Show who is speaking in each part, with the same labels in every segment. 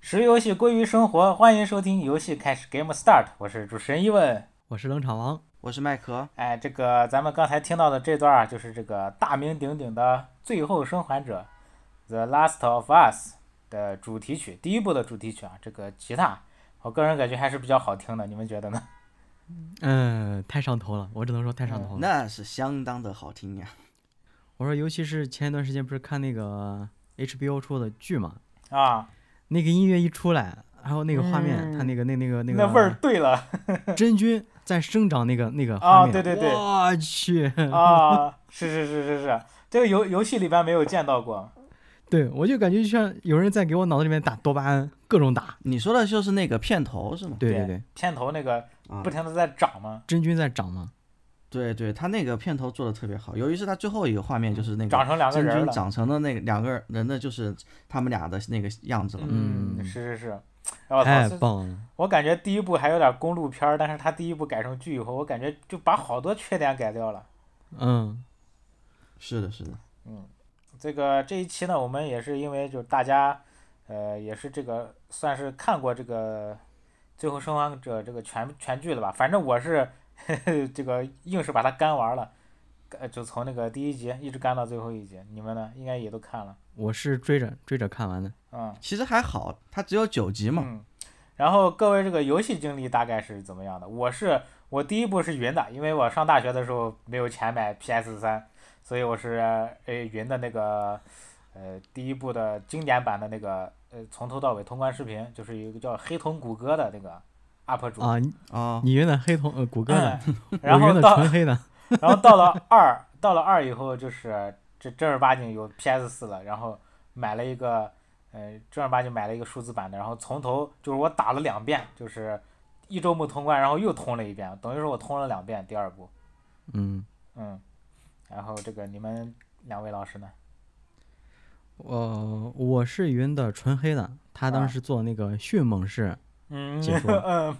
Speaker 1: 识游戏归于生活，欢迎收听游戏开始 Game Start，我是主持人伊问。
Speaker 2: 我是冷场王，
Speaker 3: 我是麦壳，
Speaker 1: 哎，这个咱们刚才听到的这段啊，就是这个大名鼎鼎的《最后生还者》（The Last of Us） 的主题曲，第一部的主题曲啊。这个吉他，我个人感觉还是比较好听的，你们觉得呢？
Speaker 2: 嗯，太上头了，我只能说太上
Speaker 1: 哦嗯
Speaker 2: 头了。
Speaker 3: 那是相当的好听呀。
Speaker 2: 我说，尤其是前一段时间不是看那个 HBO 出的剧嘛，
Speaker 1: 啊，
Speaker 2: 那个音乐一出来，还有那个画面，它那个那那个那
Speaker 1: 嗯
Speaker 2: 个
Speaker 1: 那味儿对了
Speaker 2: 真菌在生长那个那个画
Speaker 1: 啊！
Speaker 2: 面，
Speaker 1: 对对对
Speaker 2: 我 去，
Speaker 1: 啊，是是是是是，这个游游戏里边没有见到过。
Speaker 2: 对我就感觉就像有人在给我脑子里面打多巴胺，各种打。
Speaker 3: 你说的就是那个片头是吗？
Speaker 2: 对
Speaker 1: 对
Speaker 2: 对，
Speaker 1: 片头那个
Speaker 3: 啊
Speaker 1: 不停的在长嘛，
Speaker 2: 真菌在长嘛，
Speaker 3: 对对，他那个片头做的特别好，由于是他最后一个画面就是那
Speaker 1: 嗯长
Speaker 3: 个
Speaker 1: 成两个
Speaker 3: 真
Speaker 1: 人
Speaker 3: 菌
Speaker 1: 了。
Speaker 3: 长成的那个两个人的，就是他们俩的那个样子了。
Speaker 1: 嗯，
Speaker 2: 嗯
Speaker 1: 是是是。哎我操
Speaker 2: 太
Speaker 1: 这
Speaker 2: 棒了。
Speaker 1: 我感觉第一部还有点公路片儿，但是他第一部改成剧以后，我感觉就把好多缺点改掉了。
Speaker 2: 嗯，
Speaker 3: 是的，是的，
Speaker 1: 这个这一期呢，我们也是因为就是大家，呃，也是这个算是看过这个《最后生还者》这个全全剧了吧？反正我是 这个硬是把它干完了，呃，就从那个第一集一直干到最后一集。你们呢，应该也都看了，
Speaker 2: 我是追着追着看完的。
Speaker 1: 嗯
Speaker 3: 其实还好，它只有九集嘛。
Speaker 1: 嗯。然后各位这个游戏经历大概是怎么样的？我是我第一部是云的，因为我上大学的时候没有钱买 PS 三，所以我是呃云的那个呃第一部的经典版的那个呃从头到尾通关视频，就是一个叫黑瞳谷歌的那个 UP 主，
Speaker 2: 啊，你
Speaker 1: 嗯
Speaker 3: 啊，
Speaker 2: 你云的黑瞳呃谷歌的，
Speaker 1: 然
Speaker 2: 我
Speaker 1: 后
Speaker 2: 云的
Speaker 1: 到
Speaker 2: 纯黑的，
Speaker 1: 然后到了二，到了二以后就是这正儿八经有 PS 四了，然后买了一个，呃，正儿八经买了一个数字版的，然后从头就是我打了两遍，就是一周目通关，然后又通了一遍，等于说我通了两遍第二部，
Speaker 2: 嗯。
Speaker 1: 嗯，然后这个你们两位老师呢？
Speaker 2: 我呃我是云的纯黑的，他
Speaker 1: 啊
Speaker 2: 当时做那个迅猛士，
Speaker 1: 嗯
Speaker 2: 结 束
Speaker 1: 嗯，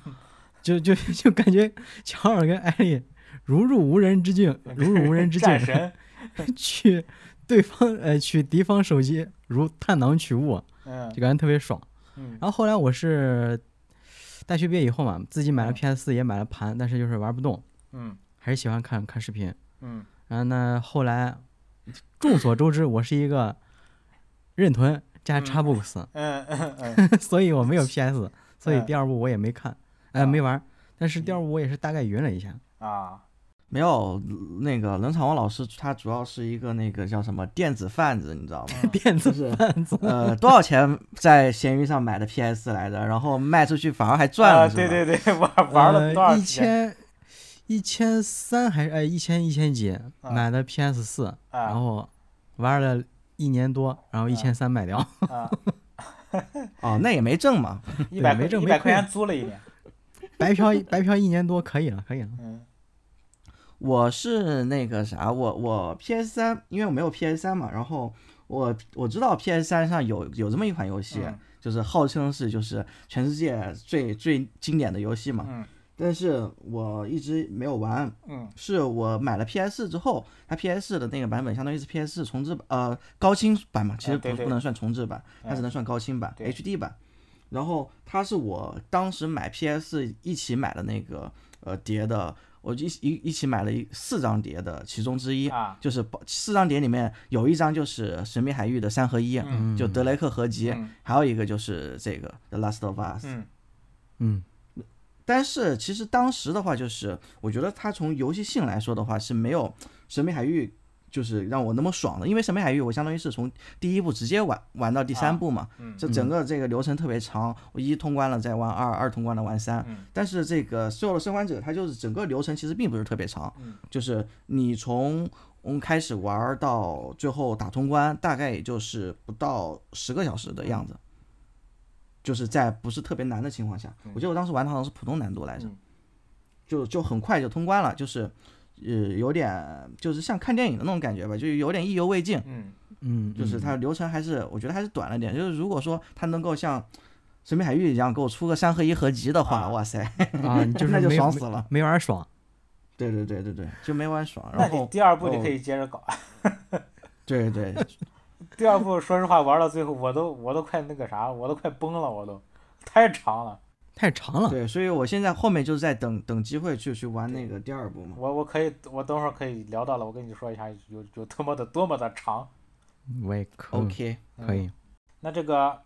Speaker 2: 就就就感觉乔尔跟艾丽如入无人之境，如入无人之境
Speaker 1: 战，神，
Speaker 2: 去对方呃取敌方手机如探囊取物，
Speaker 1: 嗯
Speaker 2: 就感觉特别爽。
Speaker 1: 嗯
Speaker 2: 然后后来我是大学毕业以后嘛，自己买了
Speaker 1: 嗯
Speaker 2: PS 四也买了盘，但是就是玩不动，
Speaker 1: 嗯
Speaker 2: 还是喜欢看看视频。
Speaker 1: 嗯
Speaker 2: 然后呢，后来众所周知，我是一个认屯加
Speaker 1: 嗯
Speaker 2: Xbox，、
Speaker 1: 嗯嗯嗯，
Speaker 2: 所以我 没有 PS，所
Speaker 3: 哎
Speaker 2: 以
Speaker 1: 嗯
Speaker 2: 第二部我也没看，
Speaker 1: 啊
Speaker 2: 呃，没玩儿。但
Speaker 3: 嗯
Speaker 2: 是第二部我也是大概云了一下，
Speaker 1: 啊，
Speaker 3: 没有那个冷场王老师，他主要是一个那个叫什么电子贩子，你知 道吗？
Speaker 2: 电
Speaker 3: 嗯就
Speaker 2: 子
Speaker 3: 是
Speaker 2: 贩
Speaker 1: 嗯
Speaker 2: 子，
Speaker 3: 呃，多少钱在闲鱼上买的 PS 来着，然后卖出去反而还赚
Speaker 1: 啊
Speaker 3: 了，是吧
Speaker 1: 对对对， 玩玩了多少
Speaker 2: 呃一
Speaker 1: 时间
Speaker 2: 千一千三还是哎一千一千几
Speaker 3: 啊
Speaker 2: 买的 PS 四，然
Speaker 1: 啊
Speaker 2: 后玩了一年多，然后一千三卖掉，
Speaker 1: 啊，
Speaker 3: 哦，那也没挣嘛。
Speaker 1: 一百
Speaker 2: 对
Speaker 1: 块
Speaker 2: 没挣
Speaker 1: 一
Speaker 2: 没
Speaker 1: 百块
Speaker 2: 亏
Speaker 1: 钱租了一年，
Speaker 2: 白嫖白嫖一年多可以了，可以了。
Speaker 1: 嗯
Speaker 3: 我是那个啥，我我 PS 三，因为我没有 PS 三嘛，然后我我知道 PS 三上有有这么一款游戏，
Speaker 1: 嗯
Speaker 3: 就是号称是就是全世界最最经典的游戏嘛，
Speaker 1: 嗯
Speaker 3: 但是我一直没有玩。
Speaker 1: 嗯。
Speaker 3: 是我买了 PS 四之后，它 PS 四的那个版本相当于是 PS 四重置版，呃高清版嘛，其实
Speaker 1: 啊
Speaker 3: 不、
Speaker 1: 对对嗯
Speaker 3: 不能算重置版，它只能算高清版、
Speaker 1: 对
Speaker 3: HD 版。然后它是我当时买 PS 四一起买的那个呃碟的，我一一一起买了一四张碟的其中之一，
Speaker 1: 啊
Speaker 3: 就是包四张碟里面有一张就是《神秘海域》的三合一，
Speaker 1: 嗯
Speaker 3: 就德雷克合集，
Speaker 1: 嗯
Speaker 3: 还有一个就是这个《The Last of Us》。
Speaker 1: 嗯
Speaker 2: 嗯，
Speaker 3: 但是其实当时的话，就是我觉得它从游戏性来说的话是没有《神秘海域》就是让我那么爽的，因为《神秘海域》我相当于是从第一部直接玩玩到第三部嘛，
Speaker 1: 嗯
Speaker 3: 这整个这个流程特别长，我一通关了再玩二，二通关了玩三。
Speaker 1: 嗯
Speaker 3: 但是这个《所有的生还者》它就是整个流程其实并不是特别长，
Speaker 1: 嗯
Speaker 3: 就是你从嗯开始玩到最后打通关，大概也就是不到十个小时的样子。
Speaker 1: 嗯
Speaker 3: 就是在不是特别难的情况下，我记得我当时玩的好像是普通难度来着，
Speaker 1: 嗯
Speaker 3: 就就很快就通关了，就是，呃，有点就是像看电影的那种感觉吧，就有点意犹未尽。
Speaker 1: 嗯
Speaker 2: 嗯，
Speaker 3: 就是它流程还是我觉得还是短了点。就是如果说它能够像《神秘海域》一样给我出个三合一合集的话，
Speaker 1: 啊
Speaker 3: 哇塞，
Speaker 2: 嗯啊，你就是
Speaker 3: 那就
Speaker 2: 没
Speaker 3: 爽死了。
Speaker 2: 没玩儿爽，
Speaker 3: 对 对对对对，就没玩爽。
Speaker 1: 那
Speaker 3: 然
Speaker 2: 哦
Speaker 1: 你
Speaker 3: 后
Speaker 1: 第二部你可以接着搞，
Speaker 3: 对对，
Speaker 1: 第二部说实话玩到最后，我都我都快那个啥，我都快崩了，我都太长了。
Speaker 2: 太长了。
Speaker 3: 对，所以我现在后面就是在等等机会去去玩那个第二部嘛。
Speaker 1: 我我可以，我等会儿可以聊到了，我跟你说一下有有多么的多么的长。嗯
Speaker 2: 我也可以
Speaker 3: OK，
Speaker 2: 可以。
Speaker 1: 那这个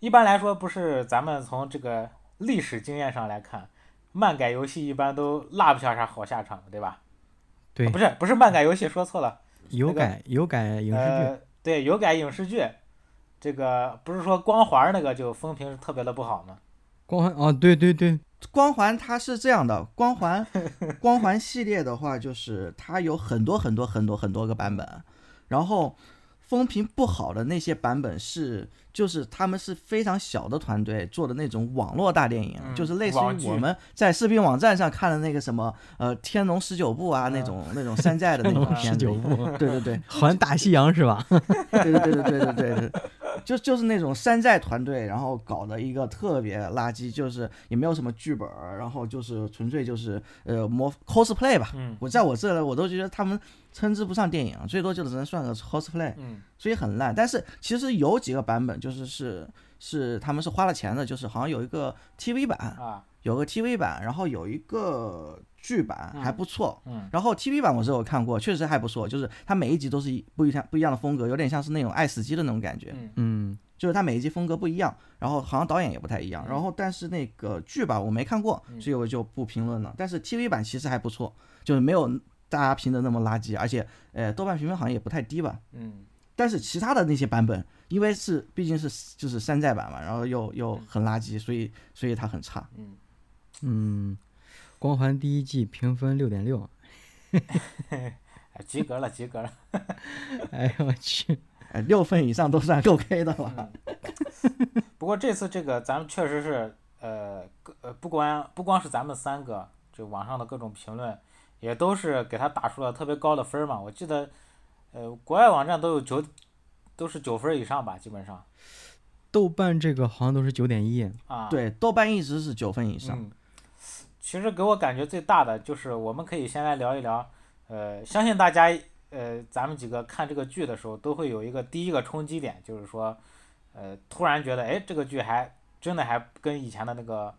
Speaker 1: 一般来说，不是咱们从这个历史经验上来看，漫改游戏一般都落不下啥好下场的，对吧？
Speaker 2: 对
Speaker 1: 啊不是不是漫改游戏，说错了，
Speaker 2: 有
Speaker 1: 那个
Speaker 2: 改有改影视剧，
Speaker 1: 呃、对有改影视剧，这个不是说光环那个就风评特别的不好吗？
Speaker 2: 光环哦，对对对，
Speaker 3: 光环它是这样的，光环 光环系列的话，就是它有很多很多很多很多个版本，然后风评不好的那些版本是，就是他们是非常小的团队做的那种网络大电影，
Speaker 1: 嗯
Speaker 3: 就是类似
Speaker 1: 网
Speaker 3: 于
Speaker 1: 剧
Speaker 3: 我们在视频网站上看的那个什么呃《天龙十九部啊》
Speaker 1: 嗯
Speaker 3: 那种那种山寨的那
Speaker 2: 天龙
Speaker 3: 种片
Speaker 2: 十
Speaker 3: 子
Speaker 2: 九。部，
Speaker 3: 啊对对对，
Speaker 2: 环大西洋是吧？
Speaker 3: 对 对对对对对对对，就就是那种山寨团队，然后搞的一个特别垃圾，就是也没有什么剧本儿，然后就是纯粹就是呃模 cosplay 吧。
Speaker 1: 嗯
Speaker 3: 我在我这儿我都觉得他们称之不上电影，最多就只能算个 cosplay，
Speaker 1: 嗯
Speaker 3: 所以很烂。但是其实有几个版本就是是是他们是花了钱的，就是好像有一个 TV 版，
Speaker 1: 啊
Speaker 3: 有个 TV 版，然后有一个剧版还不错，
Speaker 1: 嗯
Speaker 3: 然后 TV 版我是有看过，确实还不错，就是它每一集都是一不一样不一样的风格，有点像是那种爱死机的那种感觉，
Speaker 1: 嗯
Speaker 2: 嗯，
Speaker 3: 就是它每一集风格不一样，然后好像导演也不太一样，
Speaker 1: 嗯
Speaker 3: 然后但是那个剧版我没看过，
Speaker 1: 嗯
Speaker 3: 所以我就不评论了。但是 TV 版其实还不错，就是没有大家评的那么垃圾，而且呃豆瓣评分好像也不太低吧。
Speaker 1: 嗯
Speaker 3: 但是其他的那些版本，因为是毕竟是就是山寨版嘛，然后又又很垃圾，所以所以它很差。
Speaker 1: 嗯，
Speaker 2: 嗯，光环第一季评分六点六，
Speaker 1: 哎及格了及格了。
Speaker 2: 哎呦我去，
Speaker 3: 呃，六分以上都算 OK 的
Speaker 1: 嗯
Speaker 3: 了。
Speaker 1: 不过这次这个咱们确实是，呃，各呃，不光不光是咱们三个，就网上的各种评论，也都是给他打出了特别高的分儿嘛。我记得，呃，国外网站都有九，都是九分儿以上吧，基本上
Speaker 2: 豆瓣这个好像都是九点一，
Speaker 1: 啊。，
Speaker 3: 对，豆瓣一直是九分以上。
Speaker 1: 嗯，其实给我感觉最大的就是，我们可以先来聊一聊，呃，相信大家，呃，咱们几个看这个剧的时候，都会有一个第一个冲击点，就是说，呃，突然觉得，哎，这个剧还真的还跟以前的那个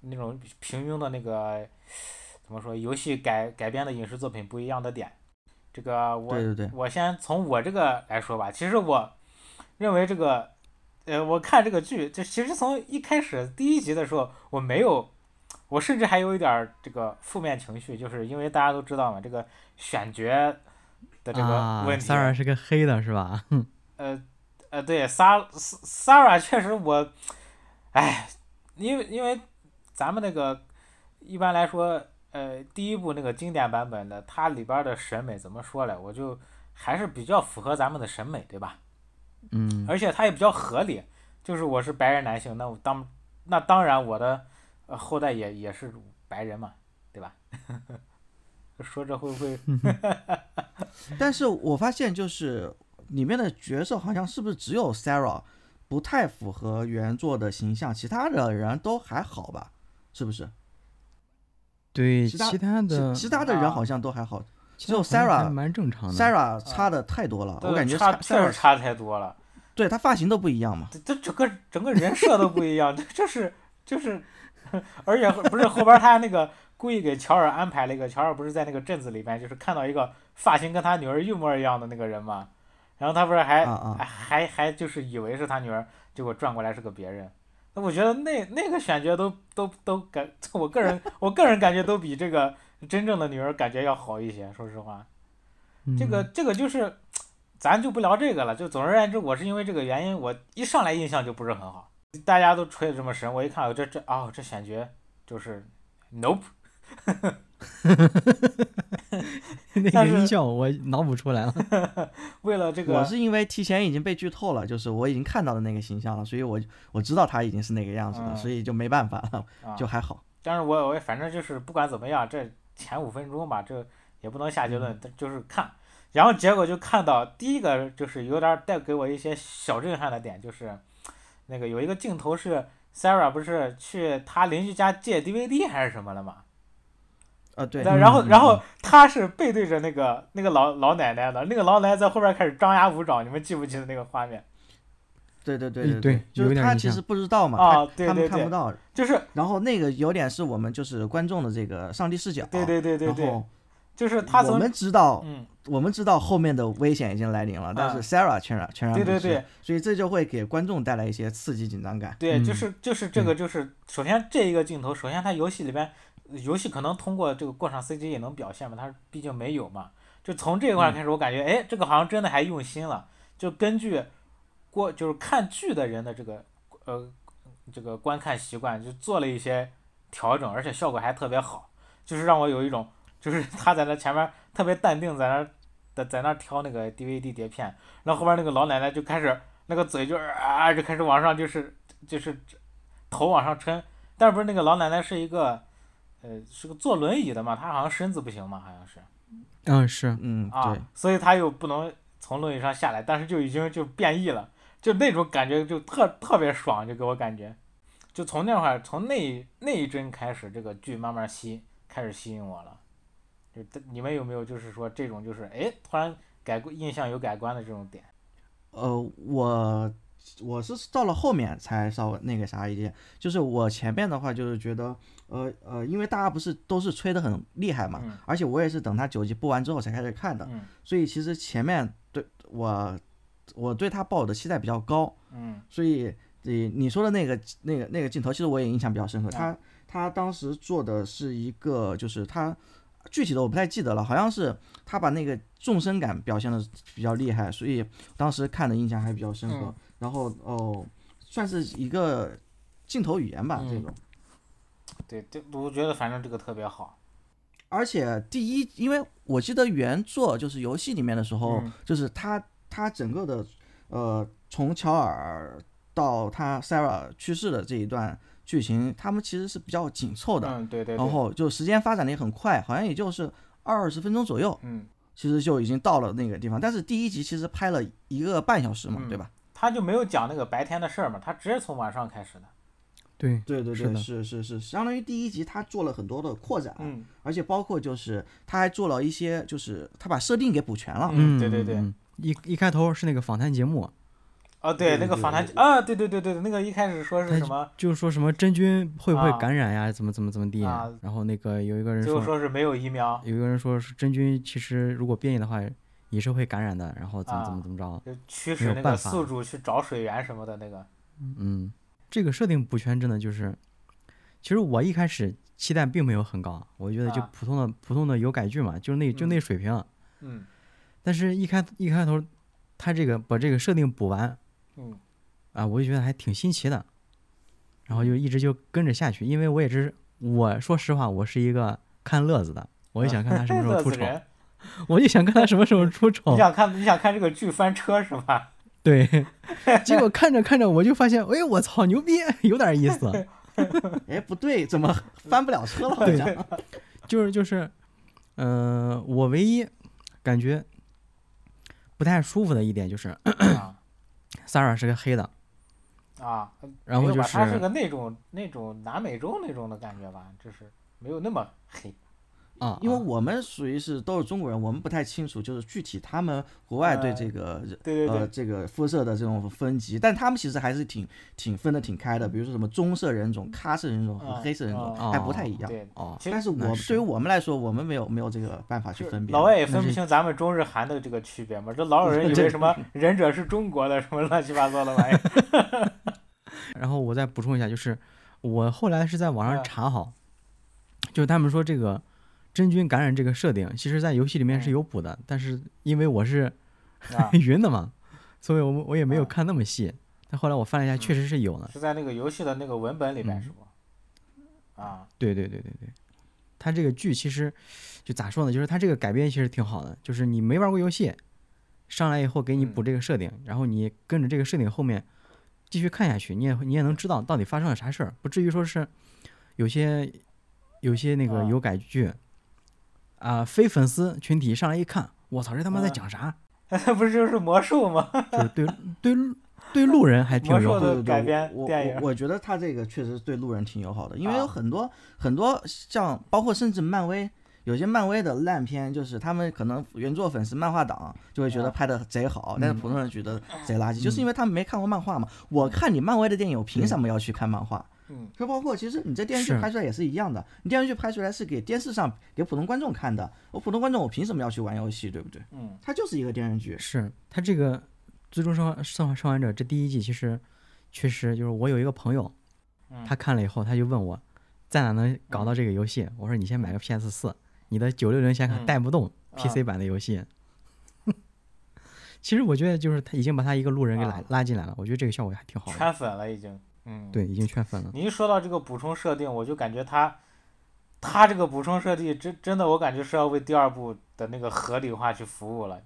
Speaker 1: 那种平庸的那个怎么说，游戏改改编的影视作品不一样的点。这个我
Speaker 3: 对对对，
Speaker 1: 我先从我这个来说吧。其实我认为这个，呃，我看这个剧，这其实从一开始第一集的时候，我没有，我甚至还有一点儿这个负面情绪，就是因为大家都知道嘛，这个选角的这个
Speaker 2: 啊
Speaker 1: 问题，
Speaker 2: 三儿是个黑的是 吧？
Speaker 1: 呃呃，对，Sa Sara 确实我，哎，因为因为咱们那个一般来说，呃，第一部那个经典版本的，它里边儿的审美怎么说嘞？我就还是比较符合咱们的审美，对吧？
Speaker 2: 嗯，
Speaker 1: 而且它也比较合理，就是我是白人男性，那我当那当然我的、呃、后代也也是白人嘛，对吧？ 说这会不会
Speaker 3: 但是我发现就是里面的角色好像是不是只有 Sarah 不太符合原作的形象，其他的人都还好吧？是不是？
Speaker 2: 对，
Speaker 3: 其他
Speaker 2: 其他的
Speaker 3: 其其他的人好像都还好
Speaker 2: 其他
Speaker 3: 就
Speaker 2: 好像
Speaker 3: Sarah-
Speaker 2: 还蛮正常的。
Speaker 3: ，Sarah 差的太多了，我感觉
Speaker 1: 嗯差
Speaker 3: Sa-
Speaker 1: 确实
Speaker 3: Sarah
Speaker 1: 差太多了。
Speaker 3: 对她发型都不一样嘛。
Speaker 1: 这这整个整个人设都不一样，这这是就是， 而且不是后边儿他那个故意给乔尔安排了一个，乔尔不是在那个镇子里面，就是看到一个发型跟他女儿一模一样的那个人嘛，然后他不是还、
Speaker 3: 啊啊
Speaker 1: 还还还就是以为是他女儿，结果转过来是个别人。那我觉得那那个选角都都都感， 我个人我个人感觉都比这个真正的女儿感觉要好一些，说实话。
Speaker 2: 嗯
Speaker 1: 这个这个就是，咱就不聊这个了。就总而言之，我是因为这个原因，我一上来印象就不是很好。大家都吹得这么神，我一看，我这这啊、这选角就是 nope。
Speaker 2: 那
Speaker 1: 但
Speaker 2: 个
Speaker 1: 是
Speaker 2: 音效我脑补出来了。
Speaker 1: 为了这
Speaker 3: 我
Speaker 1: 个，
Speaker 3: 是因为提前已经被剧透了，就是我已经看到的那个形象了，所以我我知道她已经是那个样子了，
Speaker 1: 嗯
Speaker 3: 所以就没办法了，
Speaker 1: 啊、
Speaker 3: 就还好。
Speaker 1: 但是我我反正就是不管怎么样，这前五分钟吧，这也不能下结
Speaker 3: 嗯
Speaker 1: 论，但就是看。然后结果就看到第一个就是有点带给我一些小震撼的点，就是那个有一个镜头是 Sarah 不是去他邻居家借 DVD 还是什么了嘛？
Speaker 3: 呃，对，
Speaker 1: 那然后，
Speaker 2: 嗯
Speaker 1: 然后他是背对着那个那个老老奶奶的，那个老奶奶在后边开始张牙舞爪，你们记不记得那个画面？
Speaker 3: 对对 对
Speaker 2: 哎
Speaker 3: 对
Speaker 2: 对
Speaker 3: 就
Speaker 2: 有
Speaker 3: 是
Speaker 2: 点
Speaker 3: 他
Speaker 2: 印
Speaker 3: 其
Speaker 2: 象
Speaker 3: 实不知道嘛，
Speaker 1: 啊
Speaker 3: 他
Speaker 1: 对
Speaker 3: 他
Speaker 1: 对
Speaker 3: 们看
Speaker 1: 对
Speaker 3: 不到。
Speaker 1: 就是，
Speaker 3: 然后那个有点是我们就是观众的这个上帝视角，
Speaker 1: 对对对对
Speaker 3: 然
Speaker 1: 对，
Speaker 3: 后
Speaker 1: 就是他
Speaker 3: 我
Speaker 1: 从，
Speaker 3: 们知道，
Speaker 1: 嗯，啊
Speaker 3: 我们知道后面的危险已经来临了，但是 Sarah 全然全然
Speaker 1: 对
Speaker 3: 不
Speaker 1: 对
Speaker 3: 知
Speaker 1: 对，
Speaker 3: 所以这就会给观众带来一些刺激紧张感。
Speaker 1: 对，就
Speaker 2: 嗯
Speaker 1: 是就是这个，就是首先这一个镜头，首先它游戏里边，游戏可能通过这个过场 CG 也能表现嘛，它毕竟没有嘛。就从这一块
Speaker 2: 嗯
Speaker 1: 儿开始，我感觉，哎，这个好像真的还用心了。就根据过就是看剧的人的这个呃这个观看习惯，就做了一些调整，而且效果还特别好，就是让我有一种就是 他在那前面特别淡定，在那儿在在那儿挑那个 DVD 碟片，然后后边那个老奶奶就开始那个嘴就是啊就开始往上就是就是头往上撑，但是不是那个老奶奶是一个呃是个坐轮椅的嘛，她好像身子不行嘛，好像是
Speaker 2: 嗯，是，
Speaker 3: 嗯，
Speaker 1: 啊
Speaker 3: 对，，
Speaker 1: 所以她又不能从轮椅上下来，但是就已经就变异了，就那种感觉就特特别爽，就给我感觉，就从那会儿从那一那一帧开始，这个剧慢慢吸开始吸引我了。就你们有没有就是说这种就是哎突然改观印象有改观的这种点？
Speaker 3: 呃，我我是到了后面才稍微那个啥一点，就是我前面的话就是觉得，呃呃，因为大家不是都是吹得很厉害嘛，
Speaker 1: 嗯
Speaker 3: 而且我也是等他九集播完之后才开始看的，
Speaker 1: 嗯
Speaker 3: 所以其实前面对我我对他抱的期待比较高，
Speaker 1: 嗯
Speaker 3: 所以你你说的那个那个那个镜头，其实我也印象比较
Speaker 1: 嗯
Speaker 3: 深刻。他他当时做的是一个，就是他具体的我不太记得了，好像是他把那个纵深感表现的比较厉害，所以当时看的印象还比较深刻。
Speaker 1: 嗯
Speaker 3: 然后哦，算是一个镜头语言吧，
Speaker 1: 嗯
Speaker 3: 这种。
Speaker 1: 对对，我觉得反正这个特别好。
Speaker 3: 而且第一，因为我记得原作就是游戏里面的时候，
Speaker 1: 嗯
Speaker 3: 就是他他整个的呃，从乔尔到他 Sarah 去世的这一段剧情，他们其实是比较紧凑的，
Speaker 1: 嗯，对对对。
Speaker 3: 然后就时间发展的也很快，好像也就是二十分钟左右，
Speaker 1: 嗯，
Speaker 3: 其实就已经到了那个地方。但是第一集其实拍了一个半小时嘛，
Speaker 1: 嗯
Speaker 3: 对吧？
Speaker 1: 他就没有讲那个白天的事儿嘛，他直接从晚上开始的。
Speaker 2: 对，
Speaker 3: 对对
Speaker 2: 是
Speaker 3: 对，
Speaker 2: 的
Speaker 3: 是是是，相当于第一集他做了很多的扩展，
Speaker 1: 嗯
Speaker 3: 而且包括就是他还做了一些，就是他把设定给补全了。
Speaker 1: 嗯，对对对。
Speaker 2: 嗯一一开头是那个访谈节目，
Speaker 1: 哦，对，那
Speaker 3: 对
Speaker 1: 个
Speaker 3: 对
Speaker 1: 访谈
Speaker 3: 对
Speaker 1: 啊，对对对对，那个一开始说是
Speaker 2: 他
Speaker 1: 什么，
Speaker 2: 就是说什么真菌会不会
Speaker 1: 啊
Speaker 2: 感染呀？怎么怎么怎么地呀？
Speaker 1: 啊
Speaker 2: 然后那个有一个人
Speaker 1: 最后说是没有疫苗，
Speaker 2: 有一个人说是真菌其实如果变异的话也是会感染的，然后怎么怎
Speaker 1: 啊
Speaker 2: 么怎么着，
Speaker 1: 就驱
Speaker 2: 没
Speaker 1: 使
Speaker 2: 有
Speaker 1: 那个
Speaker 2: 办法
Speaker 1: 宿主去找水源什么的那个。
Speaker 2: 嗯，这个设定补全真的就是，其实我一开始期待并没有很高，我觉得就
Speaker 1: 啊
Speaker 2: 普通的、普通的有改剧嘛，就那就那水平，
Speaker 1: 嗯
Speaker 2: 但是一开一开头他这个把这个设定补完
Speaker 1: 嗯
Speaker 2: 啊，我就觉得还挺新奇的，然后就
Speaker 1: 嗯
Speaker 2: 一直就跟着下去，因为我也是我说实话，我是一个看乐子的。我也想看他什么时候
Speaker 1: 乐
Speaker 2: 出
Speaker 1: 死
Speaker 2: 丑，
Speaker 1: 人！
Speaker 2: 我就想看他什么时候出丑 哦
Speaker 1: 你。想看你想看这个剧翻车是 吧？
Speaker 2: 对， 结果看着看着我就发现，哎，我操，牛逼， 有点意思。
Speaker 3: 哎，不对，怎么翻不了车了？啊好像。
Speaker 2: 就是就是，嗯，我唯一感觉不太舒服的一点就是
Speaker 1: 啊
Speaker 2: ，Sara 是个黑的，
Speaker 1: 啊，
Speaker 2: 然后
Speaker 1: 没有
Speaker 2: 就
Speaker 1: 吧
Speaker 2: 是
Speaker 1: 他是个那种那种南美洲那种的感觉吧，就是没有那么黑。
Speaker 2: 啊，
Speaker 3: 因为
Speaker 2: 啊
Speaker 3: 我们属于是都是中国人，我们不太清楚就是具体他们国外对这个、
Speaker 1: 哎对对
Speaker 3: 呃
Speaker 1: 对，
Speaker 3: 这个肤色的这种分级，但他们其实还是挺挺分的挺开的，比如说什么棕色人种、咖色人种和
Speaker 1: 嗯
Speaker 3: 黑色人种、
Speaker 2: 哦
Speaker 3: 还不太一样。
Speaker 1: 啊对，
Speaker 2: 哦，
Speaker 1: 其实
Speaker 3: 但是
Speaker 2: 那
Speaker 3: 我
Speaker 2: 是
Speaker 3: 对于我们来说，我们没有没有这个办法
Speaker 1: 就
Speaker 3: 去
Speaker 1: 是
Speaker 3: 分别。
Speaker 1: 老外也分
Speaker 2: 那
Speaker 1: 不
Speaker 2: 是
Speaker 1: 清咱们中日韩的这个区别嘛，这老有人 以为
Speaker 3: 这
Speaker 1: 什么忍者是中国的，什么乱七八糟的玩意儿。
Speaker 2: 然后我再补充一下，就是我后来是在网
Speaker 1: 嗯
Speaker 2: 上查好，就是他们说这个真菌感染这个设定，其实在游戏里面是
Speaker 1: 嗯
Speaker 2: 有补的，但是因为我是
Speaker 1: 啊，
Speaker 2: 云的嘛，所以我我也没有
Speaker 1: 啊
Speaker 2: 看那么细。但后来我翻了一下，确实是有的。
Speaker 1: 是在那个游戏的那个文本里边
Speaker 2: 嗯
Speaker 1: 是不？啊，
Speaker 2: 对对对对对，它这个剧其实就咋说呢，就是它这个改编其实挺好的，就是你没玩过游戏，上来以后给你补
Speaker 1: 嗯
Speaker 2: 这个设定，然后你跟着这个设定后面继续看下去，你也你也能知道到底发生了啥事儿，不至于说是有些有些那个
Speaker 1: 啊
Speaker 2: 有改剧啊、非粉丝群体上来一看，我操，这他妈在
Speaker 1: 啊
Speaker 2: 讲啥？
Speaker 1: 不是就是魔术吗？
Speaker 2: 就是对对对路人还挺
Speaker 1: 魔
Speaker 2: 友
Speaker 1: 术
Speaker 2: 好
Speaker 1: 的
Speaker 2: 的，
Speaker 3: 对对对，
Speaker 1: 改编
Speaker 3: 我
Speaker 1: 电影
Speaker 3: 我我觉得他这个确实对路人挺友好的，因为
Speaker 1: 啊
Speaker 3: 有很多、很多像包括甚至漫威有些漫威的烂片，就是他们可能原作粉丝、漫画党就会觉
Speaker 1: 啊
Speaker 3: 得拍的贼好，但是
Speaker 1: 嗯
Speaker 3: 普通人觉得贼垃圾，就是因为他们没看过漫画嘛。我看你漫威的电影，我凭什么要去看漫画？
Speaker 1: 嗯，
Speaker 3: 就包括其实你这电视
Speaker 2: 是
Speaker 3: 剧拍出来也是一样的，你电视剧拍出来是给电视上给普通观众看的，我普通观众我凭什么要去玩游戏，对不对？
Speaker 1: 嗯，
Speaker 3: 它就是一个电视剧，
Speaker 2: 是他这个《最终生还生还生还者》这第一季，其实确实就是我有一个朋友，
Speaker 1: 嗯
Speaker 2: 他看了以后，他就问我在哪能搞到这个游戏？我说你先买个 PS 四，你的九六零显卡
Speaker 1: 嗯
Speaker 2: 带不动
Speaker 1: 啊
Speaker 2: PC 版的游戏。 其实我觉得就是他已经把他一个路人给拉、
Speaker 1: 啊
Speaker 2: 拉进来了，我觉得这个效果还挺好的。
Speaker 1: 圈粉了已经。嗯，
Speaker 2: 对，已经圈粉了。
Speaker 1: 你一说到这个补充设定，我就感觉他，他这个补充设定真真的，我感觉是要为第二部的那个合理化去服务了。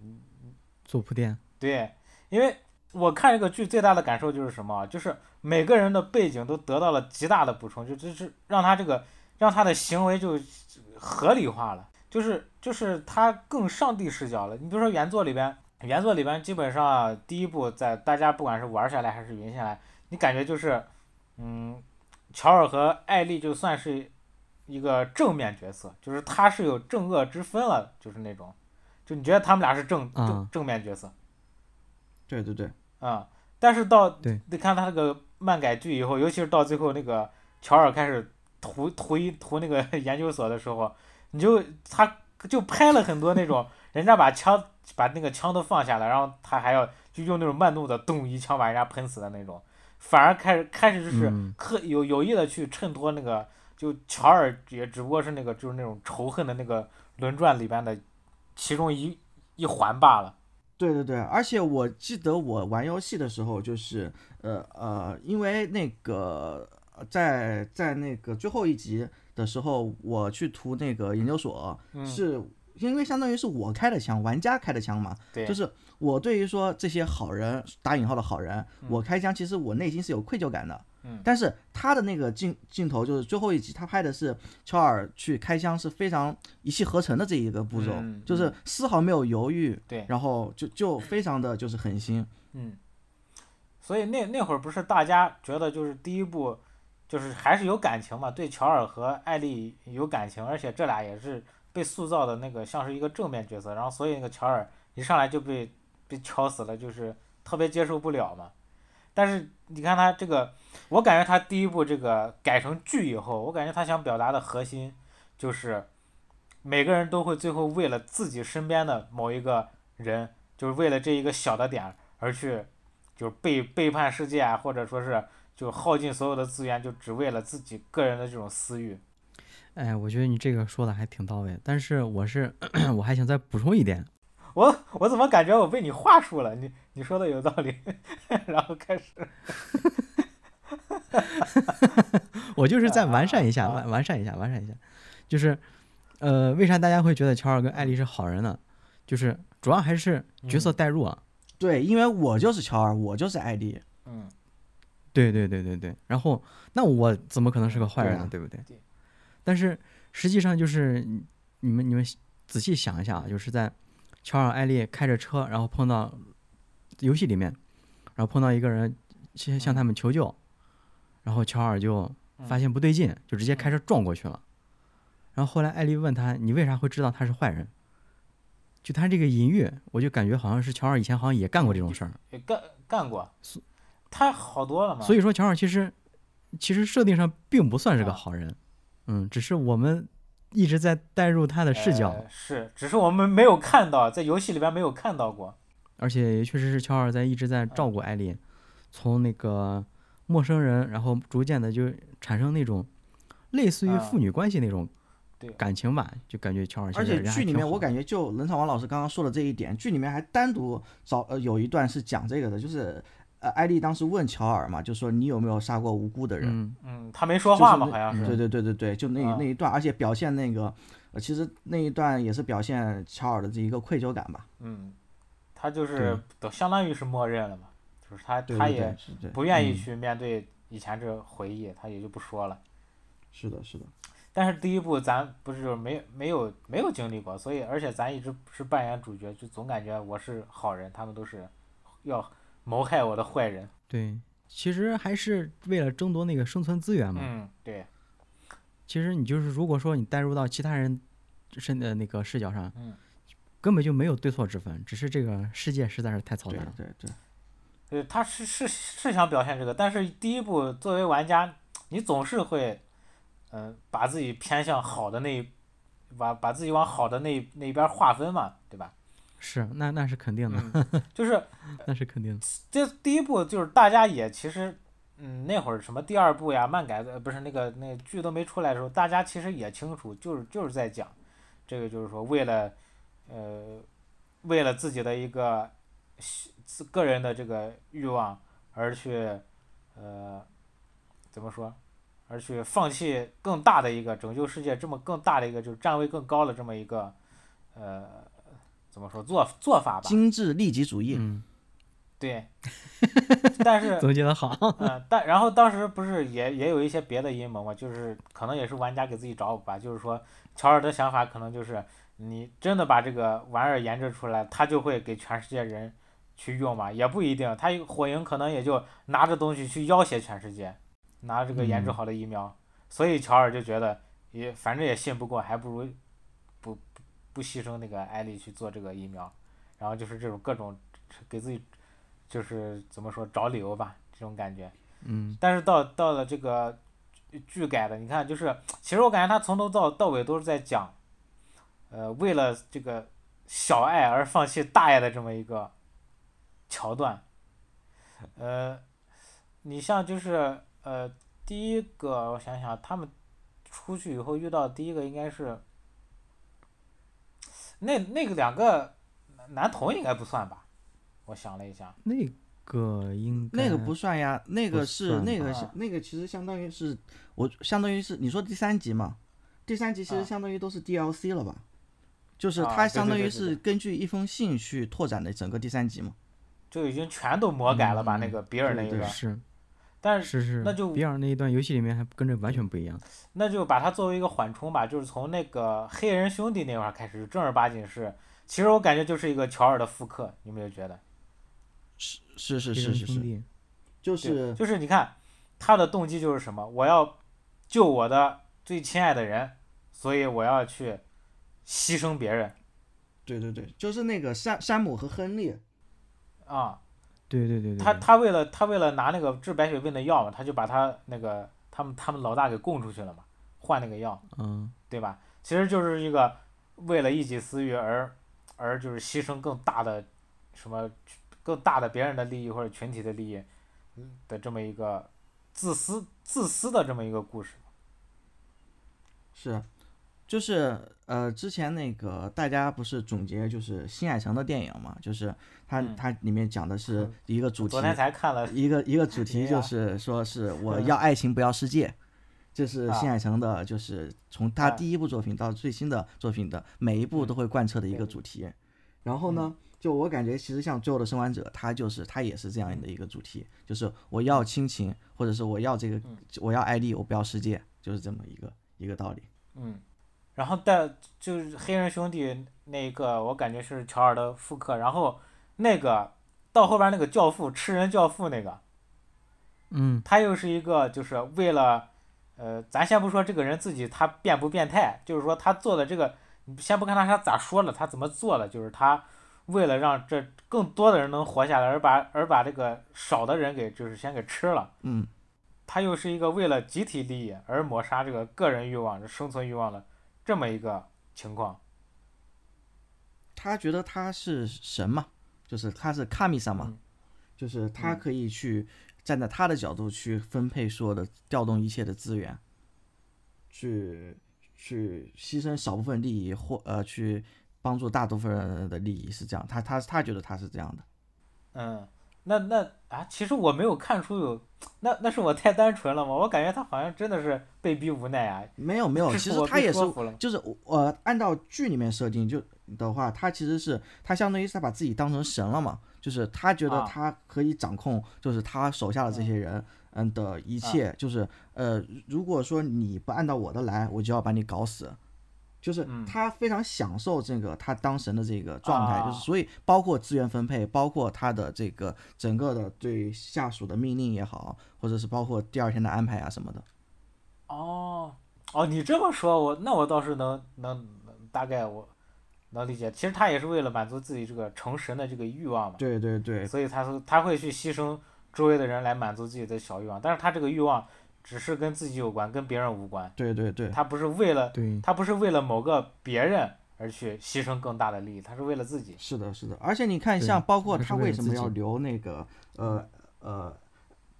Speaker 2: 做铺垫，
Speaker 1: 对，因为我看这个剧最大的感受就是什么啊，就是每个人的背景都得到了极大的补充，就就是让他这个让他的行为就合理化了，就是就是他更上帝视角了。你比如说原作里边，原作里边基本上啊第一部在大家不管是玩下来还是云下来，你感觉就是嗯，乔尔和艾丽就算是一个正面角色，就是他是有正恶之分了，就是那种。就你觉得他们俩是正正
Speaker 2: 啊
Speaker 1: 正面角色，
Speaker 3: 对对对，
Speaker 1: 啊、但是到
Speaker 2: 对
Speaker 1: 你看他那个漫改剧以后，尤其是到最后那个乔尔开始涂涂一涂那个 研究所的时候，你就他就拍了很多那种人家把枪把那个枪都放下了，然后他还要就用那种慢动作咚一枪把人家喷死的那种，反而开始开始就是
Speaker 2: 嗯
Speaker 1: 刻有有意的去衬托那个就乔尔也只不过是那个就是那种仇恨的那个轮转里边的其中一一环罢了。
Speaker 3: 对对对，而且我记得我玩游戏的时候，就是呃呃，因为那个呃在在那个最后一集的时候，我去涂那个研究所，
Speaker 1: 嗯，
Speaker 3: 是因为相当于是我开的枪，玩家开的枪嘛，
Speaker 1: 对，
Speaker 3: 就是我对于说这些好人打引号的好人，
Speaker 1: 嗯
Speaker 3: 我开枪，其实我内心是有愧疚感的。
Speaker 1: 嗯
Speaker 3: 但是他的那个镜镜头就是最后一集，他拍的是乔尔去开枪是非常一气呵成的这一个步骤，
Speaker 1: 嗯
Speaker 3: 就是丝毫没有犹豫，
Speaker 1: 对
Speaker 3: 然后就就非常的就是狠心，
Speaker 1: 嗯，所以那那会儿不是大家觉得就是第一部，就是还是有感情嘛，对乔尔和艾丽有感情，而且这俩也是被塑造的那个像是一个正面角色，然后所以那个乔尔一上来就被被敲死了，就是特别接受不了嘛。但是你看他这个，我感觉他第一部这个改成剧以后，我感觉他想表达的核心就是每个人都会最后为了自己身边的某一个人，就是为了这一个小的点而去就是背背叛世界啊，或者说是就耗尽所有的资源，就只为了自己个人的这种私欲。
Speaker 2: 哎，我觉得你这个说的还挺到位，但是我是 我还想再补充一点，
Speaker 1: 我我怎么感觉我被你话术了？你你说的有道理， 然后开始
Speaker 2: 我就是再完善一
Speaker 1: 啊
Speaker 2: 下，
Speaker 1: 啊啊
Speaker 2: 完完善一下，完善一下，就是，呃，为啥大家会觉得乔尔跟艾丽是好人呢？就是主要还是角色代入啊，
Speaker 3: 对，因为我就是乔尔，我就是艾丽，
Speaker 1: 嗯
Speaker 2: 对对对对对。然后那我怎么可能是个坏人呢？
Speaker 3: 对
Speaker 2: 对不对
Speaker 1: 对？
Speaker 2: 但是实际上就是你你们你们仔细想一下啊，就是在乔尔艾丽开着车，然后碰到游戏里面，然后碰到一个人向向他们求救，然后乔尔就发现不对劲，就直接开车撞过去了。然后后来艾丽问他：“你为啥会知道他是坏人？”就他这个隐喻，我就感觉好像是乔尔以前好像也干过这种事儿。
Speaker 1: 也干干过，他好多
Speaker 3: 啊
Speaker 1: 了嘛。
Speaker 2: 所以说，乔尔其实其实设定上并不算是个
Speaker 1: 啊
Speaker 2: 好人，嗯，只是我们一直在带入他的视角，
Speaker 3: 哎
Speaker 1: 呃是，只是我们没有看到，在游戏里边没有看到过。
Speaker 2: 而且也确实是乔尔在一直在照顾艾
Speaker 3: 哎
Speaker 2: 丽，从那个陌生人，然后逐渐的就产生那种类似于
Speaker 1: 啊
Speaker 2: 父女关系那种
Speaker 1: 对
Speaker 2: 感情吧，就感觉乔尔
Speaker 3: 啊
Speaker 2: 现
Speaker 3: 而
Speaker 2: 在
Speaker 3: 且
Speaker 2: 人还
Speaker 3: 剧里
Speaker 2: 挺
Speaker 3: 面我
Speaker 2: 好
Speaker 3: 感觉就冷场王老师刚刚说的这一点，剧里面还单独找呃有一段是讲这个的，就是呃艾丽当时问乔尔嘛，就说你有没有杀过无辜的人。
Speaker 2: 嗯，
Speaker 1: 嗯，他没说话嘛，
Speaker 3: 就
Speaker 1: 好
Speaker 3: 是那嗯
Speaker 1: 像是。
Speaker 3: 对对对对对，就那、
Speaker 1: 啊
Speaker 3: 那一段，而且表现那个，呃其实那一段也是表现乔尔的这一个愧疚感吧。
Speaker 1: 嗯，他就是都相当于是默认了嘛，就是他
Speaker 3: 对
Speaker 1: 他
Speaker 3: 对
Speaker 1: 也
Speaker 3: 对，是对，
Speaker 1: 不愿意
Speaker 2: 嗯
Speaker 1: 去面对以前这个回忆，他也就不说了。
Speaker 3: 是的，是的，
Speaker 1: 但是第一部咱不是就是没没有没有经历过，所以而且咱一直是扮演主角，就总感觉我是好人，他们都是要谋害我的坏人。
Speaker 2: 对，其实还是为了争夺那个生存资源嘛。
Speaker 1: 嗯，对，
Speaker 2: 其实你就是如果说你带入到其他人身的那个视角上，
Speaker 1: 嗯
Speaker 2: 根本就没有对错之分，只是这个世界实在是太嘈
Speaker 3: 对
Speaker 2: 杂了。
Speaker 3: 对对，
Speaker 1: 呃，他是是是想表现这个，但是第一步作为玩家，你总是会，嗯、把自己偏向好的那一，把把自己往好的那那一边划分嘛，对吧？
Speaker 2: 是，那那是肯定的，
Speaker 1: 嗯，就是
Speaker 2: 那是肯定 的。
Speaker 1: 这第一步就是大家也其实，嗯，那会儿什么第二部呀、漫改的呃不是那个那个剧都没出来的时候，大家其实也清楚，就是就是在讲，这个就是说为了，呃，为了自己的一个喜自个人的这个欲望而去，呃，怎么说？而去放弃更大的一个拯救世界这么更大的一个就是站位更高的这么一个，呃，怎么说做做法吧？
Speaker 3: 精致利己主义，
Speaker 2: 嗯，
Speaker 1: 对， 但 是
Speaker 2: 总结的 好。
Speaker 1: 嗯，但然后当时不是也也有一些别的阴谋嘛，就是可能也是玩家给自己找补吧，就是说乔尔的想法可能就是你真的把这个玩意儿研制出来，他就会给全世界人去用嘛，也不一定，他火影可能也就拿着东西去要挟全世界，拿这个研制
Speaker 2: 嗯
Speaker 1: 好的疫苗，所以乔尔就觉得也反正也信不过，还不如不不不牺牲那个艾丽去做这个疫苗，然后就是这种各种给自己就是怎么说找理由吧，这种感觉。
Speaker 2: 嗯
Speaker 1: 但是到到了这个剧剧改的，你看，就是其实我感觉他从头到到尾都是在讲，呃，为了这个小爱而放弃大爱的这么一个桥段。呃，你像就是呃，第一个我想想，他们出去以后遇到的第一个应该是那那个两个男童应该不算吧？我想了一下，
Speaker 2: 那个应该
Speaker 3: 那个不算呀，那
Speaker 2: 不
Speaker 3: 个是
Speaker 2: 算
Speaker 3: 那
Speaker 1: 吧
Speaker 3: 个是那个其实相当于是我相当于是你说第三集嘛，第三集其
Speaker 1: 啊
Speaker 3: 实相当于都是 DLC 了吧，就是
Speaker 1: 啊
Speaker 3: 它
Speaker 1: 对
Speaker 3: 相
Speaker 1: 对
Speaker 3: 当
Speaker 1: 对对
Speaker 3: 于
Speaker 1: 对
Speaker 3: 是根据一封信去拓展的整个第三集嘛。
Speaker 1: 就已经全都魔改了吧？
Speaker 2: 嗯
Speaker 1: 那个比尔那
Speaker 3: 对
Speaker 1: 一
Speaker 3: 对
Speaker 1: 段，
Speaker 2: 是
Speaker 1: 但是。
Speaker 2: 是是，
Speaker 1: 那就
Speaker 2: 比尔那一段游戏里面还跟这完全不一样。
Speaker 1: 那就把它作为一个缓冲吧，就是从那个黑人兄弟那块儿开始，正儿八经是，其实我感觉就是一个乔尔的复刻，你有没有觉得？
Speaker 3: 是是是
Speaker 2: 黑
Speaker 3: 是
Speaker 2: 人
Speaker 3: 是
Speaker 2: 兄
Speaker 3: 是，
Speaker 2: 弟，
Speaker 3: 就
Speaker 1: 对
Speaker 3: 是
Speaker 1: 就是你看他的动机就是什么？我要救我的最亲爱的人，所以我要去牺牲别人
Speaker 3: 对对对，就是那个山山姆和亨利，
Speaker 1: 啊、
Speaker 2: 对对对对，
Speaker 1: 他
Speaker 2: 对
Speaker 1: 他为了他为了拿那个治白血病的药嘛，他就把他那个他们他们老大给供出去了嘛，换那个药。
Speaker 2: 嗯
Speaker 1: 对吧？其实就是一个为了一己私欲而而就是牺牲更大的什么更大的别人的利益或者群体的利益嗯的这么一个自私自私的这么一个故事。
Speaker 3: 是，就是呃，之前那个大家不是总结就是新海诚的电影嘛，就是它、
Speaker 1: 嗯
Speaker 3: 它里面讲的是
Speaker 1: 嗯
Speaker 3: 一个主题
Speaker 1: 昨，天才看了，
Speaker 3: 一个一个主题
Speaker 1: 哎呀
Speaker 3: 就是 说是我要爱情不要世界，这是
Speaker 1: 啊
Speaker 3: 新海诚的，就是从他
Speaker 1: 啊嗯
Speaker 3: 第一部作品到最新的作品的每一部都会贯彻的一个主题。然后呢，就我感觉其实像《最后的生还者》，它就是它也是这样的一个主题，就是我要亲情，或者是我要这个
Speaker 1: 嗯
Speaker 3: 我要爱丽，我不要世界，就是这么一个一个道理。
Speaker 1: 嗯，然后但就是黑人兄弟那个，我感觉是乔尔的复刻，然后那个到后边那个教父吃人教父那个，
Speaker 2: 嗯
Speaker 1: 他又是一个就是为了，呃，咱先不说这个人自己他变不变态，就是说他做的这个，你先不看他他咋说了，他怎么做了，就是他为了让这更多的人能活下来，而把而把这个少的人给就是先给吃了。
Speaker 3: 嗯，
Speaker 1: 他又是一个为了集体利益而抹杀这个个人欲望、生存欲望的这么一个情况。
Speaker 3: 他觉得他是神嘛，就是他是卡米萨嘛，
Speaker 1: 嗯
Speaker 3: 就是他
Speaker 1: 嗯
Speaker 3: 可以去站在他的角度去分配所有的调动一切的资源，去去牺牲少部分利益或呃去帮助大部分人的利益是这样，他他他觉得他是这样的，
Speaker 1: 嗯，那那啊，其实我没有看出有，那那是我太单纯了吗？我感觉他好像真的是被逼无奈啊。
Speaker 3: 没有没有，
Speaker 1: 这
Speaker 3: 其
Speaker 1: 是
Speaker 3: 实
Speaker 1: 我
Speaker 3: 他
Speaker 1: 被
Speaker 3: 也是
Speaker 1: 说服了吗
Speaker 3: 就是我、呃、按照剧里面设定就的话，他其实是他相当于是他把自己当成神了嘛，就是他觉得
Speaker 1: 啊
Speaker 3: 他可以掌控，就是他手下的这些人，嗯的一切，
Speaker 1: 啊
Speaker 3: 就是呃，如果说你不按照我的来，我就要把你搞死。就是
Speaker 1: 嗯
Speaker 3: 他非常享受这个他当神的这个状态，就是
Speaker 1: 啊
Speaker 3: 所以包括资源分配，包括他的这个整个的对下属的命令也好，或者是包括第二天的安排啊什么的。
Speaker 1: 哦，哦，你这么说，我那我倒是能能能大概我能理解。其实他也是为了满足自己这个成神的这个欲望嘛，
Speaker 3: 对对对，
Speaker 1: 所以他说他会去牺牲周围的人来满足自己的小欲望，但是他这个欲望只是跟自己有关，跟别人无关。
Speaker 3: 对对对，
Speaker 1: 他不是为了
Speaker 2: 对，
Speaker 1: 他不是为了某个别人而去牺牲更大的利益，他是为了自己。
Speaker 3: 是的，是的。而且你看，
Speaker 2: 对
Speaker 3: 像包括
Speaker 2: 他是
Speaker 3: 他
Speaker 2: 为
Speaker 3: 为
Speaker 2: 了
Speaker 3: 什
Speaker 2: 自
Speaker 3: 么要
Speaker 2: 己
Speaker 3: 留那个呃呃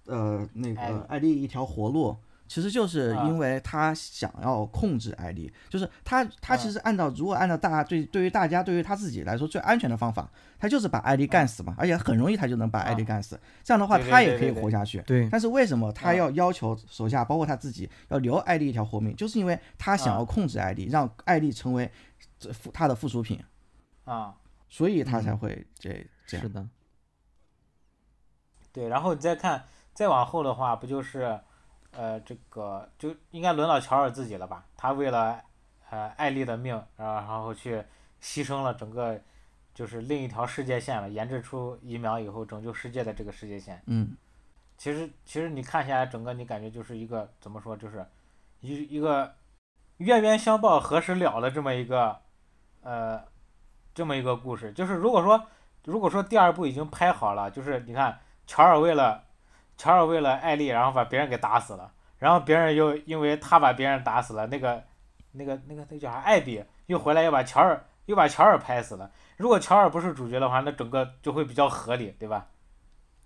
Speaker 3: 呃那
Speaker 1: 艾丽
Speaker 3: 个艾丽一条活路，其实就是
Speaker 1: 啊
Speaker 3: 因为他想要控制艾丽，就是他他其
Speaker 1: 啊
Speaker 3: 实按照如果按照大家对对于大家对于他自己来说最安全的方法，他就是把艾丽干死嘛，而且很容易他就能把艾丽
Speaker 1: 啊
Speaker 3: 干死，这样的话
Speaker 1: 对对
Speaker 3: 他
Speaker 1: 对
Speaker 3: 也可以
Speaker 1: 对
Speaker 3: 活下去。
Speaker 2: 对，
Speaker 3: 但是为什么他
Speaker 1: 啊
Speaker 3: 要要求手下，包括他自己，要留艾丽一条活命？就是因为他想
Speaker 1: 啊
Speaker 3: 要控制艾丽，让艾丽成为这附他的附属品，
Speaker 1: 啊、
Speaker 3: 所以他才
Speaker 2: 嗯
Speaker 3: 会这这样
Speaker 2: 是。的，
Speaker 1: 对，然后你再看再往后的话，不就是呃这个就应该轮到乔尔自己了吧？他为了呃艾丽的命，然后然后去牺牲了整个就是另一条世界线了，研制出疫苗以后拯救世界的这个世界线。
Speaker 3: 嗯，
Speaker 1: 其实其实你看下来，整个你感觉就是一个怎么说，就是一一个冤冤相报何时了的这么一个呃这么一个故事。就是如果说如果说第二部已经拍好了，就是你看乔尔为了乔尔为了艾丽，然后把别人给打死了，然后别人又因为他把别人打死了，那个那个那个那个叫啥艾比又回来又把乔尔又把乔尔拍死了。如果乔尔不是主角的话，那整个就会比较合理，对吧？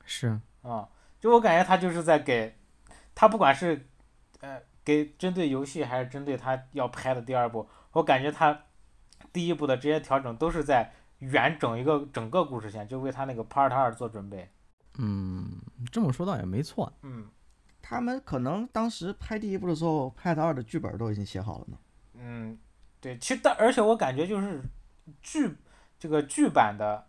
Speaker 2: 是，
Speaker 1: 啊，就我感觉他就是在给，他不管是，呃，给针对游戏还是针对他要拍的第二部，我感觉他第一部的这些调整都是在圆整一个整个故事线，就为他那个 Part 二做准备。
Speaker 2: 嗯，这么说倒也没错，
Speaker 1: 嗯
Speaker 3: 他们可能当时拍第一部的时候，Part 二的剧本都已经写好了呢。
Speaker 1: 嗯，对，其实但而且我感觉就是剧这个剧版的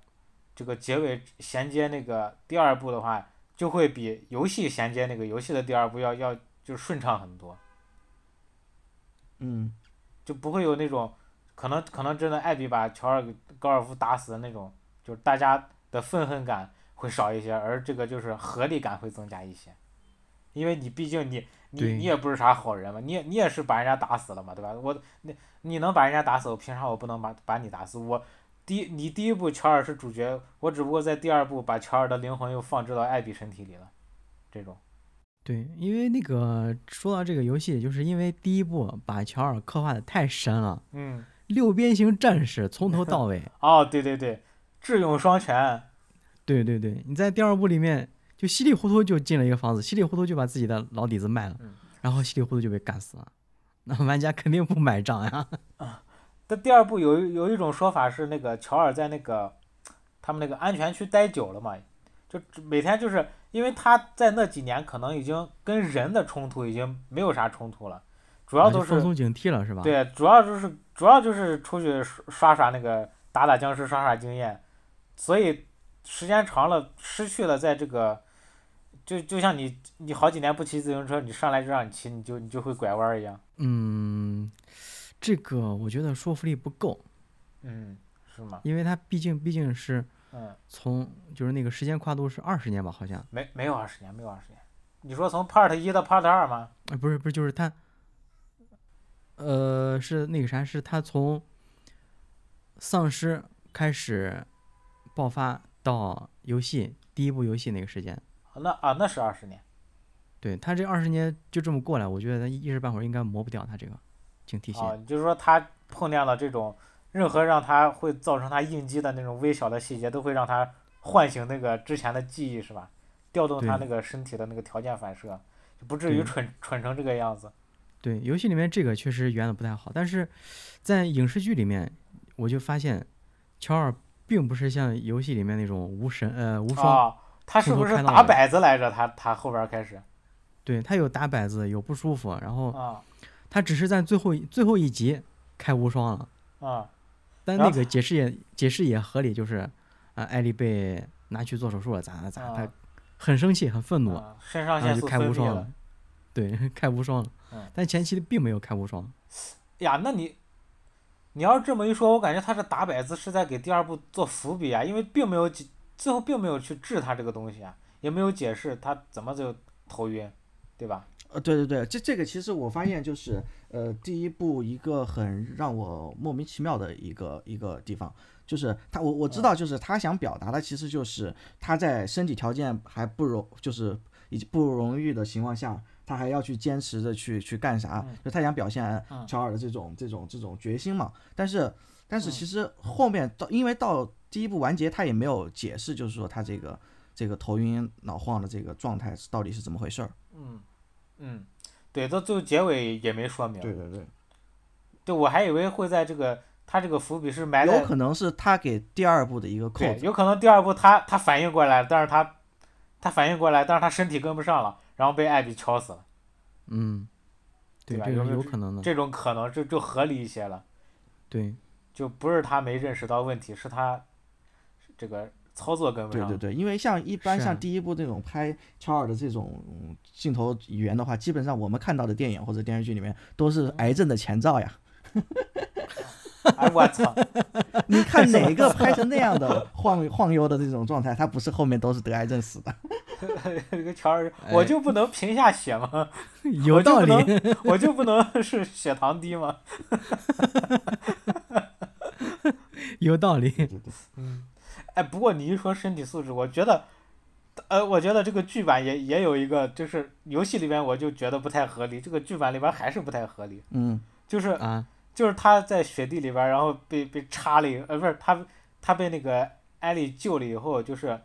Speaker 1: 这个结尾衔接那个第二部的话，就会比游戏衔接那个游戏的第二部要要就顺畅很多。
Speaker 3: 嗯，
Speaker 1: 就不会有那种可能可能真的艾比把乔尔高尔夫打死的那种，就是大家的愤恨感会少一些，而这个就是合理感会增加一些，因为你毕竟你你
Speaker 2: 对
Speaker 1: 你也不是啥好人嘛，你也你也是把人家打死了嘛，对吧？我你你能把人家打死，我凭啥我不能把把你打死？我第你第一部乔尔是主角，我只不过在第二部把乔尔的灵魂又放置到艾比身体里了，这种
Speaker 2: 对，因为那个说到这个游戏，就是因为第一部把乔尔刻画的太深了，
Speaker 1: 嗯
Speaker 2: 六边形战士从头到 尾，
Speaker 1: 哦对对对，智勇双全，
Speaker 2: 对对对，你在第二部里面就稀里糊涂就进了一个房子，稀里糊涂就把自己的老底子卖了
Speaker 1: 嗯，
Speaker 2: 然后稀里糊涂就被干死了，那玩家肯定不买账呀，
Speaker 1: 但第二部有一有一种说法是，那个乔尔在那个他们那个安全区待久了嘛，就只每天就是因为他在那几年可能已经跟人的冲突已经没有啥冲突了，主要
Speaker 2: 啊就
Speaker 1: 都
Speaker 2: 放
Speaker 1: 是
Speaker 2: 松警惕了是吧？
Speaker 1: 对，主要就是主要就是出去刷刷那个打打僵尸刷刷经验，所以时间长了失去了在这个。就就像你你好几年不骑自行车，你上来就让你骑，你就你就会拐弯儿一样，
Speaker 2: 嗯，这个我觉得说服力不够，
Speaker 1: 嗯，是吗？
Speaker 2: 因为它毕竟毕竟是
Speaker 1: 嗯，
Speaker 2: 从就是那个时间跨度是二十年吧，好像，
Speaker 1: 没没有二十年，没有二十年。你说从 Part 一到 Part 二吗？
Speaker 2: 啊、不是不是，就是它，呃，是那个啥，是它从丧尸开始爆发到游戏第一部游戏那个时间，
Speaker 1: 啊那啊，那是二十年。
Speaker 2: 对它这二十年就这么过来，我觉得它一时半会儿应该磨不掉它这个警惕性。
Speaker 1: 啊，就是说他碰见了这种任何让他会造成他应激的那种微小的细节，都会让他唤醒那个之前的记忆，是吧？调动他
Speaker 2: 对
Speaker 1: 那个身体的那个条件反射，就不至于
Speaker 2: 对
Speaker 1: 蠢蠢成这个样子。
Speaker 2: 对，游戏里面这个确实圆的不太好，但是在影视剧里面，我就发现乔尔并不是像游戏里面那种无神呃无双，
Speaker 1: 啊，他是
Speaker 2: 从头
Speaker 1: 不是
Speaker 2: 开到
Speaker 1: 打
Speaker 2: 尾
Speaker 1: 摆子来着？他他后边开始
Speaker 2: 对他有打摆子，有不舒服，然后
Speaker 1: 啊
Speaker 2: 他只是在最后一最后一集开无双了，
Speaker 1: 啊
Speaker 2: 但
Speaker 1: 然
Speaker 2: 那
Speaker 1: 后
Speaker 2: 个解释也解释也合理，就是啊、艾丽被拿去做手术了，咋咋咋，他
Speaker 1: 啊
Speaker 2: 很生气很愤怒，
Speaker 1: 啊！肾上腺
Speaker 2: 然
Speaker 1: 素
Speaker 2: 后就开
Speaker 1: 分
Speaker 2: 无
Speaker 1: 泌
Speaker 2: 双
Speaker 1: 了。，
Speaker 2: 对， 开无双了
Speaker 1: 嗯，
Speaker 2: 但前期并没有开无双，
Speaker 1: 呀，那你，你要是这么一说，我感觉他这打摆子是在给第二部做伏笔啊，因为并没有解，最后并没有去治他这个东西啊，也没有解释他怎么就头晕，对吧？
Speaker 3: 呃，对对对，这这个其实我发现就是，呃，第一部一个很让我莫名其妙的一个一个地方，就是他我我知道，就是他想表达的其实就是他在身体条件还不容，就是以及不容易的情况下，他还要去坚持着去去干啥，就他想表现
Speaker 1: 嗯
Speaker 3: 乔尔的这种这种这种决心嘛。但是但
Speaker 1: 嗯
Speaker 3: 是其实后面到因为到第一部完结，他也没有解释，就是说他这个这个头晕脑晃的这个状态是到底是怎么回事儿。
Speaker 1: 嗯嗯，对，到最后结尾也没说明。
Speaker 3: 对对对。
Speaker 1: 对我还以为会在这个他这个伏笔是埋在
Speaker 3: 有可能是他给第二部的一个扣
Speaker 1: 对，
Speaker 3: 子。
Speaker 1: 有可能第二部他他反应过来了，但是他他反应过来，但是他身体跟不上了，然后被艾比敲死了，
Speaker 2: 嗯，对，
Speaker 1: 对吧
Speaker 2: 这
Speaker 1: 有
Speaker 2: 个
Speaker 1: 没有
Speaker 2: 有可能的，
Speaker 1: 这种可能就就合理一些了，
Speaker 2: 对，
Speaker 1: 就不是他没认识到问题，是他这个操作跟不
Speaker 3: 对
Speaker 1: 上。
Speaker 3: 对对，因为像一般
Speaker 2: 是啊
Speaker 3: 像第一部这种拍乔尔的这种嗯镜头语言的话，基本上我们看到的电影或者电视剧里面都
Speaker 2: 嗯
Speaker 3: 是癌症的前兆呀。
Speaker 1: 哎，我操！
Speaker 3: 你看哪个拍成那 样的晃晃悠的这种状态，他不是后面都是得癌症死的？
Speaker 1: 这个乔 尔，
Speaker 2: 哎
Speaker 1: 我就不能贫下血吗？
Speaker 2: 有道理
Speaker 1: 我就，不能，我就不能 是血糖低吗？
Speaker 2: 有道理。
Speaker 1: 嗯，哎，不过你一说身体素质，我觉得，呃，我觉得这个剧版也也有一个，就是游戏里边我就觉得不太合理，这个剧版里边还是不太合理，
Speaker 3: 嗯，
Speaker 1: 就是
Speaker 2: 啊，
Speaker 1: 就是他在雪地里边儿，然后被被插了一个，呃，不是他他被那个艾莉救了以后，就是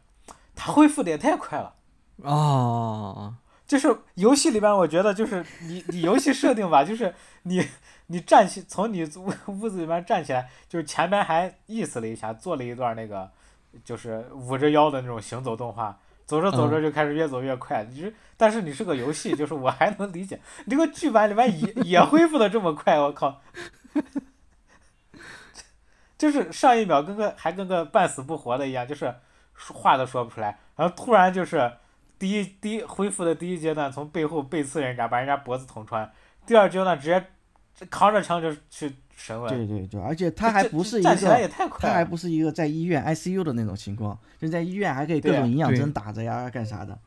Speaker 1: 他恢复的也太快了。
Speaker 2: 哦，
Speaker 1: 就是游戏里边，我觉得就是你你游戏设定吧，就是你你站起从你屋屋子里边站起来，就是前面还意思了一下，做了一段那个就是捂着腰的那种行走动画，走着走着就开始越走越快。你是但是你是个游戏，就是我还能理解，你这个剧版里边也也恢复的这么快，我靠！ 就是上一秒跟个还跟个半死不活的一样，就是说话都说不出来，然后突然就是第一第一恢复的第一阶段，从背后背刺人家，把人家脖子捅穿；第二阶段直接扛着枪就去审问。
Speaker 3: 对对对，而且
Speaker 1: 这
Speaker 3: 他还不是一
Speaker 1: 这站起来
Speaker 3: 个，
Speaker 1: 也太
Speaker 3: 他
Speaker 1: 快啊
Speaker 3: 还
Speaker 1: 了，
Speaker 3: 不是一个在医院 ICU 的那种情况，就在医院还可以各
Speaker 1: 对啊
Speaker 3: 种营养
Speaker 2: 对
Speaker 3: 针打着呀，干啥的。
Speaker 1: 嗯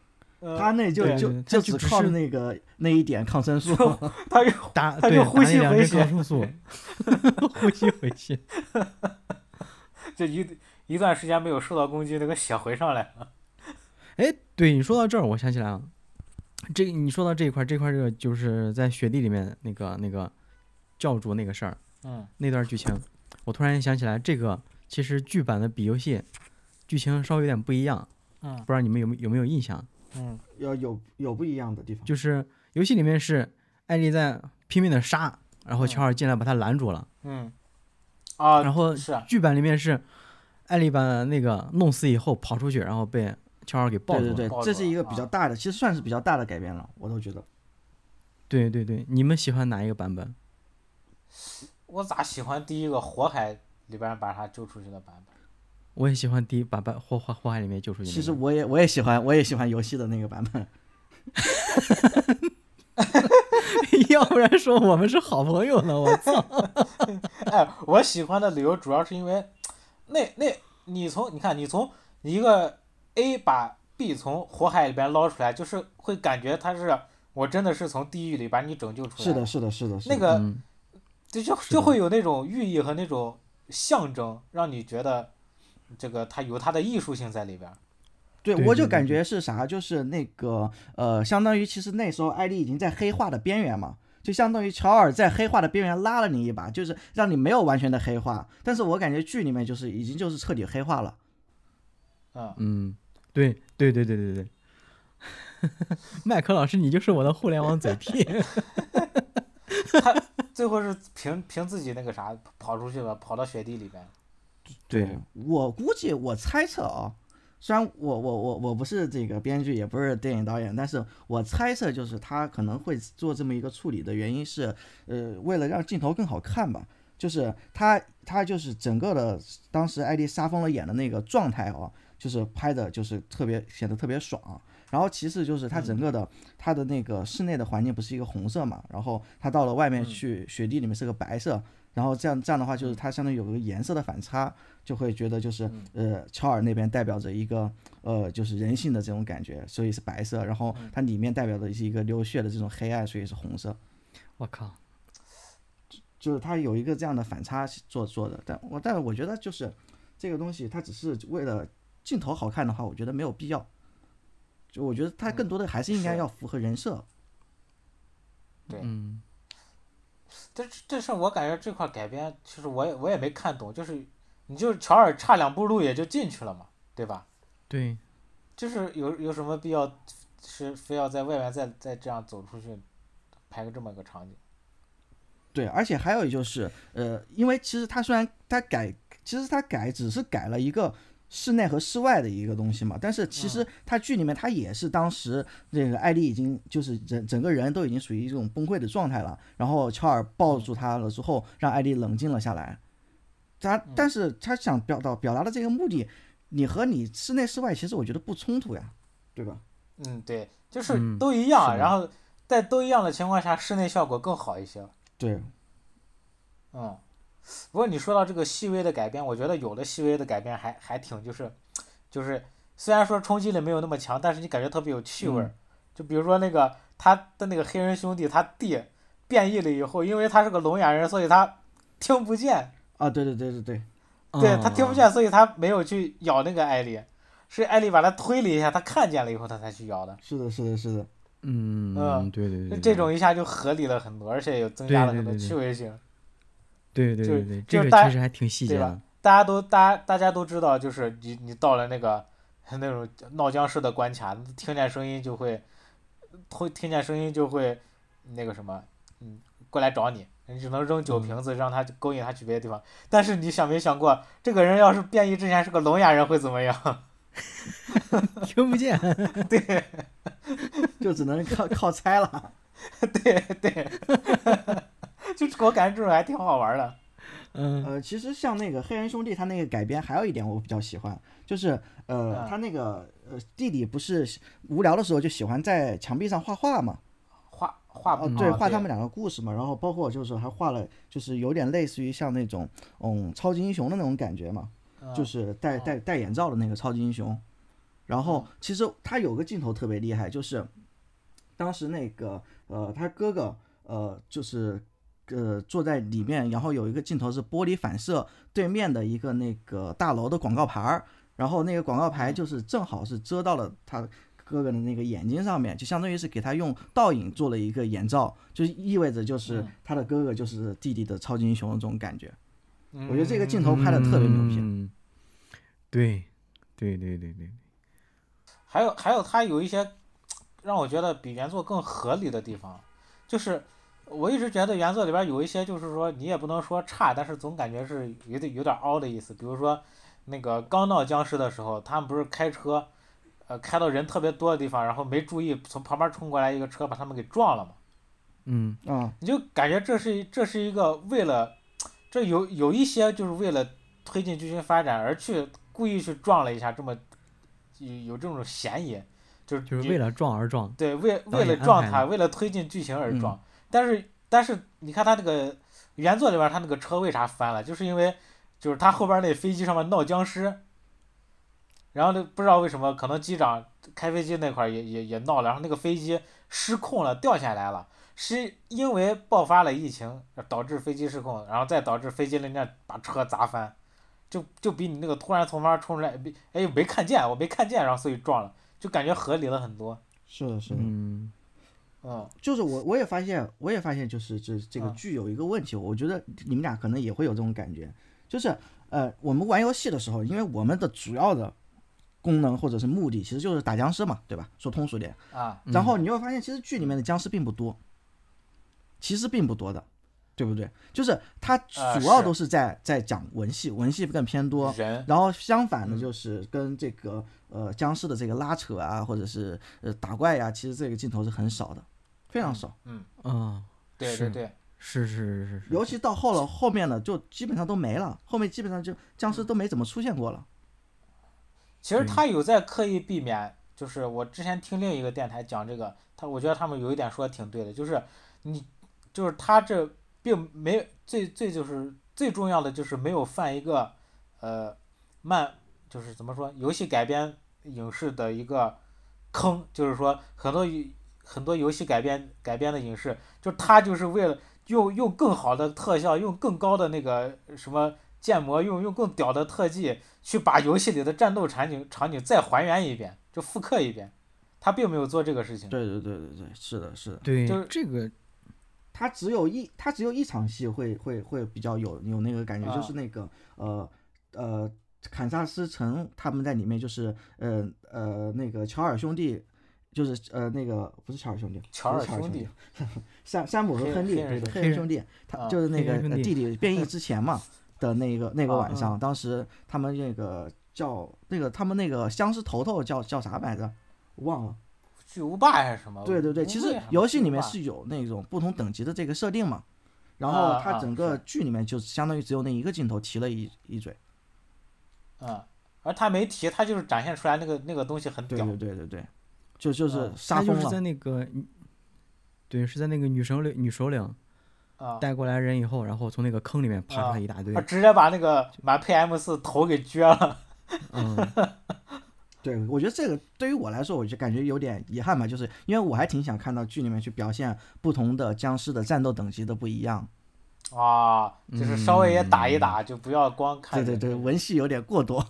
Speaker 3: 他那就
Speaker 1: 对
Speaker 3: 就
Speaker 2: 对
Speaker 3: 就
Speaker 2: 他就
Speaker 3: 只
Speaker 2: 只
Speaker 3: 靠
Speaker 2: 是
Speaker 3: 着那个那一点抗生素。
Speaker 1: 他又
Speaker 2: 打
Speaker 1: 他
Speaker 2: 对
Speaker 1: 就
Speaker 2: 打
Speaker 1: 呼
Speaker 2: 那
Speaker 1: 吸
Speaker 2: 两
Speaker 1: 回
Speaker 2: 针
Speaker 1: 血
Speaker 2: 抗生素， 呼吸回血，
Speaker 1: 就一一段时间没有受到攻击，那个血回上来了。
Speaker 2: 哎，对你说到这儿，我想起来了，这个你说到这一块儿，这块儿这个就是在雪地里面那个那个教主那个事儿
Speaker 1: 嗯
Speaker 2: 那段剧情，我突然想起来，这个其实剧版的比游戏剧情稍微有点不一样，
Speaker 1: 嗯
Speaker 2: 不知道你们有没有有没有印象？
Speaker 1: 嗯
Speaker 3: 要有有不一样的地方。
Speaker 2: 就是游戏里面是艾丽在拼命的杀，然后
Speaker 1: 嗯
Speaker 2: 乔尔进来把她拦住了，
Speaker 1: 嗯，啊
Speaker 3: 嗯
Speaker 2: 然后
Speaker 1: 是啊，
Speaker 2: 剧版里面是艾丽把那个弄死以后跑出去，然后被乔尔给抱
Speaker 3: 对
Speaker 2: 住了。
Speaker 3: 对对
Speaker 1: 抱，
Speaker 3: 这
Speaker 1: 住
Speaker 3: 是
Speaker 1: 了
Speaker 3: 一个比较
Speaker 1: 啊
Speaker 3: 大的，其实算是比较大的改变了，我都觉得。
Speaker 2: 对对对你们喜欢哪一个版本？
Speaker 1: 我咋喜欢第一个火海里边把他救出去的版本？
Speaker 2: 我也喜欢第一把把火火火海里面救出去、那个。
Speaker 3: 其实我也我也喜欢，我也喜欢游戏的那个版本。
Speaker 2: 要不然说我们是好朋友呢，我操！
Speaker 1: 哎， 我喜欢的理由主要是因为，那那你从你看你从一个 A 把 B 从火海里边捞出来，就是会感觉他是我真的是从地狱里把你拯救出来。
Speaker 3: 是的，，是的，是的，是
Speaker 1: 那
Speaker 3: 的。
Speaker 1: 个
Speaker 2: 嗯，
Speaker 1: 就就是就
Speaker 2: 的
Speaker 1: 会有那种寓意和那种象征，让你觉得这个它有它的艺术性在里边儿。
Speaker 3: 对，
Speaker 2: 对
Speaker 3: 我
Speaker 2: 对
Speaker 3: 就
Speaker 2: 对
Speaker 3: 感
Speaker 2: 对
Speaker 3: 觉是啥，就是那个呃，相当于其实那时候艾丽已经在黑化的边缘嘛，就相当于乔尔在黑化的边缘拉了你一把，就是让你没有完全的黑化。但是我感觉剧里面就是已经就是彻底黑化了。
Speaker 1: 嗯，
Speaker 2: 嗯，对对对对对对。 麦克老师，你就是我的互联网嘴替。
Speaker 1: 最后是凭凭自己那个啥跑出去了，跑到雪地里边。
Speaker 2: 对，
Speaker 3: 嗯我估计我猜测啊、虽然我我我我不是这个编剧，也不是电影导演，但是我猜测就是他可能会做这么一个处理的原因是，呃，为了让镜头更好看吧。就是他他就是整个的当时艾丽莎疯了眼的那个状态哦，就是拍的就是特别显得特别爽。然后其次就是他整个的、他的那个室内的环境不是一个红色嘛，然后他到了外面去雪地里面是个白色，然后这样这样的话，就是它相当于有个颜色的反差，就会觉得就是呃，乔尔那边代表着一个呃，就是人性的这种感觉，所以是白色，然后它里面代表的是一个流血的这种黑暗，所以是红色，
Speaker 2: 我靠，
Speaker 3: 就是它有一个这样的反差做做的。但我但我觉得就是这个东西，它只是为了镜头好看的话，我觉得没有必要。就我觉得它更多的还是应该
Speaker 1: 是
Speaker 3: 要符合人设，
Speaker 1: 对
Speaker 2: 嗯，
Speaker 1: 这这事儿我感觉这块改编，其实我也我也没看懂，就是你就是乔尔差两步路也就进去了嘛，对吧？
Speaker 2: 对，
Speaker 1: 就是有有什么必要是非要在外面再再这样走出去，拍个这么个场景？
Speaker 3: 对，而且还有就是，呃，因为其实它虽然它改，其实它改只是改了一个室内和室外的一个东西嘛，但是其实它剧里面它也是当时那个艾丽已经就是整整个人都已经属于一种崩溃的状态了，然后乔尔抱住她了之后，让艾丽冷静了下来。他但是他想表达表达的这个目的，你和你室内室外其实我觉得不冲突呀，对吧？
Speaker 1: 嗯，对，就是
Speaker 2: 嗯
Speaker 1: 都一样，啊
Speaker 3: 是的
Speaker 1: 然后在都一样的情况下，室内效果更好一些。
Speaker 3: 对，
Speaker 1: 嗯，不过你说到这个细微的改变，我觉得有的细微的改变还还挺就是，就是虽然说冲击力没有那么强，但是你感觉特别有趣
Speaker 3: 嗯
Speaker 1: 味儿。就比如说那个他的那个黑人兄弟，他弟变异了以后，因为他是个聋哑人，所以他听不见，
Speaker 3: 啊，对对对对对，
Speaker 1: 对他
Speaker 2: 嗯
Speaker 1: 听不，见，所以他没有去咬那个艾丽，是艾丽把他推了一下，他看见了以后他才去咬的。
Speaker 3: 是的，是的，是的。
Speaker 2: 嗯，
Speaker 1: 嗯
Speaker 2: 对对对
Speaker 1: 就
Speaker 2: 对，
Speaker 1: 这种一下就合理了很多，而且有增加了
Speaker 2: 对对
Speaker 1: 很多
Speaker 2: 对对
Speaker 1: 趣味性。
Speaker 2: 对对对对，
Speaker 1: 就
Speaker 2: 这
Speaker 1: 是
Speaker 2: 个
Speaker 1: 大
Speaker 2: 其实还挺细节
Speaker 1: 对吧
Speaker 2: 的，
Speaker 1: 大家都大家大家都知道，就是你你到了那个那种闹僵尸的关卡，听见声音就会，会听见声音就会那个什么，嗯，过来找你，你只能扔
Speaker 2: 嗯
Speaker 1: 酒瓶子让他勾引他去别的地方。但是你想没想过，这个人要是变异之前是个聋哑人会怎么样？
Speaker 2: 听不见，
Speaker 3: 就只能靠 靠猜了。
Speaker 1: 对对，就是我感觉这种还挺好玩的。
Speaker 2: 嗯
Speaker 3: 呃，其实像那个黑人兄弟，他那个改编还有一点我比较喜欢，就是呃，
Speaker 1: 嗯
Speaker 3: 他那个呃弟弟不是无聊的时候就喜欢在墙壁上画画嘛，
Speaker 1: 画画
Speaker 3: 哦
Speaker 1: 不
Speaker 3: 对，
Speaker 1: 好
Speaker 3: 画他们两个故事嘛，然后包括就是还画了，就是有点类似于像那种嗯超级英雄的那种感觉嘛，
Speaker 1: 嗯
Speaker 3: 就是戴戴戴眼罩的那个超级英雄。然后其实他有个镜头特别厉害，就是当时那个呃他哥哥呃就是呃坐在里面，然后有一个镜头是玻璃反射对面的一个那个大楼的广告牌儿，然后那个广告牌就是正好是遮到了他。哥哥的那个眼睛上面，就相当于是给他用倒影做了一个眼罩，就意味着就是
Speaker 1: 嗯
Speaker 3: 他的哥哥就是弟弟的超级英雄的这种感觉。
Speaker 1: 嗯
Speaker 3: 我觉得这个镜头拍的特别牛逼。
Speaker 2: 嗯对对对对对，
Speaker 1: 还有还有，它有一些让我觉得比原作更合理的地方，就是我一直觉得原作里边有一些，就是说你也不能说差，但是总感觉是有点有点凹的意思。比如说那个刚闹僵尸的时候，他们不是开车，呃，开到人特别多的地方，然后没注意，从旁边冲过来一个车把他们给撞了嘛。
Speaker 2: 嗯
Speaker 3: 啊、
Speaker 1: 你就感觉这是一这是一个为了，这有有一些就是为了推进剧情发展而去故意去撞了一下，这么有有这种嫌疑，就是
Speaker 2: 就是
Speaker 1: 你
Speaker 2: 为了撞而撞，
Speaker 1: 对，为为
Speaker 2: 导演
Speaker 1: 了
Speaker 2: 安
Speaker 1: 撞
Speaker 2: 排
Speaker 1: 他，
Speaker 2: 的嗯
Speaker 1: 为了推进剧情而撞。但是但是你看他那个原作里边，他那个车为啥翻了？就是因为就是他后边那飞机上面闹僵尸，然后那不知道为什么，可能机长开飞机那块儿也也也闹了，然后那个飞机失控了，掉下来了。是因为爆发了疫情，导致飞机失控，然后再导致飞机人家把车砸翻，就就比你那个突然从旁边冲出来，比哎没看见，我没看见，然后所以撞了，就感觉合理了很多。
Speaker 3: 是的，是的。
Speaker 2: 嗯
Speaker 1: 嗯，
Speaker 3: 就是我我也发现，我也发现，就是这这个
Speaker 1: 嗯
Speaker 3: 剧有一个问题，我觉得你们俩可能也会有这种感觉，就是呃，我们玩游戏的时候，因为我们的主要的功能或者是目的其实就是打僵尸嘛，对吧？说通俗点，
Speaker 1: 啊，
Speaker 2: 嗯
Speaker 3: 然后你会发现，其实剧里面的僵尸并不多，其实并不多的，对不对？就是它
Speaker 1: 呃
Speaker 3: 主要
Speaker 1: 是
Speaker 3: 都是在在讲文戏，文戏更偏多，
Speaker 1: 人，
Speaker 3: 然后相反的
Speaker 1: 嗯
Speaker 3: 就是跟这个呃僵尸的这个拉扯啊，或者是呃打怪呀、其实这个镜头是很少的，非常少。
Speaker 1: 嗯，
Speaker 2: 啊，
Speaker 1: 对对
Speaker 2: 是
Speaker 1: 对，
Speaker 2: 是是是是，
Speaker 3: 尤其到后了后面呢，就基本上都没了，后面基本上就僵尸都没怎么出现过了。
Speaker 1: 其实
Speaker 2: 对
Speaker 1: 他有在刻意避免，就是我之前听另一个电台讲这个，他我觉得他们有一点说的挺对的，就是你就是他这并没有最最就是最重要的就是没有犯一个呃漫就是怎么说游戏改编影视的一个坑，就是说很多游很多游戏改编改编的影视，就它就是为了用用更好的特效，用更高的那个什么建模，用用更屌的特技去把游戏里的战斗场景场景再还原一遍，就复刻一遍，它并没有做这个事情。
Speaker 3: 对对对对对，是的，是的。
Speaker 2: 对，
Speaker 1: 就是
Speaker 2: 这个
Speaker 3: 他只有一，他只有一场戏会会会比较有有那个感觉，
Speaker 1: 啊
Speaker 3: 就是那个呃呃堪萨斯城他们在里面就是呃呃那个乔尔兄弟，就是呃那个不是乔尔兄弟，
Speaker 1: 乔
Speaker 3: 不
Speaker 1: 尔
Speaker 3: 是乔尔
Speaker 1: 兄
Speaker 3: 弟
Speaker 1: 弟， 啊
Speaker 3: 山山姆和
Speaker 1: 黑
Speaker 3: 亨利
Speaker 1: 黑人
Speaker 3: 对
Speaker 1: 兄
Speaker 3: 的
Speaker 1: 弟
Speaker 3: 黑
Speaker 2: 黑
Speaker 3: 人
Speaker 2: 人
Speaker 3: 兄弟，他
Speaker 1: 啊
Speaker 3: 就是那
Speaker 2: 黑
Speaker 3: 个
Speaker 2: 人兄
Speaker 3: 呃
Speaker 2: 弟
Speaker 3: 弟弟变异之前嘛的那个那个
Speaker 1: 啊
Speaker 3: 晚上，
Speaker 2: 嗯
Speaker 3: 当时他们那个叫那个他们那个僵尸头头叫叫啥来着？忘了。
Speaker 1: 巨无霸还是什么？
Speaker 3: 对对对，
Speaker 1: 无
Speaker 3: 其
Speaker 1: 畏
Speaker 3: 实
Speaker 1: 还是
Speaker 3: 游戏
Speaker 1: 巨无
Speaker 3: 里面
Speaker 1: 霸
Speaker 3: 是有那种不同等级的这个设定嘛，然后
Speaker 1: 啊
Speaker 3: 它
Speaker 1: 啊
Speaker 3: 整个
Speaker 1: 是
Speaker 3: 剧里面就相当于只有那一个镜头提了一一嘴。
Speaker 1: 嗯，而他没提，他就是展现出来那个那个东西很
Speaker 3: 对
Speaker 1: 屌。
Speaker 3: 对对对对，就就是
Speaker 1: 嗯
Speaker 3: 杀
Speaker 2: 他就
Speaker 3: 疯
Speaker 2: 是
Speaker 3: 了
Speaker 2: 在。那个，对，是在那个女首领女首领
Speaker 1: 啊、
Speaker 2: 带过来人以后，然后从那个坑里面爬出来一 大堆
Speaker 1: 他，直接把那个满配 M 四头给撅了。
Speaker 2: 嗯，
Speaker 3: 对，我觉得这个对于我来说，我就感觉有点遗憾吧，就是因为我还挺想看到剧里面去表现不同的僵尸的战斗等级的不一样。
Speaker 1: 啊，就是稍微也打一打，就不要光看。
Speaker 3: 嗯对对对，，文戏有点过多，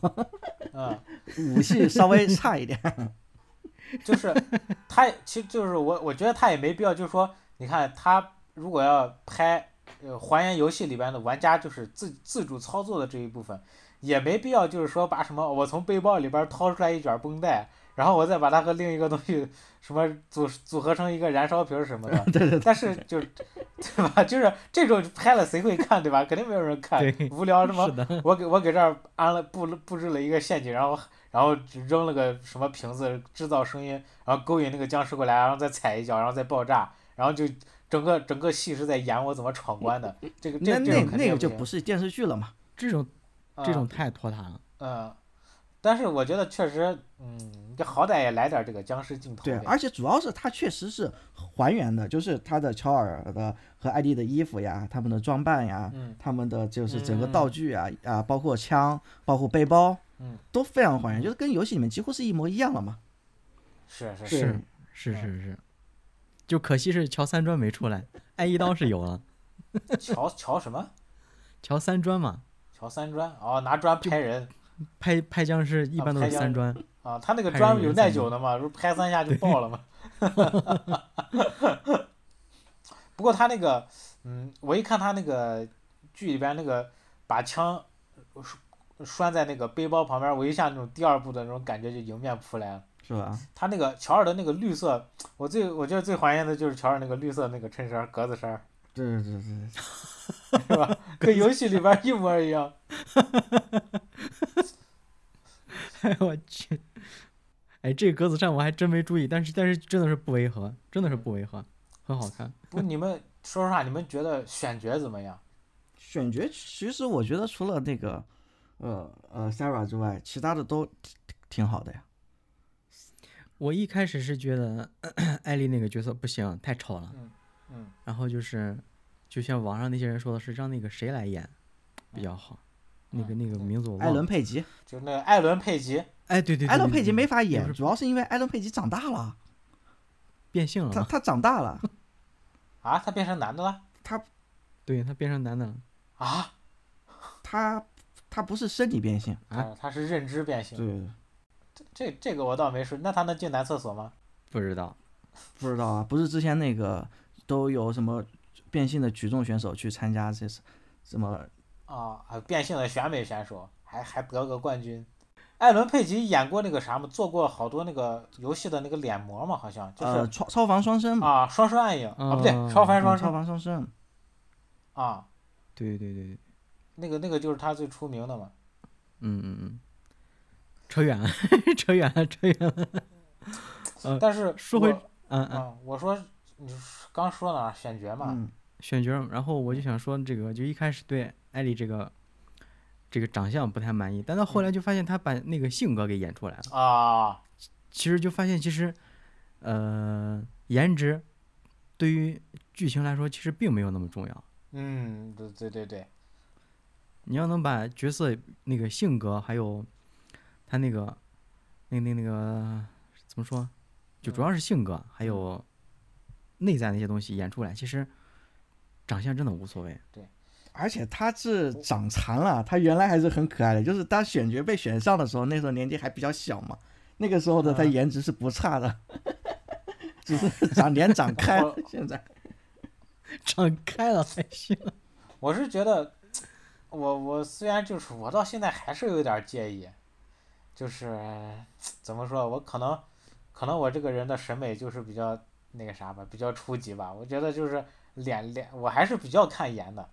Speaker 1: 嗯，
Speaker 3: 武戏稍微差一点。
Speaker 1: 就是他，其实就是我，我觉得他也没必要，就是说，你看他如果要拍，呃，还原游戏里边的玩家就是自自主操作的这一部分，也没必要就是说把什么我从背包里边掏出来一卷绷带，然后我再把它和另一个东西什么组组合成一个燃烧瓶什 么的，
Speaker 3: 对对对。
Speaker 1: 但是就是对吧？就是这种拍了谁会看对吧？肯定没有人看
Speaker 2: 对，
Speaker 1: 无聊什么
Speaker 2: 是 的，
Speaker 1: 我给我给这儿安了布布置了一个陷阱，然后然后扔了个什么瓶子，制造声音，然后勾引那个僵尸过来，然后再踩一脚，然后再爆炸，然后就整个整个戏是在演我怎么闯关的。这个这这
Speaker 3: 那嗯那
Speaker 1: 种肯定
Speaker 3: 那
Speaker 1: 也
Speaker 3: 个就
Speaker 1: 行
Speaker 3: 不是电视剧了嘛，
Speaker 2: 这种这种
Speaker 1: 嗯
Speaker 2: 太拖沓了，
Speaker 1: 嗯，但是我觉得确实，嗯，这好歹也来点这个僵尸镜头
Speaker 3: 对，
Speaker 1: 呗。
Speaker 3: 而且主要是它确实是还原的，就是他的乔尔的和艾丽的衣服呀，他们的装扮呀，
Speaker 1: 嗯
Speaker 3: 他们的就是整个
Speaker 1: 嗯
Speaker 3: 道具啊、啊，包括枪，包括背包，
Speaker 1: 嗯，
Speaker 3: 都非常还原，就是跟游戏里面几乎是一模一样了嘛。
Speaker 1: 是是是，
Speaker 3: 对
Speaker 2: 是是是是，就可惜是乔三专没出来，艾一刀是有了，
Speaker 1: 乔乔什么？
Speaker 2: 乔三专嘛，
Speaker 1: 乔三砖哦，拿砖拍人
Speaker 2: 拍拍僵尸一
Speaker 1: 啊
Speaker 2: 般都
Speaker 1: 拍
Speaker 2: 是
Speaker 1: 僵
Speaker 2: 三专，
Speaker 1: 啊，他那个
Speaker 2: 拍人
Speaker 1: 砖
Speaker 2: 也
Speaker 1: 有
Speaker 2: 是
Speaker 1: 耐
Speaker 2: 三
Speaker 1: 久的嘛，不是拍三下就爆了嘛。 不过他那个，嗯，我一看他那个剧里边那个把枪拴拴在那个背包旁边，我一下那种第二部的那种感觉就迎面扑来了。
Speaker 3: 是吧？
Speaker 1: 他那个乔尔的那个绿色，我最我觉得最还原的就是乔尔那个绿色那个衬衫格子衫儿，
Speaker 3: 对对对对，
Speaker 1: 是吧？跟游戏里边一模一样。
Speaker 2: 哎 我去，哎，这个格子衫我还真没注意，但是但是真的是不违和，真的是不违和，很好看。
Speaker 1: 不，你们说实话，你们觉得选角怎么样？
Speaker 3: 选角其实我觉得除了那个呃呃 Sarah 之外，其他的都挺挺好的呀。
Speaker 2: 我一开始是觉得 艾丽那个角色不行，太吵了。
Speaker 1: 嗯
Speaker 2: 然后就是，就像网上那些人说的是让那个谁来演比较好，那个那个名字我
Speaker 3: 艾
Speaker 2: 忘
Speaker 3: 伦
Speaker 2: 了。
Speaker 3: 佩吉，
Speaker 1: 就那个艾伦佩吉，
Speaker 2: 哎，对对对，
Speaker 3: 艾伦
Speaker 2: 对
Speaker 3: 佩吉
Speaker 2: 对
Speaker 3: 没法
Speaker 2: 就
Speaker 3: 演，
Speaker 2: 是
Speaker 3: 主要是因为艾伦佩吉长大了，
Speaker 2: 变性了
Speaker 3: 他
Speaker 2: 嘛？
Speaker 3: 他长大了，
Speaker 1: 啊，他变成男的了
Speaker 2: 对他变成男的了。
Speaker 1: 啊？
Speaker 3: 他他不是生理变性，
Speaker 2: 啊
Speaker 1: 他他是认知变性，
Speaker 3: 对。
Speaker 1: 这这个我倒没说。那他能进男厕所吗？
Speaker 2: 不知道，
Speaker 3: 不知道啊，不是之前那个都有什么变性的举重选手去参加这次什么？
Speaker 1: 啊，还有变性的选美选手，还还得个冠军。艾伦佩吉演过那个啥嘛，做过好多那个游戏的那个脸模嘛，好像就是、
Speaker 3: 呃，超超凡双生嘛，
Speaker 1: 啊，双生暗影、啊，不对，
Speaker 2: 嗯
Speaker 1: 超凡
Speaker 3: 嗯
Speaker 1: 双
Speaker 3: 超
Speaker 1: 生
Speaker 3: 凡双生，
Speaker 1: 啊，
Speaker 2: 对对对对，
Speaker 1: 那个那个就是他最出名的嘛。
Speaker 2: 嗯嗯嗯，扯远了， 扯远了，扯远了。嗯
Speaker 1: 但是
Speaker 2: 说回
Speaker 1: 我
Speaker 2: 嗯嗯，
Speaker 1: 啊，我说你是刚说哪儿选角嘛，
Speaker 3: 嗯，
Speaker 2: 选角儿，然后我就想说这个，就一开始对艾丽这个这个长相不太满意，但到后来就发现她把那个性格给演出来了。
Speaker 1: 啊，
Speaker 2: 其实就发现，其实呃，颜值对于剧情来说其实并没有那么重要，
Speaker 1: 嗯，对对对对，
Speaker 2: 你要能把角色那个性格，还有他那个，那那那个怎么说，就主要是性格，还有内在那些东西演出来，其实长相真的无所谓。
Speaker 3: 而且他是长残了，他原来还是很可爱的，就是他选角被选上的时候，那时候年纪还比较小嘛，那个时候的他
Speaker 1: 嗯
Speaker 3: 颜值是不差的， 只是长脸长开了
Speaker 1: 我。
Speaker 3: 现在
Speaker 2: 长开了还行，
Speaker 1: 我是觉得，我我虽然就是我到现在还是有点儿介意，就是怎么说，我可能可能我这个人的审美就是比较那个啥吧，比较初级吧。我觉得就是脸脸，我还是比较看颜的，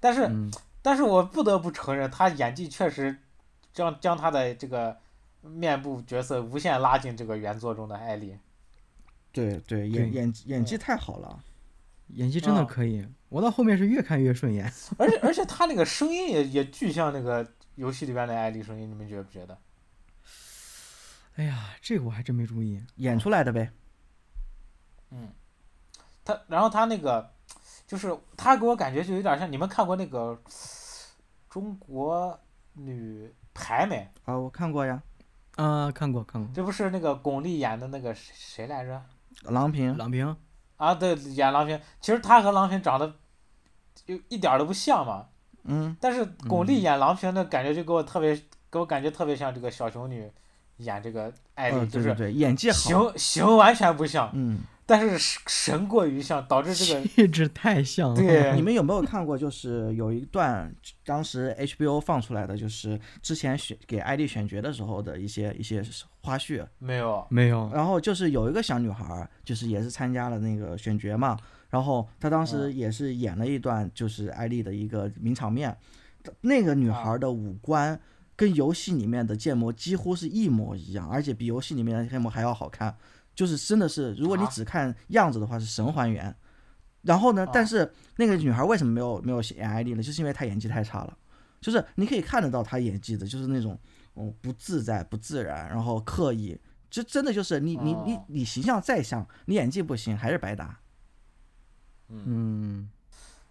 Speaker 1: 但是
Speaker 2: 嗯，
Speaker 1: 但是我不得不承认，他演技确实将将他的这个面部角色无限拉近这个原作中的艾丽。
Speaker 3: 对对，演
Speaker 2: 对
Speaker 3: 演演技太好了，
Speaker 2: 演技真的
Speaker 1: 啊
Speaker 2: 可以，我到后面是越看越顺眼。
Speaker 1: 而且而且他那个声音也也巨像那个游戏里边的艾丽声音，你们觉不觉得？
Speaker 2: 哎呀，这个我还真没注意。
Speaker 3: 演出来的呗。
Speaker 1: 他然后他那个就是他给我感觉就有点像你们看过那个中国女排没？
Speaker 3: 啊，我看过呀，
Speaker 2: 啊，看过看过，
Speaker 1: 这不是那个巩俐演的那个谁谁来着？
Speaker 3: 郎平。
Speaker 2: 郎平，
Speaker 1: 啊，对，演郎平。其实他和郎平长得就一点儿都不像嘛。
Speaker 3: 嗯，
Speaker 1: 但是巩俐演郎平的感觉就给我特别，给我感觉特别像这个小熊女演这个艾丽，
Speaker 3: 嗯，
Speaker 1: 哎就
Speaker 3: 对对
Speaker 1: 是
Speaker 3: 对，演技好。
Speaker 1: 形形完全不像，
Speaker 3: 嗯，
Speaker 1: 但是神神过于像，导致这个
Speaker 2: 气质太像了。
Speaker 1: 对
Speaker 3: 你们有没有看过？就是有一段当时 HBO 放出来的，就是之前选给艾丽选角的时候的一些一些花絮。啊
Speaker 1: 没有，
Speaker 2: 没有，
Speaker 3: 然后就是有一个小女孩儿，就是也是参加了那个选角嘛，然后她当时也是演了一段就是艾丽的一个名场面，那个女孩儿的五官跟游戏里面的建模几乎是一模一样，而且比游戏里面的建模还要好看，就是真的是，如果你
Speaker 1: 啊
Speaker 3: 只看样子的话是神还原。然后呢
Speaker 1: 啊，
Speaker 3: 但是那个女孩为什么没有没有演艾丽呢？就是因为她演技太差了，就是你可以看得到她演技的，就是那种嗯不自在、不自然，然后刻意，这真的就是你你你
Speaker 1: 哦
Speaker 3: 你形象再像，你演技不行还是白搭。
Speaker 2: 嗯，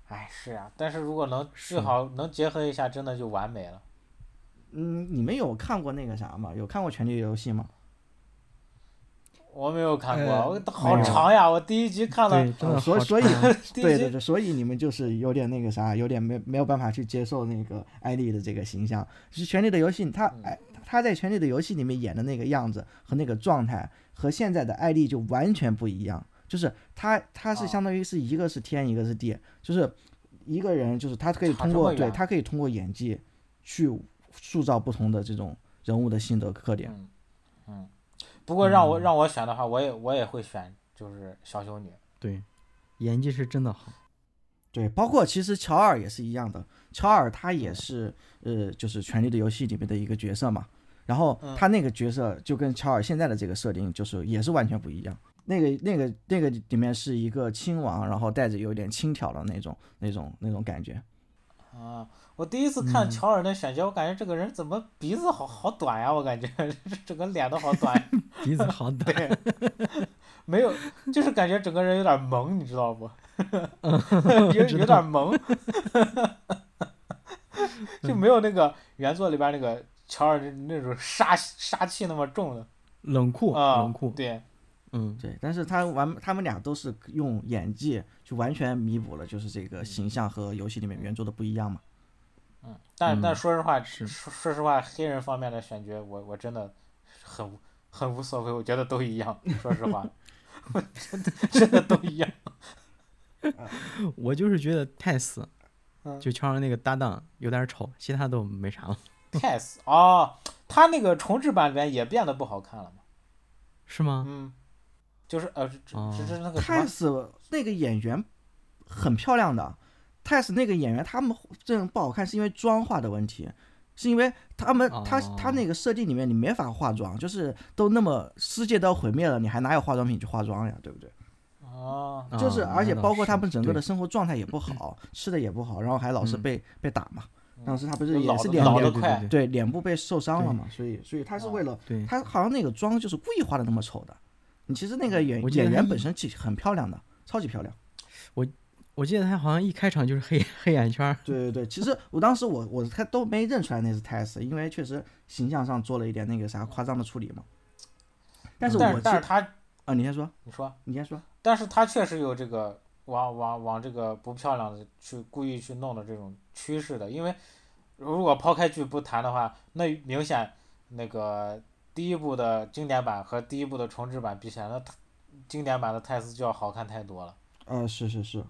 Speaker 1: 哎，是啊，但是如果能
Speaker 2: 是
Speaker 1: 最好能结合一下，真的就完美了。
Speaker 3: 嗯，你们有看过那个啥吗？有看过《权力游戏》吗？
Speaker 1: 我没有看过，
Speaker 2: 呃
Speaker 1: 我
Speaker 3: 没
Speaker 1: 好
Speaker 3: 有
Speaker 1: 长呀，我第一集看了
Speaker 2: 对，真的
Speaker 3: 哦所以
Speaker 2: 好
Speaker 3: 所以
Speaker 2: 看
Speaker 1: 第
Speaker 3: 对
Speaker 1: 一
Speaker 3: 对
Speaker 1: 集，嗯
Speaker 3: 对，所以你们就是有点那个啥，有点没没有办法去接受那个艾丽的这个形象。是《权力的游戏》
Speaker 1: 嗯
Speaker 3: 她，哎，她在《权力的游戏》里面演的那个样子和那个状态，和现在的艾丽就完全不一样。就是她，她是
Speaker 1: 啊
Speaker 3: 相当于是一个是天，一个是地，就是一个人，就是她可以
Speaker 1: 差
Speaker 3: 通
Speaker 1: 这
Speaker 3: 过
Speaker 1: 么
Speaker 3: 对
Speaker 1: 远
Speaker 3: 她可以通过演技去塑造不同的这种人物的性格特点。
Speaker 1: 嗯嗯，不过
Speaker 2: 嗯
Speaker 1: 让我让我选的话，我也我也会选就是小熊女，
Speaker 2: 对，演技是真的好。
Speaker 3: 对，包括其实乔尔也是一样的，乔尔他也是呃，就是《权力的游戏》里面的一个角色嘛。然后
Speaker 1: 嗯
Speaker 3: 他那个角色就跟乔尔现在的这个设定就是也是完全不一样。那个那个那个里面是一个亲王，然后带着有点轻佻的那种那种那种感觉。
Speaker 1: 啊，我第一次
Speaker 2: 嗯
Speaker 1: 看乔尔的选角，我感觉这个人怎么鼻子好好短呀？我感觉 整个脸都好短呀，
Speaker 2: 鼻子好短，
Speaker 1: 对，没有，就是感觉整个人有点萌，你知道不？有
Speaker 2: 嗯知
Speaker 1: 有
Speaker 2: 道
Speaker 1: 点萌， 就没有那个原作里边那个乔尔那种杀杀气那么重的
Speaker 2: 冷酷，
Speaker 1: 啊，
Speaker 2: 冷酷，
Speaker 1: 对，
Speaker 2: 嗯，
Speaker 3: 对，但是他完他们俩都是用演技就完全弥补了，就是这个形象和游戏里面原作的不一样嘛。
Speaker 1: 嗯，但但
Speaker 2: 嗯
Speaker 1: 说实话，
Speaker 2: 是
Speaker 1: 说说实话，黑人方面的选角，我我真的很无很无所谓，我觉得都一样，说实话， 我真的真的都一样。
Speaker 2: 我就是觉得太死
Speaker 1: 嗯，
Speaker 2: 就乔上那个搭档有点丑，其他都没啥了，
Speaker 1: 泰斯哦，他那个重置版里面也变得不好看了嘛，
Speaker 2: 是吗？
Speaker 1: 嗯，就是呃，这
Speaker 2: 哦
Speaker 1: 这这那个什
Speaker 3: 泰
Speaker 1: 么，
Speaker 3: 斯那个演员很漂亮的，泰斯那个演员他们这种不好看是因为妆化的问题，是因为他们他他
Speaker 2: 哦
Speaker 3: 那个设定里面你没法化妆，就是都那么世界都要毁灭了，你还哪有化妆品去化妆呀，对不对？
Speaker 1: 哦，
Speaker 2: 啊
Speaker 3: 就是而且包括他们整个，
Speaker 2: 那
Speaker 3: 的
Speaker 2: 倒是
Speaker 3: 生活状态也不好，吃的也不好，然后还老
Speaker 2: 嗯
Speaker 3: 是
Speaker 2: 哦
Speaker 3: 被被打嘛，当时他不是
Speaker 1: 就
Speaker 3: 也
Speaker 1: 老
Speaker 3: 是
Speaker 1: 得
Speaker 3: 脸
Speaker 1: 老
Speaker 3: 脸
Speaker 1: 得
Speaker 2: 对
Speaker 1: 快
Speaker 2: 对对
Speaker 3: 对脸部被受伤了嘛，所以所以他
Speaker 2: 哦
Speaker 3: 是为了
Speaker 2: 对对，
Speaker 3: 他好像那个妆就是故意化的那么丑的，你其实那个演
Speaker 2: 哦我记得
Speaker 3: 演
Speaker 2: 他
Speaker 3: 员
Speaker 2: 一
Speaker 3: 本身其实很漂亮的，超级漂亮。
Speaker 2: 我记得他好像一开场就是黑 黑眼圈 儿，
Speaker 3: 对对对，其实我当时我我他都没认出来那是泰斯，因为确实形象上做了一点那个啥夸张的处理嘛。但是
Speaker 1: 但
Speaker 3: 我
Speaker 1: 是
Speaker 3: 其
Speaker 1: 但是
Speaker 3: 实
Speaker 1: 他
Speaker 3: 啊，你先说，
Speaker 1: 你说，
Speaker 3: 你先说。
Speaker 1: 但是他确实有这个往往往这个不漂亮的去故意去弄的这种趋势的，因为如果抛开剧不谈的话，那明显那个第一部的经典版和第一部的重制版比起来，那它经典版的泰斯就要好看太多了，
Speaker 3: 呃，是是是，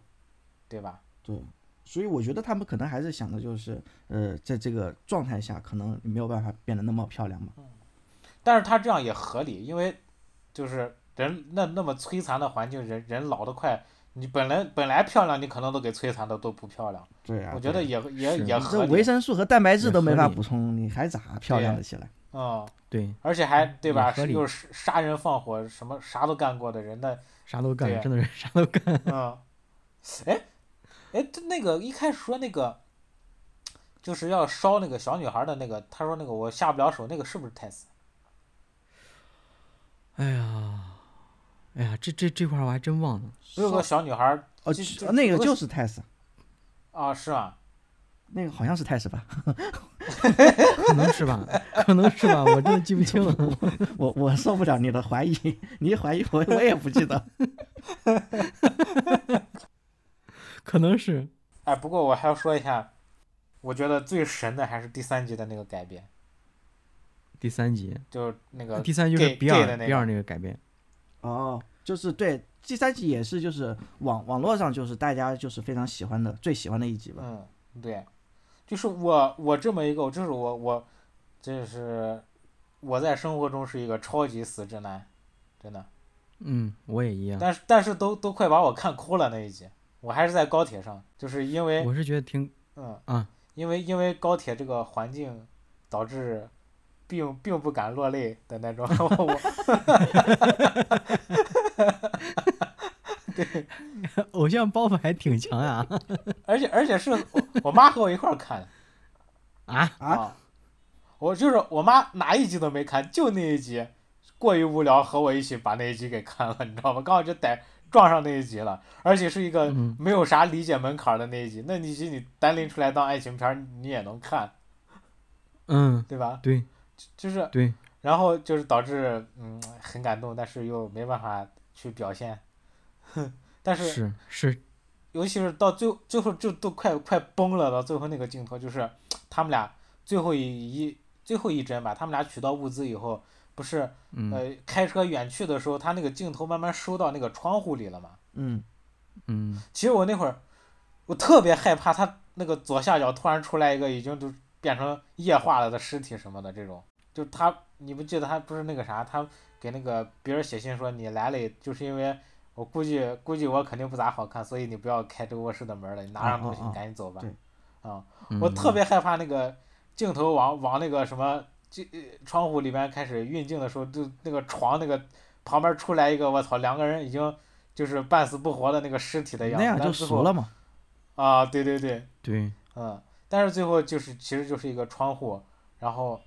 Speaker 1: 对吧？
Speaker 3: 对，所以我觉得他们可能还是想的就是，呃，在这个状态下，可能没有办法变得那么漂亮嘛。
Speaker 1: 但是他这样也合理，因为就是人那那么摧残的环境，人人老得快，你本来本来漂亮，你可能都给摧残的都不漂亮，
Speaker 3: 对啊，
Speaker 1: 我觉得
Speaker 3: 对啊
Speaker 1: 也也
Speaker 2: 是
Speaker 1: 也
Speaker 3: 你
Speaker 1: 合
Speaker 3: 这
Speaker 1: 理，
Speaker 3: 维生素和蛋白质
Speaker 2: 也
Speaker 3: 都没
Speaker 2: 合
Speaker 3: 法
Speaker 2: 理
Speaker 3: 补充，你还咋漂亮的起来？
Speaker 1: 嗯。
Speaker 2: 对，
Speaker 1: 而且还对吧？
Speaker 2: 合理
Speaker 1: 又是杀人放火，什么啥都干过的人，那
Speaker 2: 啥都干
Speaker 3: 啊
Speaker 1: 对，
Speaker 2: 真的是 啥都干。
Speaker 1: 嗯，哎哎，这那个一开始说那个就是要烧那个小女孩的那个，他说那个我下不了手，那个是不是泰斯？
Speaker 2: 哎呀，哎呀，这这这块儿我还真忘了。
Speaker 1: 不是有个小女孩
Speaker 3: 哦，
Speaker 1: 这
Speaker 3: 是
Speaker 1: 这
Speaker 3: 呃那个
Speaker 1: 这
Speaker 3: 就是泰斯，
Speaker 1: 啊？是吗？
Speaker 3: 那个好像是泰斯吧？
Speaker 2: 可能是吧， 可能是吧，我真的记不清了。
Speaker 3: 我我受不了你的怀疑，你一怀疑我，我也不记得。
Speaker 2: 可能是
Speaker 1: 哎，不过我还要说一下，我觉得最神的还是第三集的那个改编，
Speaker 2: 第三集，
Speaker 1: 就是那
Speaker 3: 呃
Speaker 1: 个
Speaker 2: 啊第三集就是
Speaker 1: gay-
Speaker 2: 比尔
Speaker 1: gay 的那个
Speaker 2: 比尔那个改编，
Speaker 3: 哦，就是对第三集也是就是网网络上就是大家就是非常喜欢的最喜欢的一集吧。
Speaker 1: 嗯，对，就是我我这么一个，就是我我，这是我在生活中是一个超级死直男，真的，
Speaker 2: 嗯，我也一样。
Speaker 1: 但是但是都都快把我看哭了那一集，我还是在高铁上，就是因为
Speaker 2: 我是觉得挺
Speaker 1: 嗯
Speaker 2: 啊，
Speaker 1: 因为因为高铁这个环境导致并并不敢落泪的那种， 我
Speaker 2: 偶像包袱还挺强啊呀、
Speaker 1: 而且而且是我 我妈和我一块儿看的
Speaker 2: 啊！啊，
Speaker 3: 啊，
Speaker 1: 我就是我妈哪一集都没看，就那一集，过于无聊，和我一起把那一集给看了，你知道吗？刚好就逮撞上那一集了，而且是一个
Speaker 2: 嗯
Speaker 1: 没有啥理解门槛的那一集，那一集你单拎出来当爱情片儿你也能看，
Speaker 2: 嗯，
Speaker 1: 对吧？
Speaker 2: 对
Speaker 1: 就是
Speaker 2: 对，
Speaker 1: 然后就是导致嗯很感动，但是又没办法去表现， 但是
Speaker 2: 是是，
Speaker 1: 尤其是到最后最后就都快快崩了，到最后那个镜头就是他们俩最后一一最后一帧吧，他们俩取到物资以后，不是
Speaker 2: 嗯
Speaker 1: 呃开车远去的时候，他那个镜头慢慢收到那个窗户里了嘛。
Speaker 3: 嗯，
Speaker 2: 嗯，
Speaker 1: 其实我那会儿我特别害怕他那个左下角突然出来一个已经就变成液化了的尸体什么的这种，就他你不记得他不是那个啥，他给那个别人写信说你来了，就是因为我估计估计我肯定不咋好看，所以你不要开这个卧室的门了，你拿上东西
Speaker 3: 啊啊啊
Speaker 1: 你赶紧走吧
Speaker 3: 对。
Speaker 1: 啊，
Speaker 2: 嗯
Speaker 1: 我特别害怕那个镜头往往那个什么这呃窗户里边开始运镜的时候，就那个床那个旁边出来一个我操，两个人已经就是半死不活哎的那个尸体的样子，
Speaker 3: 那样
Speaker 1: 但
Speaker 3: 就是
Speaker 1: 最
Speaker 3: 熟
Speaker 1: 后
Speaker 3: 了嘛。
Speaker 1: 啊，对对对，
Speaker 2: 对，
Speaker 1: 嗯，但是最后就是其实就是一个窗户，然后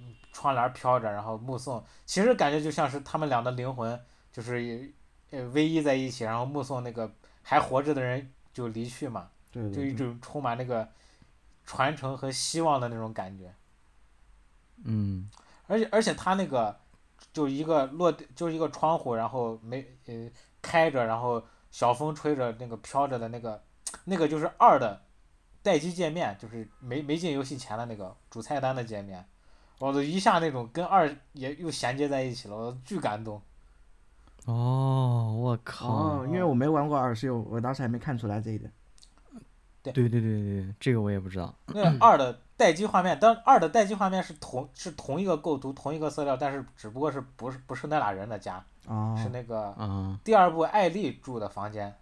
Speaker 1: 嗯窗帘飘着，然后目送，其实感觉就像是他们俩的灵魂就是呃偎依在一起，然后目送那个还活着的人就离去嘛，
Speaker 3: 对
Speaker 1: 就
Speaker 3: 对
Speaker 1: 一
Speaker 3: 对，
Speaker 1: 种充满那个传承和希望的那种感觉。
Speaker 2: 嗯
Speaker 1: 而且而且他那个就一个落地就是一个窗户，然后没呃开着，然后小风吹着那个飘着的那个那个就是二的待机界面，就是没没进游戏前的那个主菜单的界面，我的一下那种跟二也又衔接在一起了，我巨感动。
Speaker 2: 哦，我靠，
Speaker 3: 哦，因为我没玩过二，所以我我当时还没看出来这一点。
Speaker 2: 对对对对对，这个我也不知道。
Speaker 1: 那个二的待机画面，当然二的待机画面是同是同一个构图、同一个色调，但是只不过是不是不是那俩人的家，
Speaker 3: 哦，
Speaker 1: 是那个
Speaker 2: 啊，
Speaker 1: 第二部艾丽住的房间，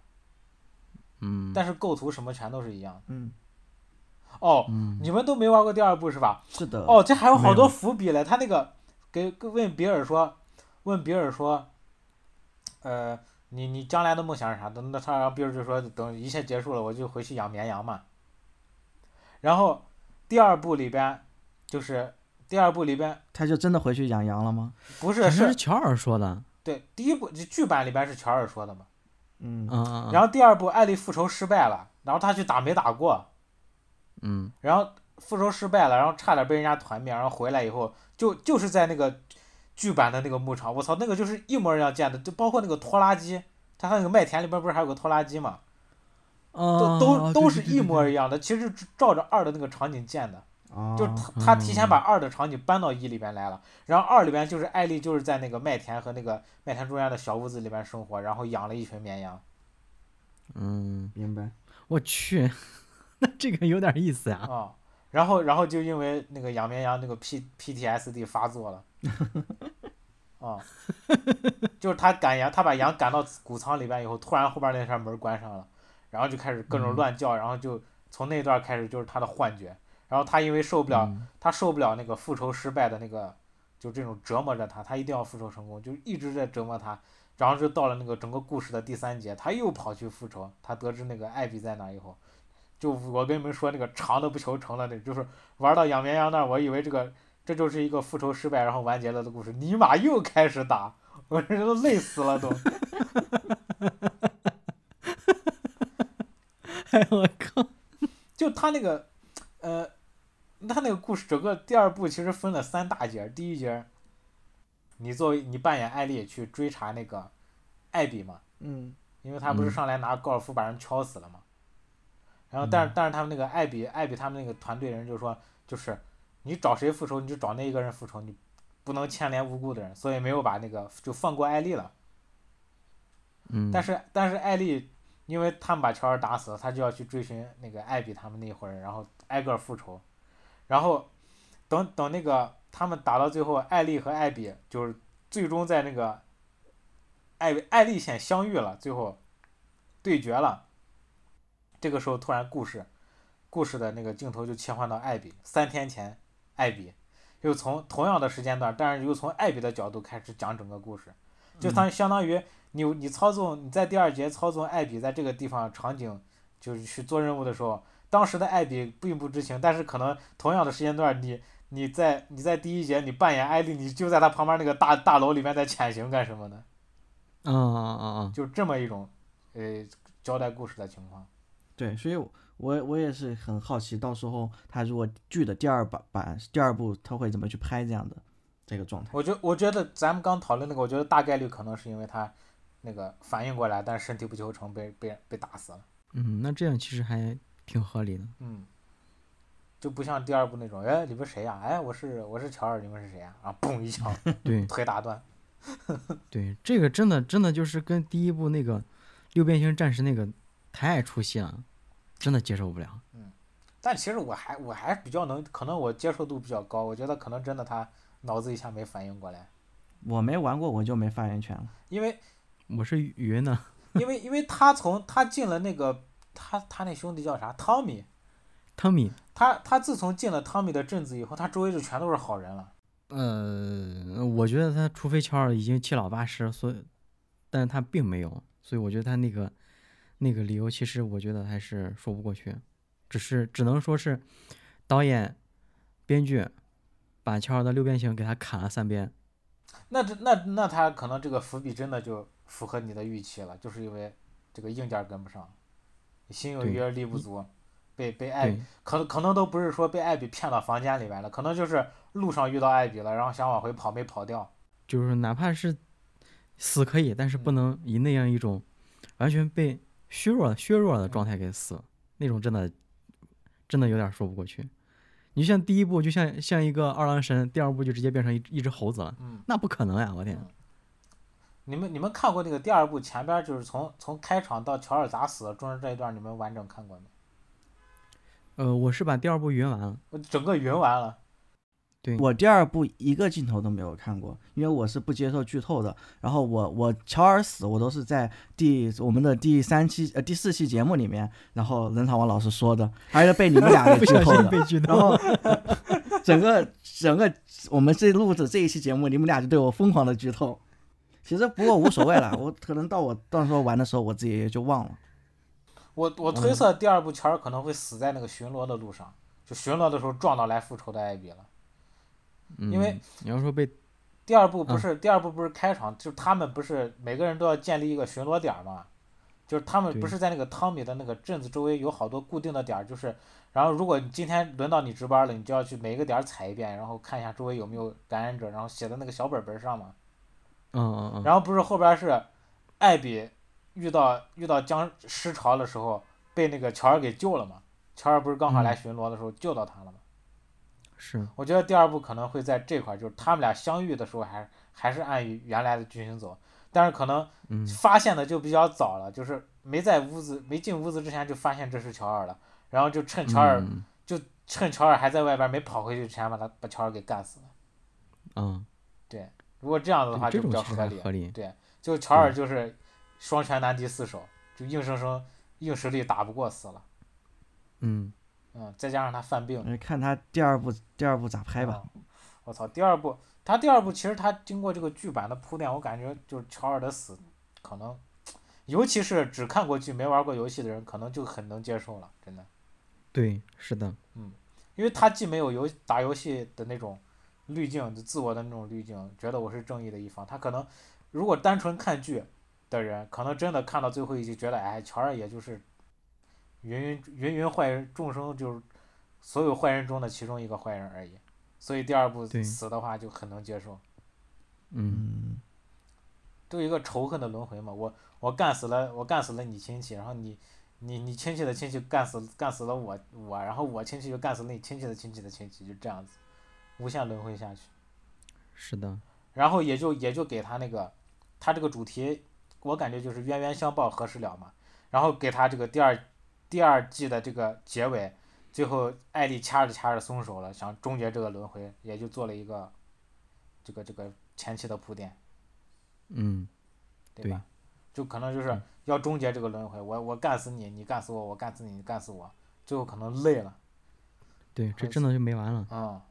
Speaker 2: 嗯，
Speaker 1: 但是构图什么全都是一样的。
Speaker 3: 嗯，
Speaker 1: 哦，
Speaker 2: 嗯
Speaker 1: 你们都没玩过第二部是吧？
Speaker 3: 是的。
Speaker 1: 哦，这还有好
Speaker 2: 没
Speaker 1: 多
Speaker 2: 有
Speaker 1: 伏笔嘞。他那个给给问比尔说，问比尔说，呃，你你将来的梦想是啥？等那他然后比尔就说，等一切结束了，我就回去养绵羊嘛。然后第二部里边就是第二部里边
Speaker 3: 他就真的回去养羊了吗？
Speaker 1: 不
Speaker 2: 好
Speaker 1: 是
Speaker 2: 像是
Speaker 1: 是
Speaker 2: 乔尔说的，
Speaker 1: 对第一部剧版里边是乔尔说的嘛，
Speaker 3: 嗯，
Speaker 2: 嗯嗯
Speaker 1: 然后第二部艾丽复仇失败了，然后他去打没打过，
Speaker 2: 嗯
Speaker 1: 然后复仇失败了，然后差点被人家团灭，然后回来以后就就是在那个剧版的那个牧场，我操，那个就是一模一样建的，就包括那个拖拉机，它那个麦田里边不是还有个拖拉机嘛，
Speaker 2: 嗯，
Speaker 1: 都都
Speaker 2: 啊
Speaker 1: 都
Speaker 2: 对
Speaker 1: 是
Speaker 2: 对对
Speaker 1: 一
Speaker 2: 对
Speaker 1: 模一样的，其实是照着二的那个场景建的，
Speaker 3: 啊，
Speaker 1: 就是他他
Speaker 2: 嗯
Speaker 1: 提前把二的场景搬到一里边来了，然后二里边就是艾丽就是在那个麦田和那个麦田中间的小屋子里边生活，然后养了一群绵羊
Speaker 2: 嗯，
Speaker 3: 明白，
Speaker 2: 我去， 那这个有点意思呀、
Speaker 1: 啊、然后然后就因为那个养绵羊那个 P PTSD 发作了，啊、就是他赶羊，他把羊赶到谷仓里边以后，突然后边那扇门关上了，然后就开始各种乱叫，然后就从那段开始就是他的幻觉，然后他因为受不了。
Speaker 2: 嗯
Speaker 1: 他受不了那个复仇失败的那个，就这种折磨着他，他一定要复仇成功，就一直在折磨他。然后就到了那个整个故事的第三节，他又跑去复仇。他得知那个艾比在哪以后，就我跟你们说那个长的不求成了，那就是玩到养绵羊那儿，我以为这个这就是一个复仇失败然后完结了的故事，尼玛又开始打，我这人都累死了都。
Speaker 2: 哎我靠，
Speaker 1: 就他那个，呃，他那个故事整个第二部其实分了三大节儿。第一节儿，你作为你扮演艾丽去追查那个艾比嘛，
Speaker 3: 嗯
Speaker 1: 因为他不是
Speaker 2: 嗯
Speaker 1: 上来拿高尔夫把人敲死了嘛。然后但是但是他们那个艾比艾比他们那个团队人就说，就是你找谁复仇你就找那一个人复仇，你不能牵连无辜的人，所以没有把那个就放过艾丽了。
Speaker 2: 嗯，
Speaker 1: 但是但是艾丽，因为他们把乔尔打死了，他就要去追寻那个艾比他们那一伙人，然后挨个复仇。然后等等那个他们打到最后，艾丽和艾比就是最终在那个艾艾丽县相遇了，最后对决了。这个时候突然故事故事的那个镜头就切换到艾比，三天前艾比。又从同样的时间段，但是又从艾比的角度开始讲整个故事，就当相当于你你操纵你在第二节操纵艾比在这个地方场景就是去做任务的时候，当时的艾比并不知情，但是可能同样的时间段你，你在你在第一节你扮演艾丽，你就在他旁边那个大大楼里面在潜行干什么呢？
Speaker 2: 嗯嗯嗯
Speaker 1: 就这么一种呃交代故事的情况。
Speaker 3: 对，所以我我我也是很好奇，到时候他如果剧的第二版版第二部，他会怎么去拍这样的这个状态？
Speaker 1: 我觉我觉得咱们刚讨论那个，我觉得大概率可能是因为他那个反应过来，但是身体不求成被被被打死了。
Speaker 2: 嗯嗯，那这样其实还挺合理的。
Speaker 1: 嗯，就不像第二部那种，哎，你们谁呀、哎，我是我是乔尔，你们是谁呀、啊？嘣一枪
Speaker 2: 对
Speaker 1: 腿打断。
Speaker 2: 对，这个真的真的就是跟第一部那个六边形战士那个太出戏了，真的接受不了。
Speaker 1: 但其实我还我还比较能，可能我接受度比较高，我觉得可能真的他脑子一下没反应过来，
Speaker 3: 我没玩过，我就没发言权了。
Speaker 1: 因为
Speaker 2: 我是云呢，
Speaker 1: 因为因为他从他进了那个他他那兄弟叫啥汤米，
Speaker 2: 汤米，
Speaker 1: 他他自从进了汤米的镇子以后，他周围就全都是好人了。
Speaker 2: 呃，我觉得他除非乔尔已经七老八十，所以，但是他并没有，所以我觉得他那个那个理由，其实我觉得还是说不过去，只是只能说是导演、编剧把乔尔的六边形给他砍了三边。
Speaker 1: 那这那那他可能这个伏笔真的就符合你的预期了，就是因为这个硬件跟不上，心有
Speaker 2: 对嗯
Speaker 1: 余而力不足，被被艾
Speaker 2: 对
Speaker 1: 比，可可能都不是说被艾比骗到房间里面了，可能就是路上遇到艾比了，然后想往回跑没跑掉。
Speaker 2: 就是哪怕是死可以，但是
Speaker 1: 嗯
Speaker 2: 不能以那样一种完全被虚弱、削弱的状
Speaker 1: 嗯
Speaker 2: 态给死，那种真的真的有点说不过去。你像第一部就像像一个二郎神，第二部就直接变成一一只猴子了，
Speaker 1: 嗯，
Speaker 2: 那不可能呀！我天，
Speaker 1: 你们你们看过那个第二部前边儿就是从从开场到乔尔咋死的中间这一段，你们完整看过没？嗯
Speaker 2: 呃，我是把第二部云完了，
Speaker 1: 我整个云完了。
Speaker 2: 对
Speaker 3: 我第二部一个镜头都没有看过，因为我是不接受剧透的。然后我我乔尔死，我都是在第我们的第三期呃第四期节目里面，然后冷场王老师说的，还是被你们俩给
Speaker 2: 不
Speaker 3: 剧
Speaker 2: 小
Speaker 3: 透
Speaker 2: 心
Speaker 3: 的。
Speaker 2: 被 剧
Speaker 3: 然
Speaker 2: 透。
Speaker 3: 后整个整个我们这录制这一期节目，你们俩就对我疯狂的剧透。其实不过无所谓了，我可能到我到时候玩的时候，我自己也就忘了。
Speaker 1: 我我推测第二部乔尔可能会死在那个巡逻的路上，就巡逻的时候撞到来复仇的艾比了。因为
Speaker 2: 嗯你要说被
Speaker 1: 第二部不是、第二部不是开场，就是他们不是每个人都要建立一个巡逻点儿嘛，就是他们不
Speaker 2: 对
Speaker 1: 是在那个汤米的那个镇子周围有好多固定的点儿，就是，然后如果你今天轮到你值班了，你就要去每一个点儿踩一遍，然后看一下周围有没有感染者，然后写在那个小本本上嘛。
Speaker 2: 嗯嗯嗯，
Speaker 1: 然后不是后边是，艾比遇到遇到僵尸潮的时候被那个乔尔给救了嘛？乔尔不是刚好来
Speaker 2: 嗯
Speaker 1: 巡逻的时候救到他了嘛？
Speaker 2: 是，
Speaker 1: 我觉得第二部可能会在这块儿，就是他们俩相遇的时候还还是按原来的剧情走，但是可能
Speaker 2: 嗯
Speaker 1: 发现的就比较早了，就是没在屋子没进屋子之前就发现这是乔尔了，然后就趁乔尔、
Speaker 2: 嗯
Speaker 1: 趁乔尔还在外边没跑回去之前把他把乔尔给干死了。
Speaker 2: 嗯，
Speaker 1: 如果这样子的
Speaker 2: 对
Speaker 1: 话
Speaker 2: 这
Speaker 1: 就比
Speaker 2: 种
Speaker 1: 较
Speaker 2: 其实
Speaker 1: 合
Speaker 2: 还
Speaker 1: 理，
Speaker 2: 合理，
Speaker 1: 就乔尔就是双拳难敌四手，就硬生生硬实力打不过死了。
Speaker 2: 嗯
Speaker 1: 嗯，再加上他犯病，
Speaker 3: 嗯看他第二部第二部咋拍吧。
Speaker 1: 嗯。我操，第二部他第二部其实他经过这个剧版的铺垫，我感觉就是乔尔的死可能，尤其是只看过剧没玩过游戏的人，可能就很能接受了，真的。
Speaker 2: 对，是的，
Speaker 1: 因为他既没有游打游戏的那种滤镜，就自我的那种滤镜，觉得我是正义的一方。他可能如果单纯看剧的人，可能真的看到最后一集，觉得哎，乔尔也就是芸芸芸芸坏人众生，就是所有坏人中的其中一个坏人而已。所以第二部
Speaker 2: 对
Speaker 1: 死的话就很能接受，
Speaker 2: 嗯
Speaker 3: 嗯，
Speaker 1: 就一个仇恨的轮回嘛。我我干死了我干死了你亲戚，然后你你你亲戚的亲戚干死干死了我我，然后我亲戚又干死了你亲戚的亲戚的亲戚，就这样子无限轮回下去。
Speaker 2: 是的，
Speaker 1: 然后也就也就给他那个，他这个主题，我感觉就是冤冤相报何时了嘛。然后给他这个第二第二季的这个结尾，最后艾丽掐着掐着松手了，想终结这个轮回，也就做了一个这个这个前期的铺垫，
Speaker 2: 嗯
Speaker 1: 对吧？就可能就是
Speaker 2: 嗯
Speaker 1: 要终结这个轮回，我我干死你，你干死我，我干死你，你干死我，最后可能累了。
Speaker 2: 对，这
Speaker 1: 还
Speaker 2: 真的就没完了，
Speaker 1: 嗯，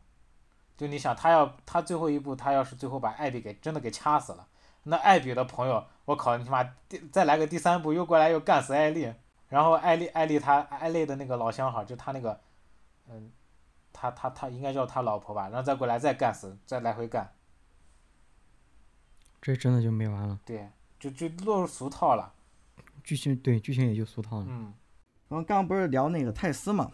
Speaker 1: 就你想，他要他最后一步，他要是最后把艾比给真的给掐死了，那艾比的朋友，我靠，你妈第再来个第三步，又过来又干死艾丽，然后艾丽艾丽她艾丽的那个老相好，就他那个，嗯，他他他应该叫他老婆吧，然后再过来再干死，再来回干，
Speaker 2: 这真的就没完了，
Speaker 1: 对，就就落入俗套了，
Speaker 2: 剧情对剧情也就俗套了，
Speaker 1: 嗯，
Speaker 3: 然后刚刚不是聊那个泰斯嘛，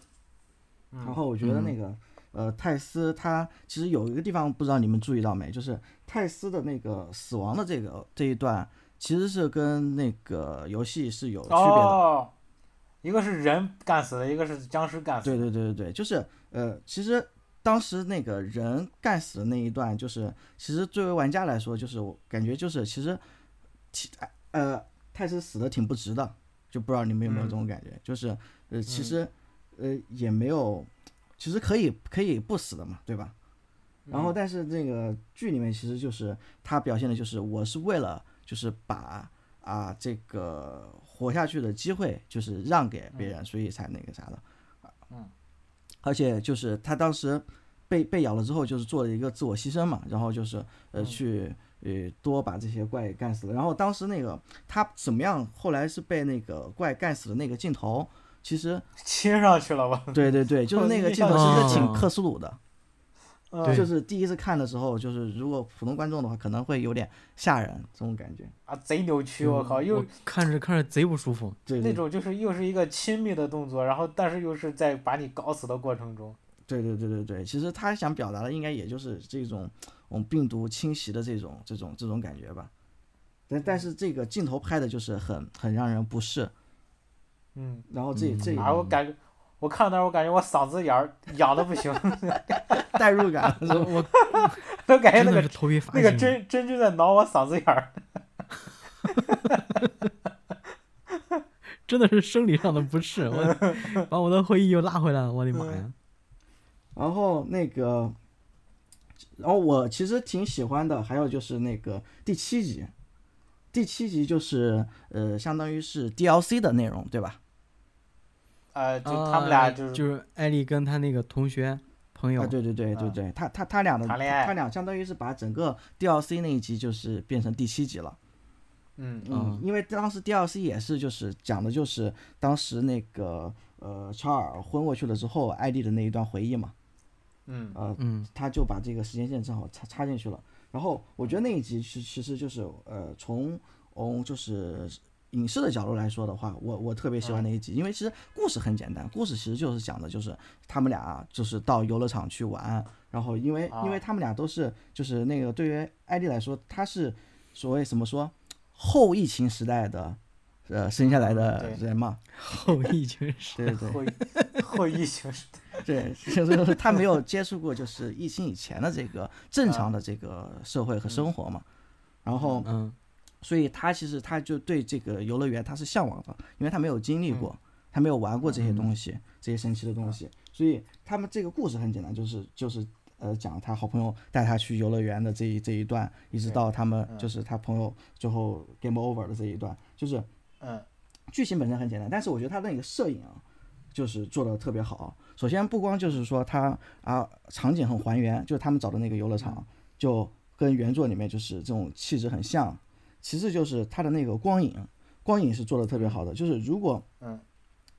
Speaker 1: 嗯
Speaker 3: 然后我觉得那个呃泰斯他其实有一个地方不知道你们注意到没，就是泰斯的那个死亡的这个这一段其实是跟那个游戏是有区别的。
Speaker 1: 哦，一个是人干死的，一个是僵尸干死
Speaker 3: 对
Speaker 1: 的，
Speaker 3: 对对对对，就是呃，其实当时那个人干死的那一段，就是其实作为玩家来说，就是我感觉就是其实，其呃泰斯死的挺不值的，就不知道你们有没有这种感觉，就是呃其
Speaker 1: 嗯
Speaker 3: 实呃也没有，其实可以可以不死的嘛，对吧？然后
Speaker 1: 嗯
Speaker 3: 但是这个剧里面其实就是他表现的就是我是为了就是把啊这个活下去的机会就是让给别人，所以才那个啥的。
Speaker 1: 嗯。
Speaker 3: 而且就是他当时被被咬了之后，就是做了一个自我牺牲嘛，然后就是呃
Speaker 1: 嗯
Speaker 3: 去呃多把这些怪给干死了。然后当时那个他怎么样，后来是被那个怪干死的那个镜头，其实
Speaker 1: 亲上去了吧，
Speaker 3: 对对对，就是那个镜头其实
Speaker 1: 啊
Speaker 3: 挺克苏鲁的。
Speaker 1: 嗯
Speaker 2: 对
Speaker 3: 就是第一次看的时候，就是如果普通观众的话，可能会有点吓人这种感觉。
Speaker 1: 啊，贼扭曲，我靠，又
Speaker 2: 我看着看着贼 不舒服，
Speaker 3: 对
Speaker 1: 那
Speaker 3: 对
Speaker 1: 种就是又是一个亲密的动作，然后但是又是在把你搞死的过程中，
Speaker 3: 对对对对对，其实他想表达的应该也就是这种我们病毒侵袭的这种这种这种感觉吧。但但是这个镜头拍的就是很很让人不适，
Speaker 1: 嗯，
Speaker 3: 然后这这
Speaker 1: 啊，我感觉我看到那儿，我感觉我嗓子眼儿痒的不行，
Speaker 3: 代入感
Speaker 2: 我啊我
Speaker 1: 都感觉
Speaker 2: 真
Speaker 1: 哎那
Speaker 2: 的
Speaker 1: 个
Speaker 2: 是头皮发
Speaker 1: 那个
Speaker 2: 紧，
Speaker 1: 针针就在挠我嗓子眼儿，
Speaker 2: 真的是生理上的不 适，我把我的回忆又拉回来了，我的妈呀，
Speaker 3: 然后那个，然后我其实挺喜欢的，还有就是那个第七集，第七集就是呃，相当于是 DLC 的内容，对吧？
Speaker 1: 呃，就他们
Speaker 2: 啊
Speaker 1: 俩就是、
Speaker 2: 就是艾丽跟她那个同学朋友
Speaker 3: 啊，，对对对对对，他他他俩的
Speaker 1: 谈恋爱
Speaker 3: 他俩相当于是把整个 DLC 那一集就是变成第七集了。
Speaker 1: 嗯
Speaker 3: 嗯
Speaker 2: 嗯，
Speaker 3: 因为当时 DLC 也是就是讲的就是当时那个呃查尔昏过去了之后，艾丽的那一段回忆嘛，
Speaker 1: 嗯
Speaker 3: 呃，
Speaker 2: 嗯
Speaker 3: 他就把这个时间线正好插插哦进去了。然后我觉得那一集其其实就是呃从嗯就是影视的角度来说的话，我我特别喜欢那一集，因为其实故事很简单，故事其实就是讲的就是他们俩啊就是到游乐场去玩，然后因为因为他们俩都是就是那个对于艾丽来说，她是所谓怎么说后疫情时代的呃生下来的
Speaker 1: 嗯
Speaker 3: 人嘛，
Speaker 2: 后 羿就是
Speaker 3: 对对 对，
Speaker 1: 后疫后疫情时代，
Speaker 3: 对，就是他没有接触过就是疫情以前的这 个
Speaker 1: 嗯
Speaker 3: 正常的这个社会和生活嘛，然后
Speaker 2: 嗯
Speaker 3: 所以他其实他就对这个游乐园他是向往的，因为他没有经历过，
Speaker 1: 嗯
Speaker 3: 他没有玩过这些东西，这些神奇的东西，所以他们这个故事很简单，就是就是呃讲他好朋友带他去游乐园的这一这一段，一直
Speaker 1: 对
Speaker 3: 到他们
Speaker 1: 嗯
Speaker 3: 就是他朋友最后 game over 的这一段，就是
Speaker 1: 嗯
Speaker 3: 剧情本身很简单，但是我觉得他那个摄影啊，就是做的特别好。首先不光就是说他啊场景很还原，就是他们找的那个游乐
Speaker 1: 嗯
Speaker 3: 场，就跟原作里面就是这种气质很像。其次就是他的那个光影，光影是做的特别好的。就是如果
Speaker 1: 嗯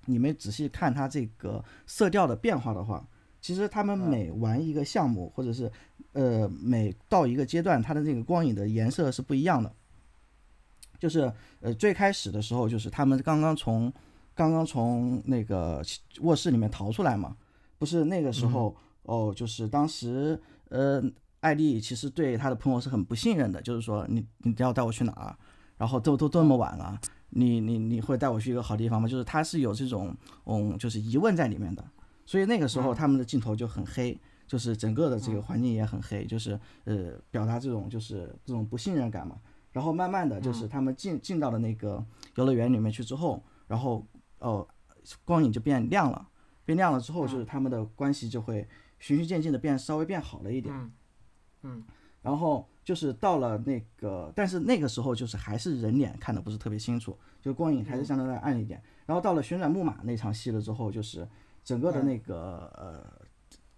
Speaker 3: 你们仔细看它这个色调的变化的话，其实他们
Speaker 1: 嗯
Speaker 3: 每玩一个项目，或者是呃每到一个阶段，它的那个光影的颜色是不一样的。就是呃最开始的时候，就是他们刚刚从刚刚从那个卧室里面逃出来嘛，不是那个时候、哦，就是当时呃艾丽其实对她的朋友是很不信任的，就是说你你要带我去哪儿？然后都都这么晚了，你你你会带我去一个好地方吗？就是他是有这种嗯，就是疑问在里面的。所以那个时候他们的镜头就很黑，就是整个的这个环境也很黑，就是呃表达这种就是这种不信任感嘛。然后慢慢的就是他们进进到了那个游乐园里面去之后，然后哦、光影就变亮了，变亮了之后就是他们的关系就会循序渐进的变稍微变好了一点。
Speaker 1: 嗯嗯
Speaker 3: 然后就是到了那个，但是那个时候就是还是人脸看的不是特别清楚，就是光影
Speaker 1: 嗯
Speaker 3: 还是相对来暗一点。然后到了旋转木马那场戏了之后，就是整个的
Speaker 1: 嗯
Speaker 3: 那个、呃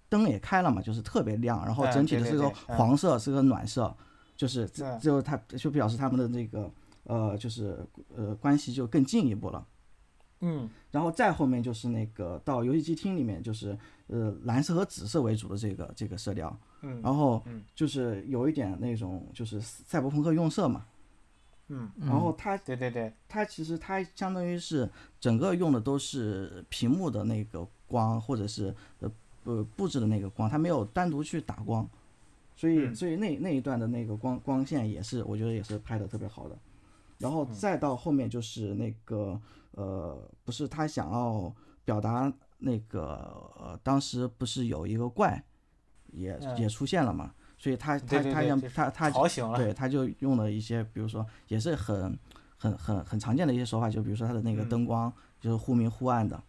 Speaker 3: 灯也开了嘛，就是特别亮，然后
Speaker 1: 嗯
Speaker 3: 整体的
Speaker 1: 对
Speaker 3: 是
Speaker 1: 对
Speaker 3: 个
Speaker 1: 对嗯
Speaker 3: 黄色，是个暖色，就是
Speaker 1: 嗯
Speaker 3: 最后他就表示他们的那个呃就是呃关系就更进一步了。
Speaker 1: 嗯
Speaker 3: 然后再后面就是那个到游戏机厅里面，就是呃蓝色和紫色为主的这个这个色调，
Speaker 1: 嗯
Speaker 3: 然后
Speaker 1: 嗯
Speaker 3: 就是有一点那种就是赛博朋克用色嘛，
Speaker 1: 嗯，
Speaker 2: 嗯，
Speaker 3: 然后它
Speaker 1: 对对对，
Speaker 3: 它其实它相当于是整个用的都是屏幕的那个光，或者是呃呃布置的那个光，它没有单独去打光，所以
Speaker 1: 嗯
Speaker 3: 所以那那一段的那个光光线也是我觉得也是拍的特别好的，
Speaker 1: 嗯
Speaker 3: 然后再到后面就是那个呃不是他想要表达那个呃当时不是有一个怪也
Speaker 1: 嗯
Speaker 3: 也出现了嘛，所以他
Speaker 1: 对
Speaker 3: 他
Speaker 1: 对
Speaker 3: 他
Speaker 1: 对
Speaker 3: 要
Speaker 1: 就是
Speaker 3: 他他
Speaker 1: 吵醒了，
Speaker 3: 对，他就用了一些，比如说也是很很很很常见的一些手法，就比如说他的那个
Speaker 1: 嗯
Speaker 3: 灯光、就是忽明忽暗的，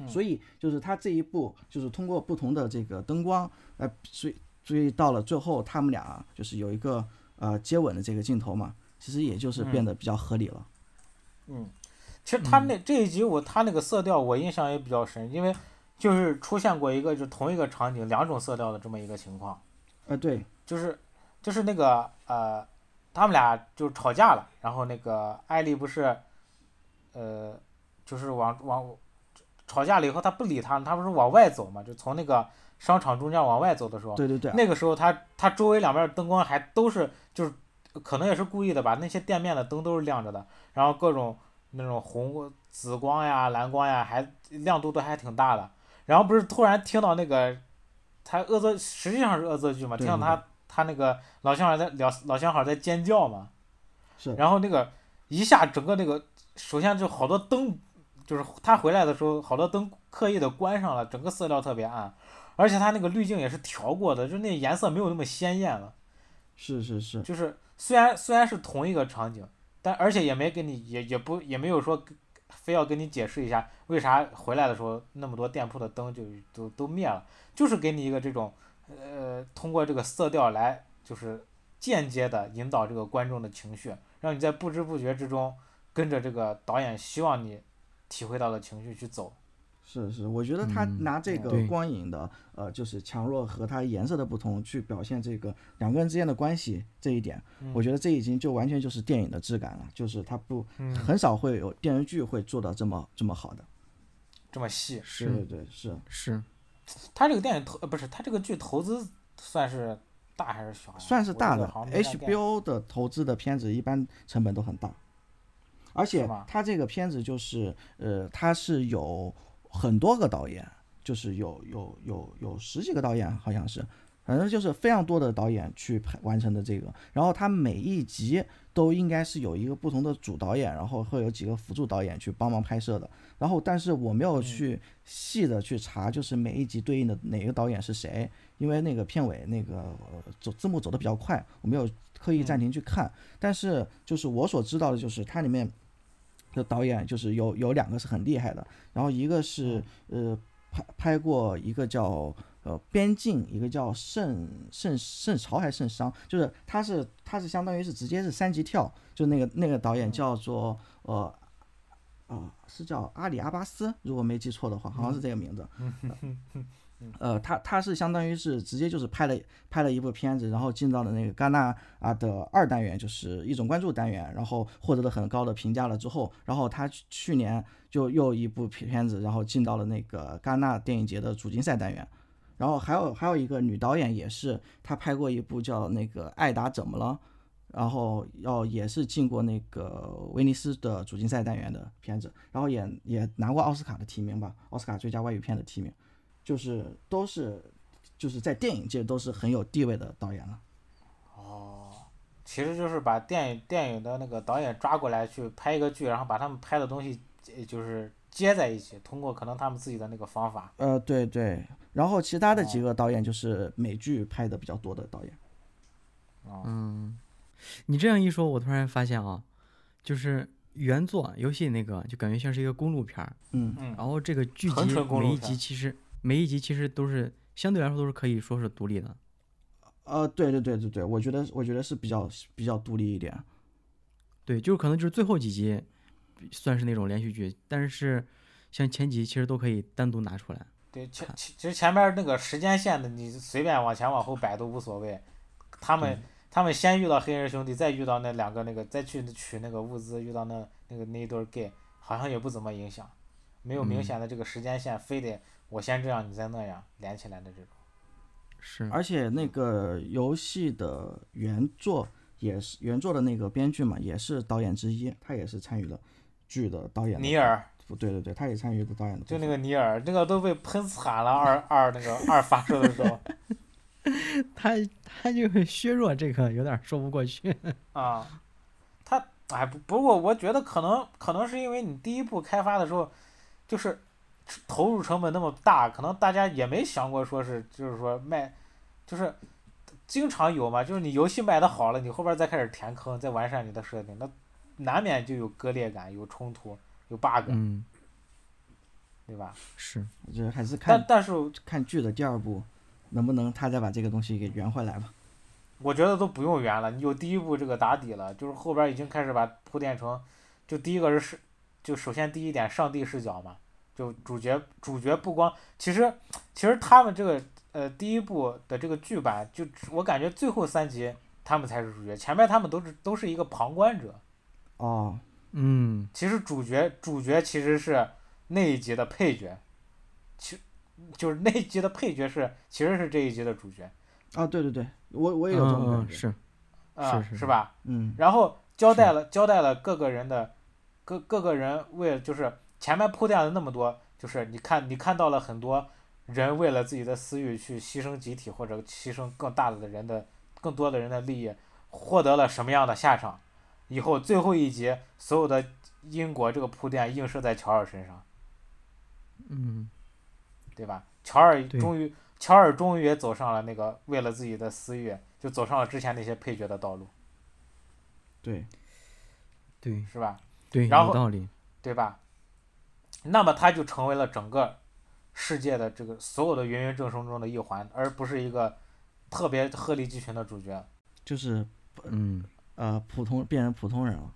Speaker 1: 嗯
Speaker 3: 所以就是他这一步就是通过不同的这个灯光，呃，所以所以到了最后他们俩啊就是有一个呃接吻的这个镜头嘛，其实也就是变得比较合理了。
Speaker 1: 嗯，其实他那这一集我他那个色调我印象也比较深，因为就是出现过一个就同一个场景两种色调的这么一个情况。
Speaker 3: 呃，对，
Speaker 1: 就是就是那个呃，他们俩就吵架了，然后那个艾丽不是，呃，就是往往吵架了以后，他不理他，他不是往外走嘛，就从那个商场中间往外走的时候，
Speaker 3: 对啊对对，
Speaker 1: 那个时候他他周围两边的灯光还都是就是可能也是故意的吧，那些店面的灯都是亮着的，然后各种那种红紫光呀、蓝光呀，还亮度都还挺大的。然后不是突然听到那个他恶作，实际上是恶作剧嘛，
Speaker 3: 对
Speaker 1: 听到
Speaker 3: 对
Speaker 1: 他他那个老相好在老老相好在尖叫嘛，
Speaker 3: 是
Speaker 1: 然后那个一下整个那个，首先就好多灯，就是他回来的时候，好多灯刻意的关上了，整个色调特别暗，而且他那个滤镜也是调过的，就那颜色没有那么鲜艳了。
Speaker 3: 是是是，
Speaker 1: 就是虽然虽然是同一个场景，但而且也没给你也也不也没有说跟非要跟你解释一下为啥回来的时候那么多店铺的灯就都都灭了，就是给你一个这种呃通过这个色调来就是间接的引导这个观众的情绪，让你在不知不觉之中跟着这个导演希望你体会到的情绪去走。
Speaker 3: 是是，我觉得他
Speaker 2: 嗯
Speaker 3: 拿这个
Speaker 2: 对
Speaker 3: 光影的、呃，就是强弱和它颜色的不同去表现这个两个人之间的关系这一点，我觉得这已经就完全就是电影的质感了，就是它不、
Speaker 1: 嗯
Speaker 3: 很少会有电视剧会做到这么这么好的。
Speaker 1: 这么细，
Speaker 3: 对对
Speaker 2: 是
Speaker 3: 对，是
Speaker 2: 是，
Speaker 1: 他这个电影投呃不是他这个剧投资算是大还是小呀？啊
Speaker 3: 算是
Speaker 1: 我
Speaker 3: 大
Speaker 1: 记得
Speaker 3: 的
Speaker 1: 好像没看见
Speaker 3: ，HBO 的投资的片子一般成本都很大，而且
Speaker 1: 是吗
Speaker 3: 他这个片子就是，呃，他是有很多个导演，就是有有有有十几个导演，好像是，反正就是非常多的导演去拍完成的这个。然后他每一集都应该是有一个不同的主导演，然后会有几个辅助导演去帮忙拍摄的。然后，但是我没有去细的去查，就是每一集对应的哪个导演是谁，因为那个片尾那个、呃、走字幕走的比较快，我没有刻意暂停去看。但是就是我所知道的，就是它里面的导演就是有有两个是很厉害的，然后一个是呃拍拍过一个叫呃边境，一个叫圣圣圣朝还是圣殇，就是他是他是相当于是直接是三级跳，就那个那个导演叫做呃。啊，是叫阿里阿巴斯，如果没记错的话，好像是这个名字。呃，他他是相当于是直接就是拍了拍了一部片子，然后进到了那个戛纳啊的二单元，就是一种关注单元，然后获得了很高的评价了之后，然后他去去年就又一部片子，然后进到了那个戛纳电影节的主竞赛单元。然后还有还有一个女导演也是，她拍过一部叫那个《艾达怎么了》，然后要也是进过那个威尼斯的主竞赛单元的片子，然后也也拿过奥斯卡的提名吧，奥斯卡最佳外语片的提名，就是都是就是在电影界都是很有地位的导演了。
Speaker 1: 哦，其实就是把电影电影的那个导演抓过来去拍一个剧，然后把他们拍的东西呃就是接在一起，通过可能他们自己的那个方法。
Speaker 3: 呃，对对，然后其他的几个导演就是美剧拍的比较多的导演。
Speaker 1: 哦，
Speaker 2: 嗯，你这样一说，我突然发现啊，就是原作游戏那个就感觉像是一个公路片儿，
Speaker 3: 嗯
Speaker 1: 嗯
Speaker 2: 然后这个剧
Speaker 1: 纯
Speaker 2: 集
Speaker 1: 纯公
Speaker 2: 每
Speaker 1: 路
Speaker 2: 一
Speaker 1: 片
Speaker 2: 集其实每一集其实都是相对来说都是可以说是独立的。
Speaker 3: 呃，对对对对对，我觉得我觉得是比较比较独立一点。
Speaker 2: 对，就是可能就是最后几集算是那种连续剧，但是像前几集其实都可以单独拿出来。
Speaker 1: 对，前其其实前面那个时间线的，你随便往前往后摆都无所谓。他们他们先遇到黑人兄弟，再遇到那两个那个，再去取那个物资，遇到那那个那一对儿 gay，好像也不怎么影响，没有明
Speaker 2: 嗯
Speaker 1: 显的这个时间线，非得我先这样，你再那样连起来的这种。嗯
Speaker 2: 是，
Speaker 3: 而且那个游戏的原作也是原作的那个编剧嘛，也是导演之一，他也是参与了剧的导演的。
Speaker 1: 尼尔，
Speaker 3: 不对对对，他也参与了导演的部
Speaker 1: 就
Speaker 3: 分。
Speaker 1: 那个尼尔，那个都被喷惨了。二二那个二发射的时候
Speaker 2: 他 他就很削弱这个有点儿说不过 去。
Speaker 1: 啊，他哎不不过我觉得可能可能是因为你第一步开发的时候，就是投入成本那么大，可能大家也没想过说是就是说卖，就是经常有嘛，就是你游戏卖的好了，你后边再开始填坑，再完善你的设定，那难免就有割裂感、有冲突、有 bug，、
Speaker 2: 嗯，
Speaker 1: 对吧？
Speaker 2: 是，
Speaker 3: 我觉得还是
Speaker 1: 但
Speaker 3: 看
Speaker 1: 但是
Speaker 3: 看剧的第二部，能不能他再把这个东西给圆回来吧。
Speaker 1: 我觉得都不用圆了，你有第一步这个打底了，就是后边已经开始把铺垫成，就第一个是是，就首先第一点上帝视角嘛，就主角主角不光其实其实他们这个呃第一部的这个剧版，就只我感觉最后三集他们才是主角，前面他们都是都是一个旁观者，
Speaker 3: 哦，
Speaker 2: 嗯，
Speaker 1: 其实主角主角其实是那一集的配角，其就是那一集的配角是其实是这一集的主角
Speaker 3: 啊，对对对，我我也有这种
Speaker 2: 嗯
Speaker 3: 感
Speaker 2: 嗯
Speaker 3: 觉。
Speaker 2: 是，
Speaker 1: 啊、
Speaker 2: 是是
Speaker 1: 是吧？
Speaker 3: 嗯
Speaker 1: 然后交代了交代了各个人的各各个人为了就是前面铺垫了那么多，就是你看你看到了很多人为了自己的私欲去牺牲集体或者牺牲更大的人的更多的人的利益，获得了什么样的下场？以后最后一集所有的因果这个铺垫映射在乔尔身上，
Speaker 2: 嗯
Speaker 1: 对吧？乔尔
Speaker 2: 对
Speaker 1: 终于乔尔终于也走上了那个为了自己的私欲，就走上了之前那些配角的道路，
Speaker 3: 对，
Speaker 2: 对
Speaker 1: 是吧？
Speaker 2: 对，
Speaker 1: 然
Speaker 2: 有
Speaker 1: 后
Speaker 2: 道理。
Speaker 1: 对吧？那么他就成为了整个世界的这个所有的芸芸众生中的一环，而不是一个特别鹤立鸡群的主角。
Speaker 3: 就是
Speaker 2: 嗯，
Speaker 3: 呃普通变成普通人了。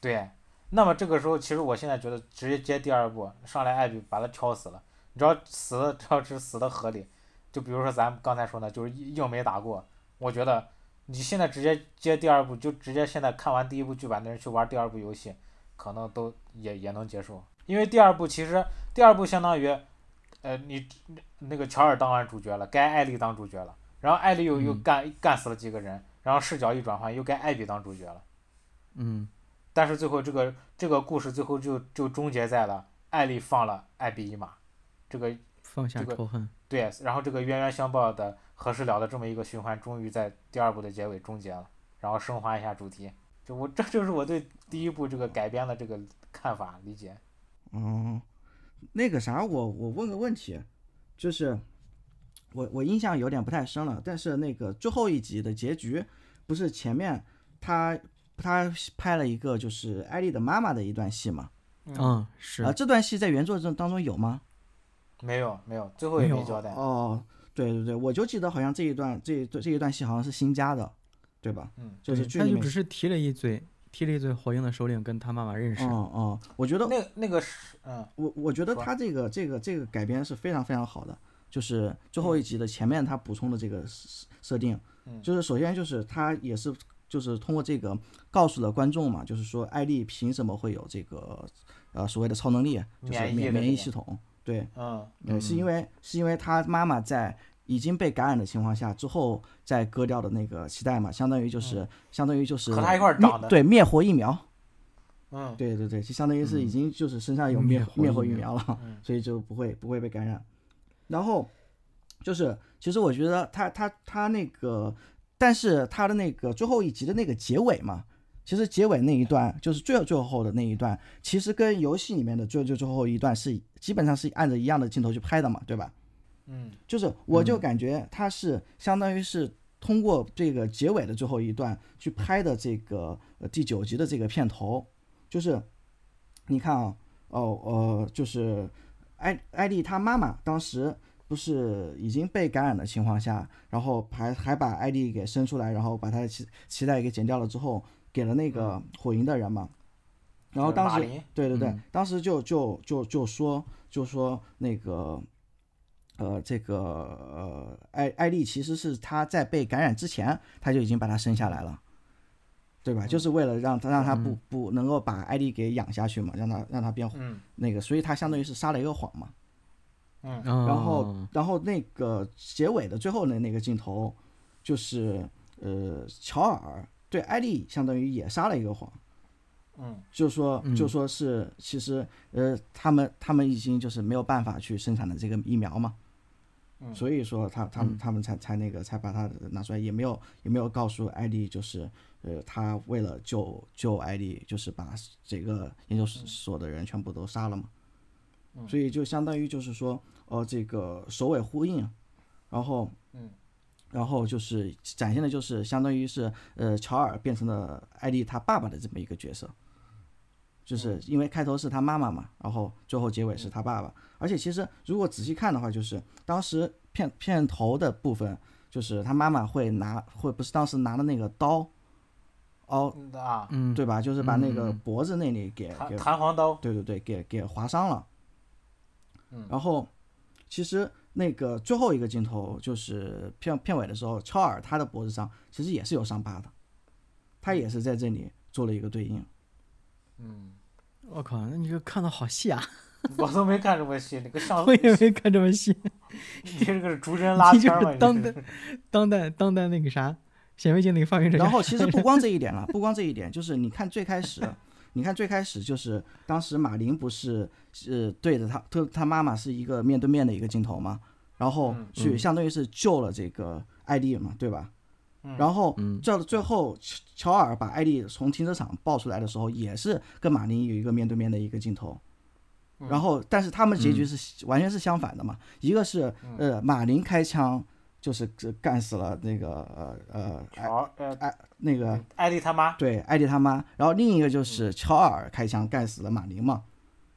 Speaker 1: 对，那么这个时候，其实我现在觉得直接接第二部上来，艾比把他敲死了。你知道死的， 只要是死的合理，就比如说咱们刚才说的，就是硬硬没打过。我觉得你现在直接接第二部，就直接现在看完第一部剧版的人去玩第二部游戏，可能都也也能接受，因为第二部其实第二部相当于，呃，你那个乔尔当完主角了，该艾丽当主角了，然后艾丽又又
Speaker 2: 嗯
Speaker 1: 干干死了几个人，然后视角一转换，又该艾比当主角了。
Speaker 2: 嗯，
Speaker 1: 但是最后这个这个故事最后就就终结在了艾丽放了艾比一马，这个
Speaker 2: 放下
Speaker 1: 这个
Speaker 2: 仇恨，
Speaker 1: 对，然后这个冤冤相报的和事佬的这么一个循环，终于在第二部的结尾终结了，然后升华一下主题。就我这就是我对第一部这个改编的这个看法理解。
Speaker 3: 哦，那个啥，我我问个问题，就是我我印象有点不太深了，但是那个最后一集的结局，不是前面他他拍了一个就是艾丽的妈妈的一段戏嘛？
Speaker 2: 嗯，是
Speaker 3: 啊，，这段戏在原作中当中有吗？
Speaker 1: 没有没有，最后也
Speaker 2: 没
Speaker 1: 没
Speaker 2: 有
Speaker 1: 交代。
Speaker 3: 哦，对对对，我就记得好像这一段这一这一段戏好像是新加的，对吧？
Speaker 1: 嗯，
Speaker 3: 就是
Speaker 2: 对
Speaker 3: 剧
Speaker 2: 他
Speaker 3: 里
Speaker 2: 就
Speaker 3: 面
Speaker 2: 只。是提了一嘴，提了一嘴火影的首领跟他妈妈认识，
Speaker 1: 嗯
Speaker 3: 哦哦，我觉得
Speaker 1: 那那个是嗯
Speaker 3: 我我觉得
Speaker 1: 说
Speaker 3: 他这个这个这个改编是非常非常好的，就是最后一集的前面他补充的这个设设定，
Speaker 1: 嗯
Speaker 3: 就是首先就是他也是就是通过这个告诉了观众嘛，就是说艾丽凭什么会有这个呃所谓的超能力，就是
Speaker 1: 免疫
Speaker 3: 免
Speaker 1: 的
Speaker 3: 免疫
Speaker 1: 这个
Speaker 3: 系统，对，
Speaker 1: 嗯
Speaker 3: 呃，是因为是因为他妈妈在已经被感染的情况下之后再割掉的那个脐带嘛，相当于就是、
Speaker 1: 嗯
Speaker 3: 相当于就是
Speaker 1: 和他一块儿
Speaker 3: 灭
Speaker 1: 长的
Speaker 3: 对灭活疫苗，
Speaker 1: 嗯
Speaker 3: 对对对，就相当于是已经就是身上有
Speaker 2: 灭
Speaker 3: 灭
Speaker 2: 活
Speaker 3: 灭
Speaker 2: 疫
Speaker 3: 活疫
Speaker 2: 苗
Speaker 3: 苗了，
Speaker 1: 嗯
Speaker 3: 所以就不会不会被感染。然后就是，其实我觉得他他他那个，但是他的那个最后一集的那个结尾嘛，其实结尾那一段就是最后最后的那一段，其实跟游戏里面的最最最后一段是基本上是按着一样的镜头去拍的嘛，对吧？
Speaker 1: 嗯
Speaker 3: 就是我就感觉它是相当于是通过这个结尾的最后一段去拍的这个呃第九集的这个片头，就是你看啊，哦呃，就是艾艾丽她妈妈当时不是已经被感染的情况下，然后还还把艾丽给生出来，然后把她的脐脐带给剪掉了之后，给了那个火影的人嘛，然
Speaker 1: 嗯就
Speaker 3: 后
Speaker 1: 是
Speaker 3: 当
Speaker 1: 马
Speaker 3: 时
Speaker 1: 林
Speaker 3: 对对对，
Speaker 2: 嗯
Speaker 3: 当时就就就就说就说那个，呃，这个呃，艾艾丽其实是她在被感染之前，她就已经把她生下来了，对吧？就是为了让她让她不
Speaker 2: 嗯
Speaker 3: 不能够把艾丽给养下去嘛，让她让她变
Speaker 1: 嗯
Speaker 3: 那个，所以她相当于是撒了一个谎嘛。
Speaker 1: 嗯嗯
Speaker 2: 然
Speaker 3: 然后
Speaker 2: 哦
Speaker 3: 然后那个结尾的最后的那个镜头，就是呃，乔尔对艾丽相当于也撒了一个谎。
Speaker 1: 嗯
Speaker 3: 就说就
Speaker 2: 嗯
Speaker 3: 说是，其实呃，他们他们已经就是没有办法去生产的这个疫苗嘛，
Speaker 1: 嗯，
Speaker 3: 所以说他他们
Speaker 2: 嗯
Speaker 3: 他们才才那个才把它拿出来，也没有也没有告诉艾丽，就是呃，他为了救救艾丽，就是把整个研究所的人全部都杀了嘛，
Speaker 1: 嗯
Speaker 3: 所以就相当于就是说，呃，这个首尾呼应，然后
Speaker 1: 嗯
Speaker 3: 然后就是展现的就是相当于是呃，乔尔变成了艾丽她爸爸的这么一个角色，
Speaker 2: 嗯
Speaker 3: 就是因为开头是他妈妈嘛，然后最后结尾是他爸爸。而且其实如果仔细看的话，就是当时片片头的部分，就是他妈妈会拿会不是当时拿的那个刀，哦，
Speaker 1: 嗯啊，
Speaker 2: 嗯，
Speaker 3: 对吧？就是把那个
Speaker 2: 嗯嗯嗯
Speaker 3: 脖子那里给
Speaker 1: 弹
Speaker 3: 给
Speaker 1: 弹簧刀，
Speaker 3: 对对对，给给划伤了。
Speaker 1: 嗯
Speaker 3: 然后其实那个最后一个镜头就是片片尾的时候，超尔他的脖子上其实也是有伤疤的，他也是在这里做了一个对应。
Speaker 1: 嗯，
Speaker 2: 我靠，那你这看的好细啊！
Speaker 1: 我都没看这么细，那个像
Speaker 2: 我也没看这么细，
Speaker 1: 你这个是逐帧拉
Speaker 2: 你就
Speaker 1: 片儿吗？
Speaker 2: 是
Speaker 1: 你
Speaker 2: 当
Speaker 1: 这
Speaker 2: 代当代当代那个啥显微镜那个发明者。
Speaker 3: 然后其实不光这一点了，不光这一点，就是你看最开始，你看最开始就是当时马林不是是对着他他他妈妈是一个面对面的一个镜头嘛，然后
Speaker 1: 嗯
Speaker 3: 去
Speaker 2: 嗯
Speaker 3: 相当于是救了这个艾丽嘛，对吧？
Speaker 1: 嗯
Speaker 3: 然后
Speaker 2: 嗯
Speaker 3: 到最后，乔乔尔把艾丽从停车场抱出来的时候，也是跟马林有一个面对面的一个镜头。
Speaker 1: 嗯
Speaker 3: 然后，但是他们结
Speaker 2: 嗯
Speaker 3: 局是完全是相反的嘛，一个是
Speaker 1: 嗯
Speaker 3: 呃马林开枪就是呃干死了那个呃呃艾
Speaker 1: 乔呃
Speaker 3: 那个
Speaker 1: 艾丽他妈，
Speaker 3: 对，艾丽他妈。然后另一个
Speaker 1: 嗯
Speaker 3: 就是乔尔开枪干死了马林嘛，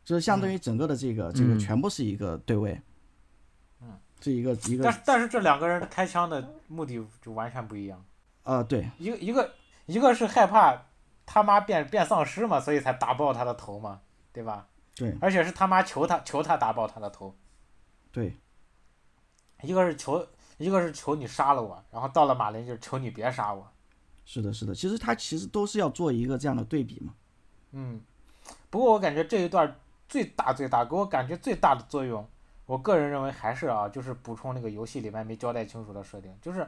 Speaker 3: 就是相当于整个的这个、这个
Speaker 2: 嗯
Speaker 3: 全部是一个对位，
Speaker 1: 嗯，
Speaker 3: 是一个
Speaker 1: 但
Speaker 3: 一个
Speaker 1: 是但是这两个人开枪的目的就完全不一样，
Speaker 3: 呃对
Speaker 1: 一个一个一个是害怕他妈变变丧尸嘛，所以才打爆他的头嘛，对吧？
Speaker 3: 对
Speaker 1: 而且是他妈求他求他打爆他的头，
Speaker 3: 对
Speaker 1: 一个是求一个是求你杀了我，然后到了马林就是求你别杀我，
Speaker 3: 是的是的，其实他其实都是要做一个这样的对比嘛，
Speaker 1: 嗯，不过我感觉这一段最大最大给我感觉最大的作用，我个人认为还是啊，就是补充那个游戏里面没交代清楚的设定，就是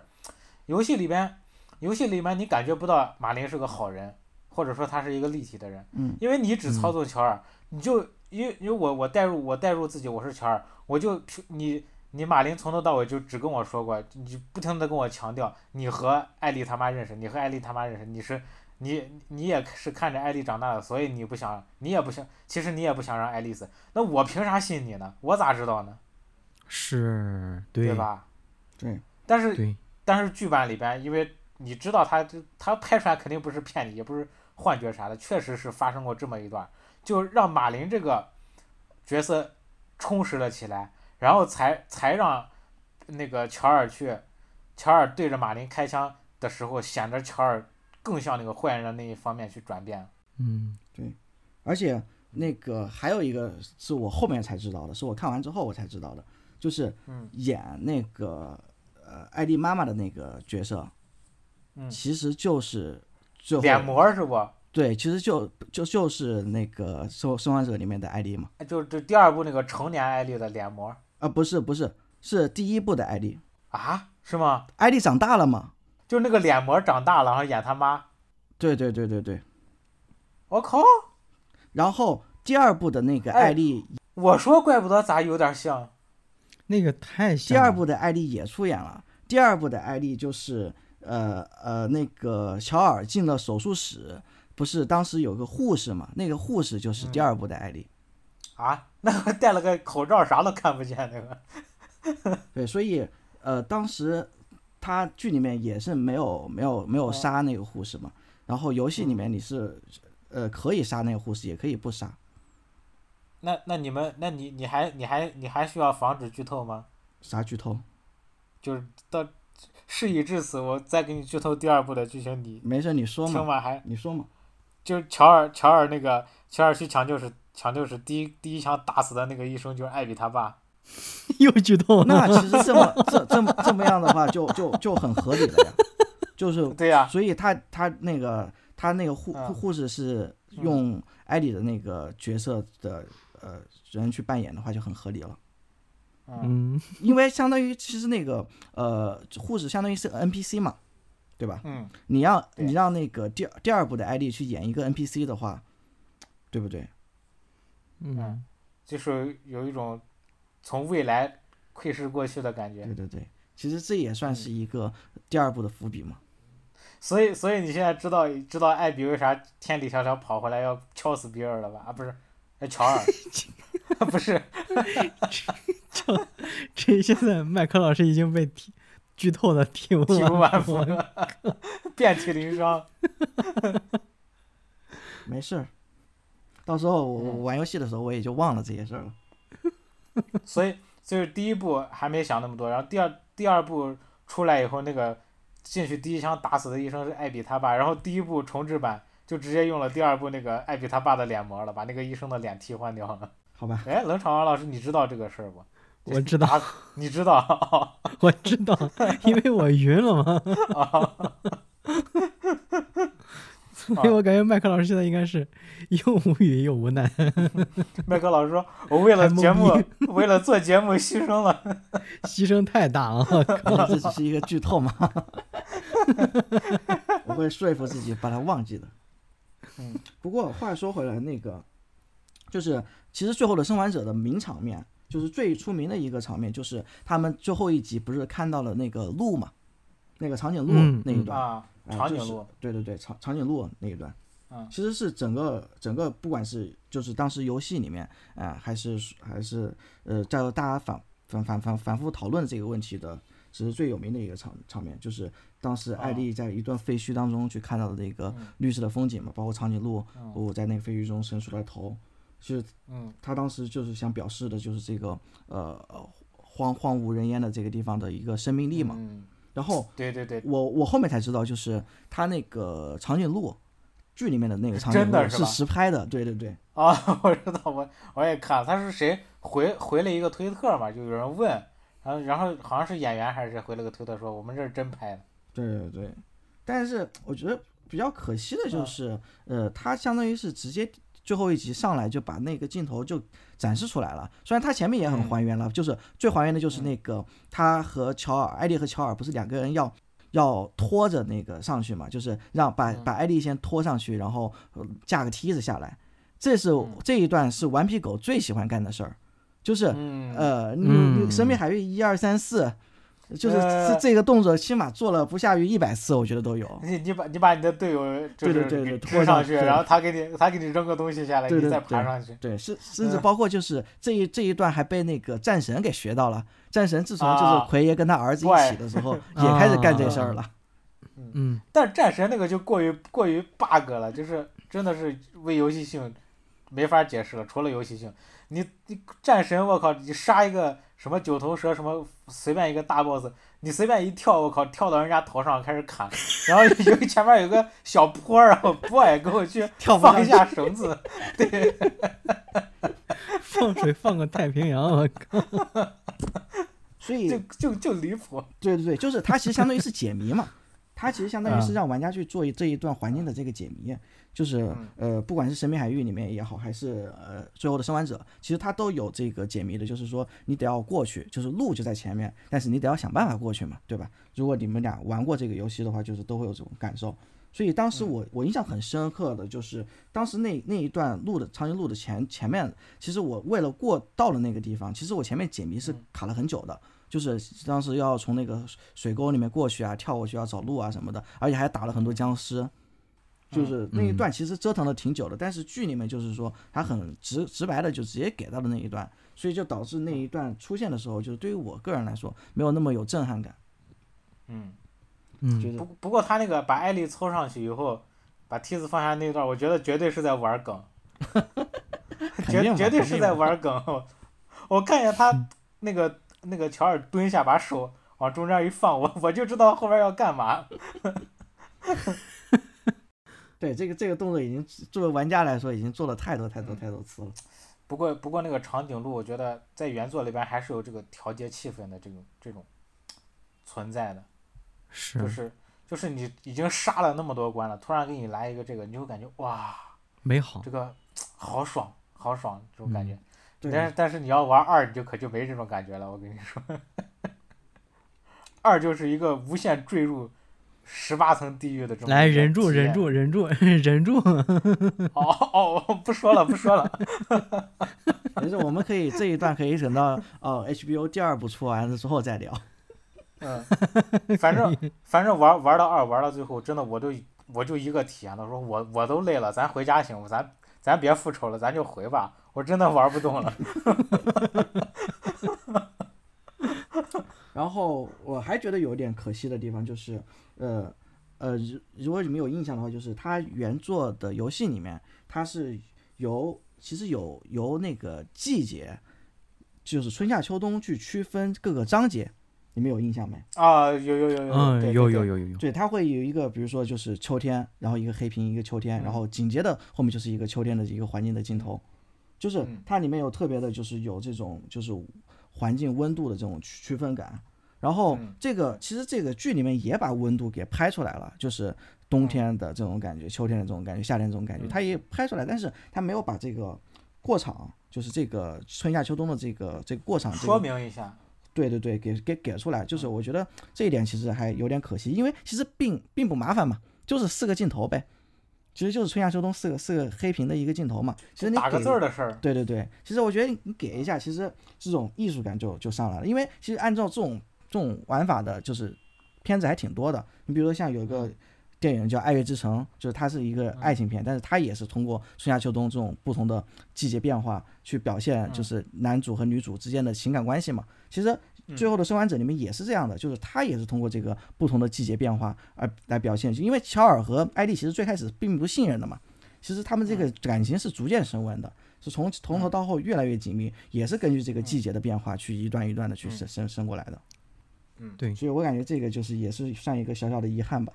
Speaker 1: 游戏里边游戏里面你感觉不到马林是个好人，或者说他是一个立体的人，
Speaker 3: 嗯，
Speaker 1: 因为你只操纵乔尔，你就因为因为我我代入我代入自己我是乔尔，我就你你马林从头到尾就只跟我说过，你就不停的跟我强调你和艾丽他妈认识，你和艾丽他妈认识，你是你你也是看着艾丽长大的，所以你不想你也不想，其实你也不想让爱丽死，那我凭啥信你呢？我咋知道呢？
Speaker 2: 是
Speaker 1: 对
Speaker 2: 对
Speaker 1: 吧？
Speaker 3: 对，
Speaker 1: 但是
Speaker 2: 对
Speaker 1: 但是剧版里边，因为你知道他他拍出来肯定不是骗你，也不是幻觉啥的，确实是发生过这么一段，就让马林这个角色充实了起来，然后才才让那个乔尔去，乔尔对着马林开枪的时候，显得乔尔更向那个坏人的那一方面去转变。
Speaker 2: 嗯
Speaker 3: 而且那个还有一个是我后面才知道的，是我看完之后我才知道的，就是
Speaker 1: 嗯
Speaker 3: 演那个呃艾丽妈妈的那个角色，
Speaker 1: 嗯
Speaker 3: 其实就是最后
Speaker 1: 脸模是不？
Speaker 3: 对，其实就就就是那个生生还者里面的艾丽嘛，
Speaker 1: 就是就第二部那个成年艾丽的脸模
Speaker 3: 啊不是不是是第一部的艾丽，
Speaker 1: 啊？是吗？
Speaker 3: 艾丽长大了嘛？
Speaker 1: 就是那个脸模长大了，然后演他妈。
Speaker 3: 对对对对对，
Speaker 1: 我靠！
Speaker 3: 然后第二部的那个
Speaker 1: 哎
Speaker 3: 艾丽，
Speaker 1: 我说怪不得咋有点像。
Speaker 2: 那个太
Speaker 3: 第
Speaker 2: 像
Speaker 3: 二
Speaker 2: 了
Speaker 3: 部的艾丽也出演了，第二部的艾丽就是呃呃那个乔尔进了手术室，不是当时有个护士嘛？那个护士就是第二部的艾丽，
Speaker 1: 啊，那个戴了个口罩，啥都看不见那个。
Speaker 3: 对，所以呃，当时他剧里面也是没有没有没有
Speaker 1: 哦嗯
Speaker 3: 杀那个护士嘛，然后游戏里面你是呃可以杀那个护士，也可以不杀。
Speaker 1: 那那你们，那你你还你还你还需要防止剧透吗？
Speaker 3: 啥剧透？
Speaker 1: 就是到事已至此，我再给你剧透第二部的剧情，你
Speaker 3: 没事，你说
Speaker 1: 听
Speaker 3: 嘛，
Speaker 1: 完还
Speaker 3: 你说嘛。
Speaker 1: 就是乔尔乔尔那个乔尔去抢救时抢救时第一第一枪打死的那个医生就是艾比他爸。
Speaker 2: 又剧透了，
Speaker 3: 那其实这么这这么这么样的话就，就就很合理了呀，就是
Speaker 1: 对呀、
Speaker 3: 所以他他那个他那个护
Speaker 1: 嗯
Speaker 3: 护士是用艾莉的那个角色的呃人去扮演的话，就很合理了。
Speaker 1: 嗯
Speaker 2: 嗯
Speaker 3: 因为相当于其实那个呃护士相当于是个 NPC 嘛，对吧？
Speaker 1: 嗯，
Speaker 3: 你让
Speaker 1: 对
Speaker 3: 你让那个第二第二部的艾莉去演一个 NPC 的话，对不对？
Speaker 2: 嗯，
Speaker 1: 就是有一种从未来窥视过去的感觉
Speaker 3: 对。对对，其实这也算是
Speaker 1: 嗯
Speaker 3: 一个第二部的伏笔嘛。
Speaker 1: 所以，所以你现在知道知道艾比为啥千里迢迢跑回来要敲死比尔了吧？啊，不是，呃乔尔， 不是，
Speaker 2: 这现在麦克老师已经被提剧透的体无
Speaker 1: 体无完
Speaker 2: 完
Speaker 1: 肤
Speaker 2: 肤，
Speaker 1: 遍体鳞伤。
Speaker 3: 没事儿，到时候我
Speaker 1: 嗯
Speaker 3: 我玩游戏的时候我也就忘了这些事儿了。
Speaker 1: 所以，就是第一部还没想那么多，然后第二第二部出来以后，那个进去第一枪打死的医生是艾比他爸，然后第一部重制版就直接用了第二部那个艾比他爸的脸模了，把那个医生的脸替换掉了。
Speaker 3: 好吧，
Speaker 1: 哎，冷场王老师，你知道这个事儿不？
Speaker 2: 我知道，
Speaker 1: 啊你知道？
Speaker 2: 我知道，因为我晕了嘛， 所以我感觉麦克老师现在应该是又无语又无奈，
Speaker 1: 麦克老师说：“我为了
Speaker 2: MOB
Speaker 1: 节目，为了做节目牺牲 了。”
Speaker 2: 牺牲太大了，我 靠
Speaker 3: 这只是一个剧透嘛。 我会说服自己把它忘记的。
Speaker 1: 嗯，
Speaker 3: 不过话说回来，那个就是其实最后的生还者的名场面，就是最出名的一个场面，就是他们最后一集不是看到了那个鹿嘛，那个长颈鹿
Speaker 2: 嗯
Speaker 3: 那一
Speaker 2: 嗯
Speaker 3: 段，
Speaker 1: 啊，
Speaker 3: 啊
Speaker 1: 长颈
Speaker 3: 就是
Speaker 1: 鹿，
Speaker 3: 对对对，长长颈鹿那一段，
Speaker 1: 嗯
Speaker 3: 其实是整个整个不管是就是当时游戏里面，啊、还是还是呃，在大家反反反反反复讨论这个问题的，其实最有名的一个场场面，就是当时艾丽在一段废墟当中去看到的那个
Speaker 1: 啊嗯
Speaker 3: 绿色的风景嘛，包括长颈鹿，哦
Speaker 1: 嗯
Speaker 3: 我在那个废墟中伸出了头，其实
Speaker 1: 嗯
Speaker 3: 他当时就是想表示的就是这个呃呃荒荒无人烟的这个地方的一个生命力嘛，
Speaker 1: 嗯，
Speaker 3: 然后。
Speaker 1: 对对对，
Speaker 3: 我我后面才知道，就是他那个长颈鹿剧里面的那个
Speaker 1: 是
Speaker 3: 长颈
Speaker 1: 哎真的
Speaker 3: 鹿
Speaker 1: 是
Speaker 3: 是
Speaker 1: 吧
Speaker 3: 实拍的，对对对，
Speaker 1: 啊，我知道，我我也看了，他是谁回回了一个推特嘛，就有人问，然后然后好像是演员还是谁回了个推特说我们这是真拍的，
Speaker 3: 对对对。但是我觉得比较可惜的就是，呃，他相当于是直接最后一集上来就把那个镜头就展示出来了。虽然他前面也很
Speaker 1: 嗯
Speaker 3: 还原了，就是最还原的就是那个他和乔尔，艾丽和乔尔不是两个人要要拖着那个上去嘛，就是让把把艾丽先拖上去，然后呃架个梯子下来。这是这一段是顽皮狗最喜欢干的事儿，就是
Speaker 1: 嗯，
Speaker 3: 呃，你
Speaker 2: 嗯
Speaker 3: 你神秘海域一二三四，就是
Speaker 1: 呃
Speaker 3: 这这个动作起码做了不下于一百次，我觉得都有。
Speaker 1: 你你把你把你的队友就
Speaker 3: 对对
Speaker 1: 是
Speaker 3: 对
Speaker 1: 给
Speaker 3: 对
Speaker 1: 推
Speaker 3: 拖
Speaker 1: 上
Speaker 3: 上
Speaker 1: 去，
Speaker 3: 去
Speaker 1: 然后他给你他给你扔个东西下来，
Speaker 3: 对
Speaker 1: 你
Speaker 3: 对
Speaker 1: 再
Speaker 3: 对
Speaker 1: 爬上去。
Speaker 3: 对，是甚至
Speaker 1: 嗯
Speaker 3: 包括就是这一这一段还被那个战神给学到了。战神自从就是
Speaker 1: 啊
Speaker 3: 奎爷跟他儿子一起的时候，也开始干这事儿了。
Speaker 2: 嗯，
Speaker 1: 但战神那个就过于过于 bug 了，就是真的是为游戏性没法解释了，除了游戏性，你你战神我靠，你杀一个什么九头蛇什么随便一个大 boss，你随便一跳我靠跳到人家头上开始砍，然后由于前面有个小坡儿， 然后 boy 给我去
Speaker 3: 跳不
Speaker 1: 放
Speaker 3: 上
Speaker 1: 一
Speaker 3: 去
Speaker 1: 下绳子，对，
Speaker 2: 放水放个太平洋，我靠！
Speaker 1: 就
Speaker 3: 所以
Speaker 1: 就就离谱，
Speaker 3: 对对对，就是它其实相当于是解谜嘛，它其实相当于是让玩家去做一这一段环境的这个解谜，就是呃，不管是神秘海域里面也好，还是呃最后的生还者，其实它都有这个解谜的，就是说你得要过去，就是路就在前面，但是你得要想办法过去嘛，对吧？如果你们俩玩过这个游戏的话，就是都会有这种感受。所以当时我我印象很深刻的就是，当时那那一段路的长颈鹿的前前面，其实我为了过到了那个地方，其实我前面解谜是卡了很久的，就是当时要从那个水沟里面过去啊，跳过去啊，找路啊什么的，而且还打了很多僵尸。就是那一段其实折腾了挺久的，但是剧里面就是说他很直直白的就直接给到了那一段，所以就导致那一段出现的时候，就是对于我个人来说没有那么有震撼感，
Speaker 1: 嗯。
Speaker 2: 嗯，
Speaker 3: 就是
Speaker 1: 不不过他那个把艾丽凑上去以后，把梯子放下那段，我觉得绝对是在玩 梗，
Speaker 3: 肯定
Speaker 1: 绝
Speaker 3: 嘛
Speaker 1: 绝对
Speaker 3: 肯
Speaker 1: 是
Speaker 3: 定嗯
Speaker 1: 在
Speaker 3: 嘛
Speaker 1: 玩梗。 我看见他那个那个乔尔蹲下，把手往中间一放，我 我就知道后边要干嘛。
Speaker 3: 对这个这个动作已经作为玩家来说已经做了太多太多太多次了。
Speaker 1: 不过不过那个长颈鹿，我觉得在原作里边还是有这个调节气氛的这种这种存在的，就是是就是你已经杀了那么多关了，突然给你来一个这个，你就感觉哇，
Speaker 2: 美好
Speaker 1: 这。个好爽好爽这种感觉。
Speaker 3: 对，
Speaker 1: 但是但是你要玩二，你就可就没这种感觉了。我跟你说， 二就是一个无限坠入十八层地狱的这么
Speaker 2: 来
Speaker 1: 一个
Speaker 2: 忍住，
Speaker 1: 体验
Speaker 2: 忍。住，忍住， 忍住！
Speaker 1: 哦哦，哦不说了不说 了。
Speaker 3: 没事，我们可以这一段可以等到哦 HBO 第二部出完了之后再聊。
Speaker 1: 嗯，反正反正玩玩到二玩到最后，真的我就我就一个体验了，说我我都累了，咱回家行不？咱咱别复仇了，咱就回吧。我真的玩不动 了。
Speaker 3: 然后我还觉得有点可惜的地方就是，呃呃，如如果你们有印象的话，就是它原作的游戏里面，它是由其实有由那个季节，就是春夏秋冬去区分各个章节，你们有印象没？
Speaker 1: 啊，有有有有。
Speaker 2: 嗯，
Speaker 1: 对
Speaker 2: 有
Speaker 1: 对
Speaker 2: 有
Speaker 1: 对
Speaker 2: 有有有，
Speaker 3: 对，它会有一个，比如说就是秋天，然后一个黑屏，一个秋天，然后紧接着后面就是一个秋天的一个环境的镜头，就是它里面有特别的，就是有这种就是环境温度的这种区区分感。然后这个其实这个剧里面也把温度给拍出来了，就是冬天的这种感觉，秋天的这种感觉，夏天这种感觉，它也拍出来，但是它没有把这个过场，就是这个春夏秋冬的这个这个过场这个
Speaker 1: 说明一下，
Speaker 3: 对对对，给给给出来，就是
Speaker 1: 嗯
Speaker 3: 我觉得这一点其实还有点可惜，因为其实并并不麻烦嘛，就是四个镜头呗，其实就是春夏秋冬四个四个黑屏的一个镜头嘛。其实你
Speaker 1: 打个
Speaker 3: 给
Speaker 1: 字儿的事儿。
Speaker 3: 对对对，其实我觉得你给一下，其实这种艺术感就就上来了，因为其实按照这种这种玩法的，就是片子还挺多的。你比如说像有一个电影叫《爱乐之城》，就是它是一个爱情片，但是它也是通过春夏秋冬这种不同的季节变化去表现，就是男主和女主之间的情感关系嘛。其实最后的生还者里面也是这样的，就是他也是通过这个不同的季节变化而来表现，因为乔尔和艾丽其实最开始并不信任的嘛。其实他们这个感情是逐渐升温的，是从从头到后越来越紧密，也是根据这个季节的变化去一段一段的去升升升过来的。
Speaker 1: 嗯
Speaker 2: 对
Speaker 3: 所以我感觉这个就是也是算一个小小的遗憾吧。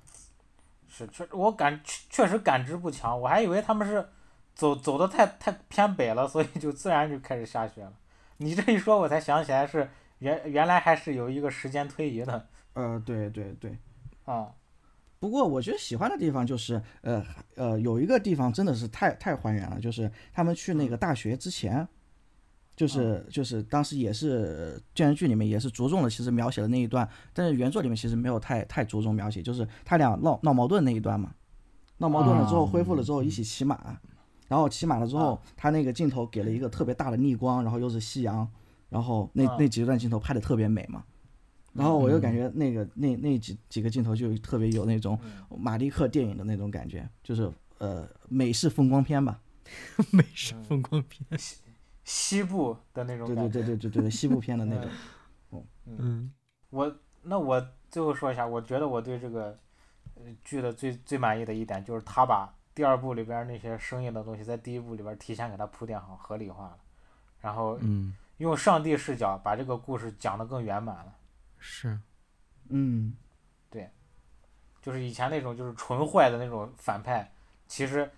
Speaker 1: 是确，我感确确实感知不强，我还以为他们是走走的太太偏北了，所以就自然就开始下雪了。你这一说，我才想起来是原原来还是有一个时间推移的
Speaker 3: 呃，对对对。
Speaker 1: 啊、
Speaker 3: 不过我觉得喜欢的地方就是，呃呃，有一个地方真的是太太还原了，就是他们去那个大学之前，就是就是当时也是电视剧里面也是着重了，其实描写了那一段，但是原作里面其实没有太太着重描写，就是他俩闹闹矛盾那一段嘛，闹矛盾了之后
Speaker 2: 啊
Speaker 3: 恢复了之后一起骑马，然后骑马了之后，他那个镜头给了一个特别大的逆光，然后又是夕阳，然后那、
Speaker 1: 啊
Speaker 3: 那几段镜头拍的特别美嘛。然后我就感觉那个、那那几几个镜头就特别有那种马利克电影的那种感觉，就是呃美式风光片吧，
Speaker 2: 美式
Speaker 1: 嗯
Speaker 2: 风光片，
Speaker 1: 西部的那种
Speaker 3: 对
Speaker 1: 感
Speaker 3: 对
Speaker 1: 觉。
Speaker 3: 对对对对对西部片的那 种。
Speaker 2: 嗯
Speaker 1: 我那我最后说一下，我觉得我对这个呃剧的最最满意的一点就是他把第二部里边儿那些生硬的东西在第一部里边儿提前给它铺垫好、合理化了，然后
Speaker 2: 嗯，
Speaker 1: 用上帝视角把这个故事讲得更圆满了。
Speaker 2: 是，
Speaker 3: 嗯，
Speaker 1: 就是以前那种就是纯坏的那种反派，其实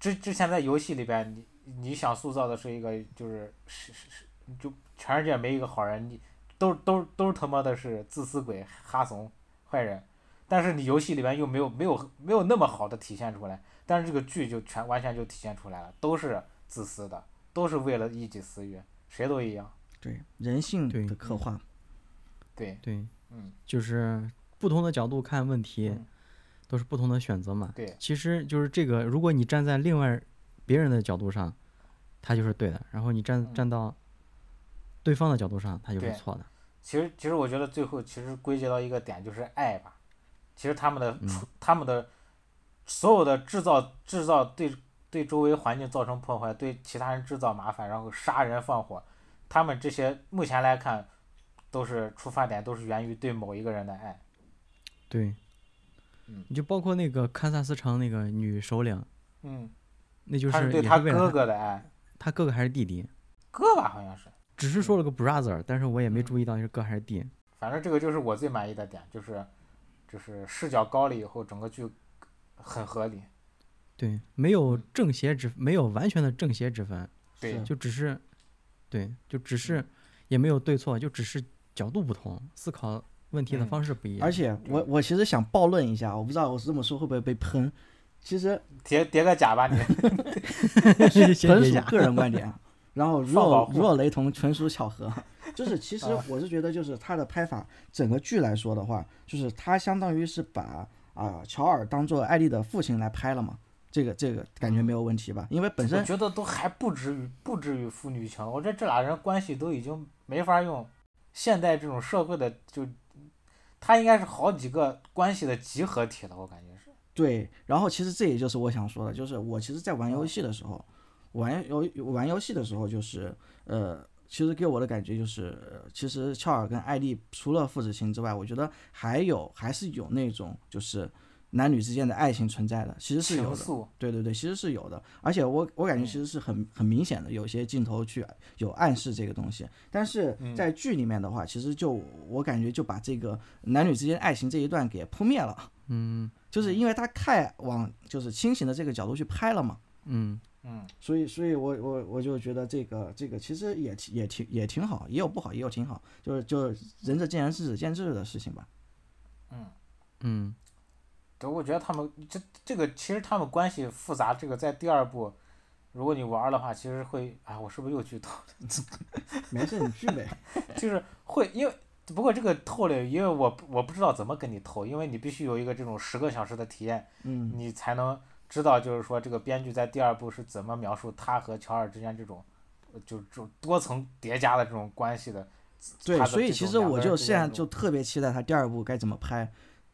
Speaker 1: 之之前在游戏里边，你你想塑造的是一个就是是是是，就全世界没一个好人，你都都都他妈的是自私鬼、哈怂、坏人，但是你游戏里边又没有没有没有那么好的体现出来，但是这个剧就全完全就体现出来了，都是自私的，都是为了一己私欲，谁都一样，
Speaker 3: 对人性
Speaker 2: 对
Speaker 3: 的刻
Speaker 1: 嗯
Speaker 3: 画，
Speaker 1: 对，
Speaker 2: 对，
Speaker 1: 嗯，
Speaker 2: 就是不同的角度看问题，
Speaker 1: 嗯
Speaker 2: 都是不同的选择嘛。
Speaker 1: 对
Speaker 2: 其实就是这个，如果你站在另外别人的角度上，他就是对的；然后你站
Speaker 1: 嗯
Speaker 2: 站到对方的角度上，他就是
Speaker 1: 对
Speaker 2: 错的。
Speaker 1: 其实，其实我觉得最后其实归结到一个点，就是爱吧。其实他们的
Speaker 2: 嗯
Speaker 1: 出、他们的所有的制造制造对对周围环境造成破坏，对其他人制造麻烦，然后杀人放火，他们这些目前来看都是出发点都是源于对某一个人的爱。
Speaker 2: 对，
Speaker 1: 嗯
Speaker 2: 你就包括那个堪萨斯城那个女首领，
Speaker 1: 嗯，
Speaker 2: 那就
Speaker 1: 他
Speaker 2: 是
Speaker 1: 对
Speaker 2: 也
Speaker 1: 他
Speaker 2: 是为
Speaker 1: 哥
Speaker 2: 了
Speaker 1: 哥的爱，
Speaker 2: 他哥哥还是弟弟，
Speaker 1: 哥吧好像是。
Speaker 2: 只是说了个 brother，但是我也没
Speaker 1: 嗯
Speaker 2: 注意到是哥还是弟。
Speaker 1: 反正这个就是我最满意的点，就是就是视角高了以后，整个剧很合理。
Speaker 2: 对，没有正邪之，没有完全的正邪之分，
Speaker 1: 对
Speaker 3: 是
Speaker 2: 就只是，对，就只是也没有对错，就只是角度不同，思考问题的
Speaker 1: 嗯
Speaker 2: 方式不一样。
Speaker 3: 而，且我我其实想暴论一下，我不知道我这么说会不会被喷。其实
Speaker 1: 叠叠个甲吧你。
Speaker 2: 谢谢
Speaker 3: 纯属
Speaker 2: 家。
Speaker 3: 个人观点啊，然后
Speaker 1: 放保
Speaker 3: 若
Speaker 1: 护
Speaker 3: 若雷同，纯属巧合。就是其实
Speaker 1: 啊
Speaker 3: 我是觉得，就是他的拍法，整个剧来说的话，就是他相当于是把啊、乔尔当做艾丽的父亲来拍了嘛，这个这个感
Speaker 1: 嗯
Speaker 3: 觉没有问题吧？因为本
Speaker 1: 我
Speaker 3: 身
Speaker 1: 觉得都还不至于不至于父女情，我觉得这俩人关系都已经没法用现代这种社会的就，他应该是好几个关系的集合体了，我感觉是。
Speaker 3: 对，然后其实这也就是我想说的，就是我其实，在玩游
Speaker 1: 嗯
Speaker 3: 戏的时候，玩游玩游戏的时候，就是呃，其实给我的感觉就是，呃其实乔尔跟艾丽除了父子情之外，我觉得还有还是有那种就是男女之间的爱情存在的，其实是
Speaker 1: 情
Speaker 3: 有的。
Speaker 1: 愫，
Speaker 3: 对对对，其实是有的，而且我我感觉
Speaker 1: 嗯
Speaker 3: 其实是很很明显的，有些镜头去有暗示这个东西，但是
Speaker 1: 嗯
Speaker 3: 在剧里面的话，其实就我感觉就把这个男女之间爱情这一段给扑灭了。
Speaker 2: 嗯
Speaker 3: 就是因为他太往就是清醒的这个角度去拍了嘛，
Speaker 2: 嗯，
Speaker 1: 嗯，
Speaker 3: 所以所以我我我就觉得这个这个其实也挺也挺也挺好，也有不好，也有挺好，就是就是仁者见仁，智者见智的事情吧。
Speaker 2: 嗯，
Speaker 1: 对，我觉得他们这这个其实他们关系复杂，这个在第二部，如果你玩儿的话，其实会，哎，我是不是又剧透？
Speaker 3: 没事，你去呗。
Speaker 1: 就是会，因为不过这个透了，因为我不我不知道怎么跟你透，因为你必须有一个这种十个小时的体验，
Speaker 3: 嗯，
Speaker 1: 你才能知道，就是说这个编剧在第二部是怎么描述他和乔尔之间这种，呃就就多层叠加的这种关系的。
Speaker 3: 对
Speaker 1: 他，的
Speaker 3: 所以
Speaker 1: 这
Speaker 3: 其
Speaker 1: 种
Speaker 3: 实
Speaker 1: 两
Speaker 3: 我
Speaker 1: 个
Speaker 3: 就
Speaker 1: 人之
Speaker 3: 现
Speaker 1: 间
Speaker 3: 在
Speaker 1: 的
Speaker 3: 就特别期待他第二部该怎么拍，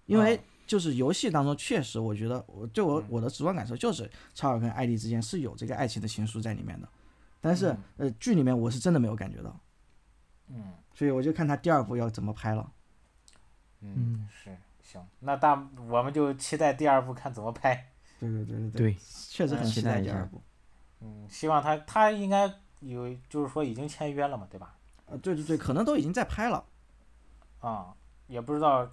Speaker 3: 因为
Speaker 1: 嗯
Speaker 3: 就是游戏当中确实，我觉得我对我
Speaker 1: 嗯
Speaker 3: 我的直观感受就是查尔跟艾丽之间是有这个爱情的情愫在里面的，但是
Speaker 1: 嗯
Speaker 3: 呃剧里面我是真的没有感觉到，
Speaker 1: 嗯
Speaker 3: 所以我就看他第二部要怎么拍了。
Speaker 1: 嗯，是行，那大我们就期待第二部看怎么拍。
Speaker 3: 对对对对对。
Speaker 2: 对，
Speaker 3: 确实很
Speaker 1: 嗯
Speaker 3: 期
Speaker 2: 期待
Speaker 3: 待
Speaker 2: 一
Speaker 3: 第
Speaker 2: 下
Speaker 3: 二部。
Speaker 1: 嗯，希望他他应该有，就是说已经签约了嘛，对吧？
Speaker 3: 啊，对对对，可能都已经在拍了。
Speaker 1: 啊、也不知道，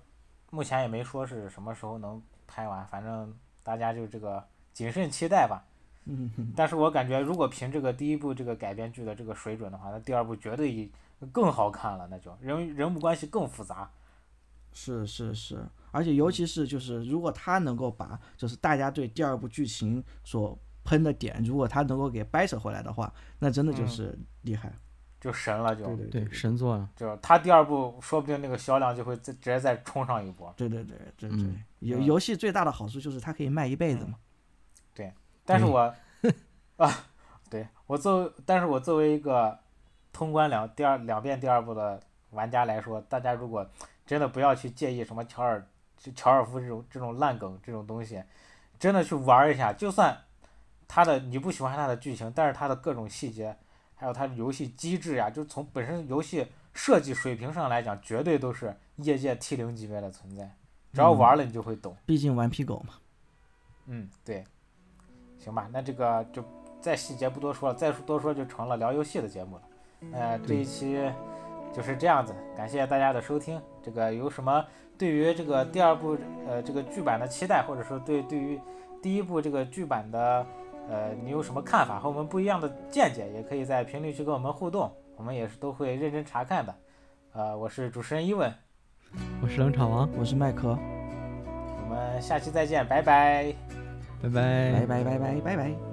Speaker 1: 目前也没说是什么时候能拍完，反正大家就这个谨慎期待吧。
Speaker 3: 嗯，
Speaker 1: 但是我感觉，如果凭这个第一部这个改编剧的这个水准的话，那第二部绝对以更好看了，那就人人物关系更复杂。
Speaker 3: 是是是，而且尤其是就是，如果他能够把就是大家对第二部剧情所喷的点，如果他能够给掰扯回来的话，那真的就
Speaker 1: 嗯
Speaker 3: 是厉害。
Speaker 1: 就神了就，
Speaker 3: 对对
Speaker 2: 对，神作啊，
Speaker 1: 就他第二部说不定那个销量就会再直接再冲上一波。
Speaker 3: 对对对对对
Speaker 2: 嗯，
Speaker 3: 游
Speaker 1: 嗯
Speaker 3: 游戏最大的好处就是它可以卖一辈子嘛。
Speaker 1: 但是
Speaker 2: 对
Speaker 1: 我啊，对我作为，但是我作为一个通关两第二两遍第二部的玩家来说，大家如果真的不要去介意什么乔尔乔尔夫这种这种烂梗这种东西，真的去玩儿一下，就算它的你不喜欢它的剧情，但是它的各种细节，还有它的游戏机制呀、就从本身游戏设计水平上来讲，绝对都是业界 T 零级别的存在。只要
Speaker 3: 嗯
Speaker 1: 玩儿了，你就会懂。
Speaker 3: 毕竟顽皮狗嘛，
Speaker 1: 嗯，对，行吧，那这个就再细节不多说了，再多说就成了聊游戏的节目了。呃，这一期就是这样子，感谢大家的收听。这个有什么对于这个第二部呃这个剧版的期待，或者说对对于第一部这个剧版的呃你有什么看法和我们不一样的见解，也可以在评论区跟我们互动，我们也是都会认真查看的。呃，我是主持人伊文，
Speaker 2: 我是冷场王，
Speaker 3: 我是麦克，哦
Speaker 1: 我们下期再见，拜拜。
Speaker 2: 拜拜
Speaker 3: 哎拜拜拜拜拜拜。